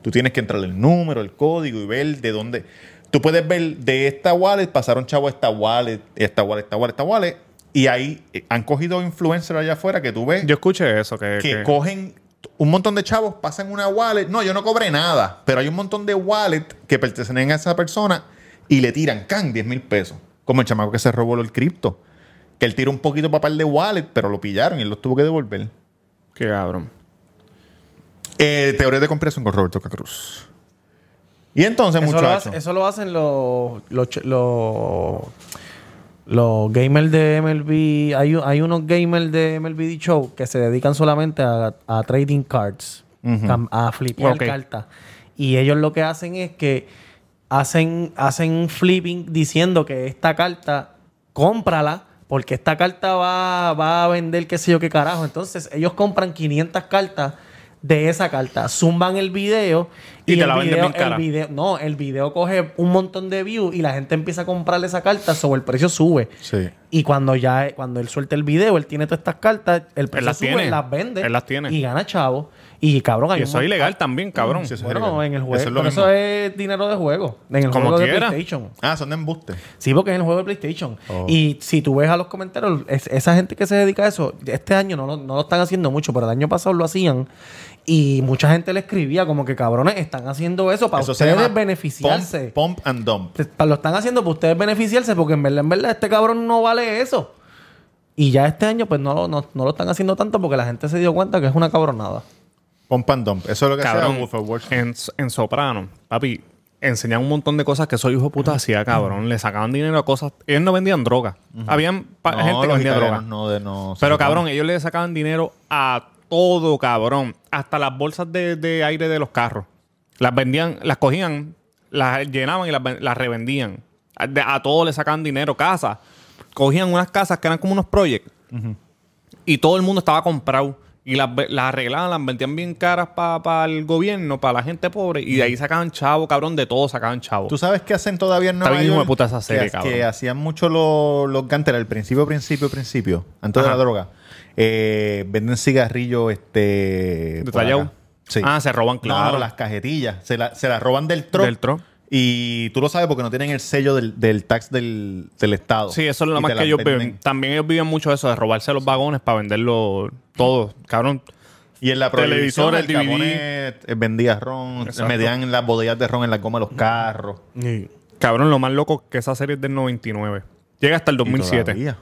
[SPEAKER 1] tú tienes que entrar el número, el código y ver de dónde. Tú puedes ver de esta wallet, pasaron chavo a esta wallet, esta wallet, esta wallet, esta wallet. Y ahí eh, han cogido influencers allá afuera que tú ves
[SPEAKER 4] Yo escuché eso. Que,
[SPEAKER 1] que
[SPEAKER 4] que-
[SPEAKER 1] cogen un montón de chavos, pasan una wallet. No, yo no cobré nada, pero hay un montón de wallet que pertenecen a esa persona y le tiran, can, 10 mil pesos. Como el chamaco que se robó el cripto. Que él tira un poquito para par de wallet, pero lo pillaron y él los tuvo que devolver.
[SPEAKER 4] Qué cabrón.
[SPEAKER 1] Eh, teoría de conspiración con Roberto Cacruz. Y entonces,
[SPEAKER 3] Eso lo,
[SPEAKER 1] muchachos.
[SPEAKER 3] hace- eso lo hacen los, los, ch- los, los gamers de MLB. Hay, u- hay unos gamers de MLB Show que se dedican solamente a, a trading cards, cam- a flipar
[SPEAKER 4] Ok.
[SPEAKER 3] cartas. Y ellos lo que hacen es que hacen, hacen un flipping diciendo que esta carta, cómprala. Porque esta carta va, va a vender qué sé yo qué carajo. Entonces, ellos compran 500 cartas de esa carta. Zumban el video
[SPEAKER 4] Y
[SPEAKER 3] y,
[SPEAKER 4] te
[SPEAKER 3] el
[SPEAKER 4] la venden
[SPEAKER 3] video,
[SPEAKER 4] bien cara.
[SPEAKER 3] el video- no, el video coge un montón de views y la gente empieza a comprarle esa carta, sobre el precio sube.
[SPEAKER 1] Sí.
[SPEAKER 3] Y cuando ya cuando él suelta el video, él tiene todas estas cartas, el precio
[SPEAKER 4] las
[SPEAKER 3] sube,
[SPEAKER 4] tiene.
[SPEAKER 3] él las vende
[SPEAKER 4] Él las tiene.
[SPEAKER 3] y gana chavo. Y cabrón, hay
[SPEAKER 4] Y
[SPEAKER 3] un
[SPEAKER 4] eso es
[SPEAKER 3] mon-
[SPEAKER 4] ilegal también, cabrón.
[SPEAKER 1] Sí, eso es
[SPEAKER 3] bueno,
[SPEAKER 1] ilegal.
[SPEAKER 3] en el juego.
[SPEAKER 1] Eso es lo
[SPEAKER 3] por
[SPEAKER 1] mismo.
[SPEAKER 3] eso es dinero de juego. En el
[SPEAKER 4] Como
[SPEAKER 3] juego de
[SPEAKER 4] quiera.
[SPEAKER 3] PlayStation.
[SPEAKER 1] Ah, son de embuste.
[SPEAKER 3] Sí, porque es en el juego de PlayStation.
[SPEAKER 4] Oh.
[SPEAKER 3] Y si tú ves a los comentarios, es- esa gente que se dedica a eso, este año no, lo- no lo están haciendo mucho, pero el año pasado lo hacían. Y mucha gente le escribía como que cabrones están haciendo eso para
[SPEAKER 1] Eso se
[SPEAKER 3] ustedes
[SPEAKER 1] llama
[SPEAKER 3] beneficiarse.
[SPEAKER 1] Pump, pump and dump.
[SPEAKER 3] Te- pa- Lo están haciendo para ustedes beneficiarse porque en verdad, en verdad, este cabrón no vale eso. Y ya este año, pues no lo, no, no lo están haciendo tanto porque la gente se dio cuenta que es una cabronada.
[SPEAKER 1] Pump and dump. Eso es lo que
[SPEAKER 4] cabrón.
[SPEAKER 1] se llama Wolf of Wall Street.
[SPEAKER 4] En, en Soprano, papi, enseñan un montón de cosas que soy hijo de puta hacía, cabrón. Le sacaban dinero a cosas. Ellos no vendían droga. Habían pa-
[SPEAKER 1] No,
[SPEAKER 4] gente que
[SPEAKER 1] los
[SPEAKER 4] vendía
[SPEAKER 1] italianos
[SPEAKER 4] droga.
[SPEAKER 1] no, de- no-
[SPEAKER 4] Pero cabrón, ellos le sacaban dinero a todo, cabrón. Hasta las bolsas de, de aire de los carros. Las vendían, las cogían, las llenaban y las, ven- las revendían. A, de- a todo le sacaban dinero, casas. Cogían unas casas que eran como unos projects. Y todo el mundo estaba comprado. Y las, ve- las arreglaban, las vendían bien caras para el gobierno, para la gente pobre. Y de ahí sacaban chavo, cabrón, de todo sacaban chavo.
[SPEAKER 1] ¿Tú sabes qué hacen todavía en Nueva
[SPEAKER 4] bien hijo
[SPEAKER 1] York?
[SPEAKER 4] de puta esa serie,
[SPEAKER 1] que,
[SPEAKER 4] cabrón.
[SPEAKER 1] que hacían mucho los, los gangsters al principio, principio, principio, antes
[SPEAKER 4] Ajá.
[SPEAKER 1] de la droga. Eh, venden cigarrillos este, por
[SPEAKER 4] Detallado.
[SPEAKER 1] acá. Sí.
[SPEAKER 4] Ah, se roban, claro.
[SPEAKER 1] No, las cajetillas. Se, la- se las roban del tro.
[SPEAKER 4] Del tro.
[SPEAKER 1] Y tú lo sabes porque no tienen el sello del, del tax del, del Estado.
[SPEAKER 4] Sí, eso es lo
[SPEAKER 1] Y
[SPEAKER 4] más
[SPEAKER 1] te
[SPEAKER 4] que
[SPEAKER 1] las
[SPEAKER 4] ellos
[SPEAKER 1] venden.
[SPEAKER 4] viven. También ellos viven mucho eso de robarse los vagones para venderlo todo. Cabrón,
[SPEAKER 1] Y en la prohibición
[SPEAKER 4] Televisores,
[SPEAKER 1] el
[SPEAKER 4] DVD.
[SPEAKER 1] cabonet eh, vendía ron,
[SPEAKER 4] Exacto.
[SPEAKER 1] medían las botellas de ron en la goma de los carros.
[SPEAKER 4] cabrón, lo más loco que esa serie es del 99. Llega hasta el
[SPEAKER 1] Y
[SPEAKER 4] 2007.
[SPEAKER 1] todavía.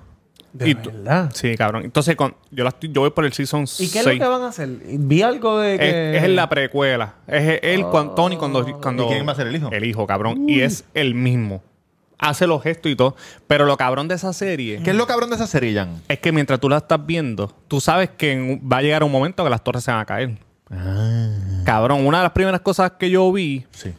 [SPEAKER 3] De
[SPEAKER 4] Y tú-
[SPEAKER 3] verdad.
[SPEAKER 4] sí, cabrón. Entonces, con- yo, la estoy- yo voy por el season
[SPEAKER 3] ¿Y
[SPEAKER 4] 6.
[SPEAKER 3] qué es lo que van a hacer? Vi algo de que... Oh.
[SPEAKER 4] es, es en la precuela. Es él, cuan- Tony, cuando, cuando...
[SPEAKER 1] ¿Y quién va a ser el hijo?
[SPEAKER 4] El hijo, cabrón. Y es el mismo. Hace los gestos y todo. Pero lo cabrón de esa serie...
[SPEAKER 1] ¿Qué es lo cabrón de esa serie, Jan?
[SPEAKER 4] Es que mientras tú la estás viendo, tú sabes que en un- va a llegar un momento que las torres se van a caer. Cabrón, una de las primeras cosas que yo vi
[SPEAKER 1] Sí.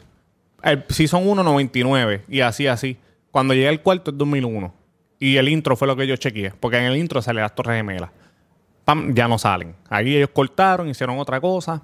[SPEAKER 4] El Season 1, 99. Y así, así. Cuando llegué al cuarto es 2001. Y el intro fue lo que yo chequeé. Porque en el intro sale las Torres Gemelas. Pam, ya no salen. Ahí ellos cortaron, hicieron otra cosa.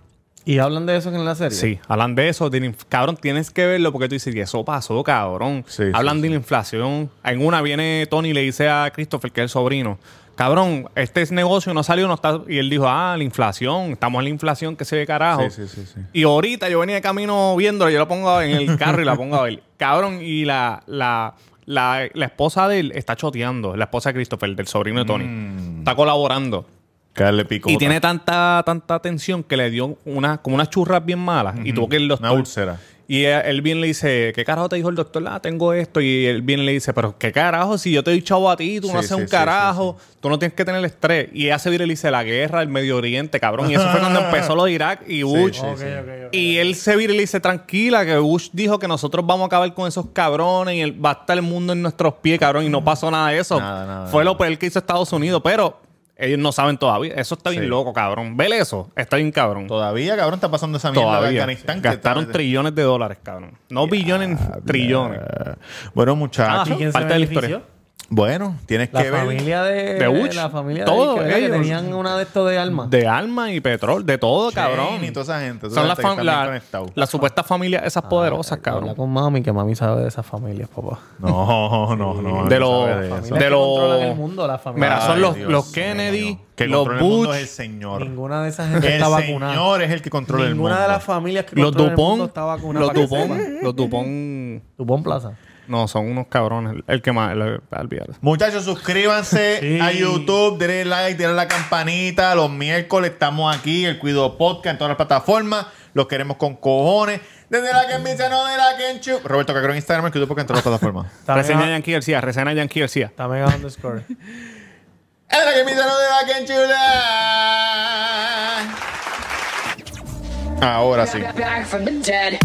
[SPEAKER 3] ¿Y hablan de eso en la serie?
[SPEAKER 4] Sí, hablan de eso. de la inf- cabrón, tienes que verlo porque tú dices, y eso pasó, cabrón.
[SPEAKER 1] Sí,
[SPEAKER 4] hablan
[SPEAKER 1] sí,
[SPEAKER 4] de la inflación. En una viene Tony y le dice a Christopher, que es el sobrino, cabrón, este es negocio no salió, no está. Y él dijo, ah, la inflación, estamos en la inflación, que se ve
[SPEAKER 1] Sí,
[SPEAKER 4] carajo.
[SPEAKER 1] sí, sí, sí.
[SPEAKER 4] Y ahorita yo venía de camino viéndolo, yo lo pongo en el carro y la pongo a ver. Cabrón, y la, la, la, la esposa de él está choteando, la esposa de Christopher, del sobrino de Tony.
[SPEAKER 1] Mm.
[SPEAKER 4] Está colaborando.
[SPEAKER 1] Carle Picota.
[SPEAKER 4] Y tiene tanta, tanta tensión que le dio una, como unas churras bien malas. Y tuvo que el
[SPEAKER 1] una
[SPEAKER 4] doctor.
[SPEAKER 1] úlcera.
[SPEAKER 4] Y él, él viene y le dice, ¿qué carajo te dijo el doctor? Ah, tengo esto. Y él viene y le dice, pero qué carajo, si yo te he dicho a ti, tú
[SPEAKER 1] Sí,
[SPEAKER 4] no haces
[SPEAKER 1] sí,
[SPEAKER 4] un
[SPEAKER 1] sí,
[SPEAKER 4] carajo, tú no tienes que tener estrés. Y ella se vira y le dice, la guerra, el Medio Oriente, cabrón. Y eso fue cuando empezó lo de Irak y Bush.
[SPEAKER 1] sí, sí.
[SPEAKER 3] Ok, ok, ok.
[SPEAKER 4] Y él se vira y le dice, tranquila, que Bush dijo que nosotros vamos a acabar con esos cabrones y el- va a estar el mundo en nuestros pies, cabrón, y no pasó nada de eso.
[SPEAKER 1] Nada, nada,
[SPEAKER 4] Fue lo peor que hizo Estados Unidos, pero ellos no saben todavía. Eso está bien
[SPEAKER 1] Sí.
[SPEAKER 4] loco, cabrón. Vele eso, está bien cabrón.
[SPEAKER 1] Todavía, cabrón, está pasando esa mierda de
[SPEAKER 4] Todavía.
[SPEAKER 1] Afganistán. que
[SPEAKER 4] Gastaron
[SPEAKER 1] está-
[SPEAKER 4] trillones de dólares, cabrón. No billones, trillones.
[SPEAKER 1] Bueno, muchachos.
[SPEAKER 3] Ah, ¿Y quién se
[SPEAKER 4] Parte de la historia.
[SPEAKER 3] benefició?
[SPEAKER 1] Bueno, tienes
[SPEAKER 3] La
[SPEAKER 1] que ver.
[SPEAKER 3] familia de...
[SPEAKER 4] De Bush.
[SPEAKER 3] La familia
[SPEAKER 4] Todos
[SPEAKER 3] de... que- Que
[SPEAKER 4] ellos.
[SPEAKER 3] tenían una de estos de alma.
[SPEAKER 4] De armas y petróleo, de todo, cabrón.
[SPEAKER 1] y toda esa gente, toda
[SPEAKER 4] Son
[SPEAKER 1] esa
[SPEAKER 4] las
[SPEAKER 1] gente que
[SPEAKER 4] fam-
[SPEAKER 1] están bien Ah,
[SPEAKER 4] la,
[SPEAKER 1] conectados.
[SPEAKER 4] las supuestas familias esas poderosas, cabrón.
[SPEAKER 3] Habla con mami, que mami sabe de esas familias, papá.
[SPEAKER 1] No, no, no. no
[SPEAKER 4] de los-
[SPEAKER 1] sabe de eso.
[SPEAKER 3] Familias
[SPEAKER 4] de
[SPEAKER 3] que
[SPEAKER 4] los-
[SPEAKER 3] controlan el mundo, las familias.
[SPEAKER 4] Mira, son
[SPEAKER 1] Ay,
[SPEAKER 4] los,
[SPEAKER 1] Dios
[SPEAKER 4] los
[SPEAKER 1] mío.
[SPEAKER 4] Kennedy,
[SPEAKER 1] Que
[SPEAKER 4] los
[SPEAKER 1] controla el mundo es el
[SPEAKER 4] Bush,
[SPEAKER 1] señor.
[SPEAKER 3] Ninguna de esas gente
[SPEAKER 1] El
[SPEAKER 3] está vacunada.
[SPEAKER 1] señor es el que controla el mundo.
[SPEAKER 3] Ninguna de las familias que
[SPEAKER 4] los
[SPEAKER 3] controlan el mundo
[SPEAKER 4] Dupont,
[SPEAKER 3] está vacunada.
[SPEAKER 4] los
[SPEAKER 3] para que
[SPEAKER 4] Dupont,
[SPEAKER 3] sepa.
[SPEAKER 4] los Dupont,
[SPEAKER 3] Dupont Plaza.
[SPEAKER 4] no, son unos cabrones. El que más, el, olvidar.
[SPEAKER 1] Muchachos, suscríbanse
[SPEAKER 3] Sí.
[SPEAKER 1] a YouTube, denle like, denle a la campanita. Los miércoles estamos aquí, el Cuido Podcast en todas las plataformas. Los queremos con cojones. Desde la que empieza, no de la que enchu- Roberto Cacro en Instagram, el Cuido Podcast en todas las plataformas.
[SPEAKER 4] Reseña
[SPEAKER 3] También
[SPEAKER 4] Yankee García, reseña Yankee García.
[SPEAKER 3] Tamega underscore.
[SPEAKER 1] Desde la que empieza, no de la que enchula. Ahora sí.
[SPEAKER 2] Back from the dead.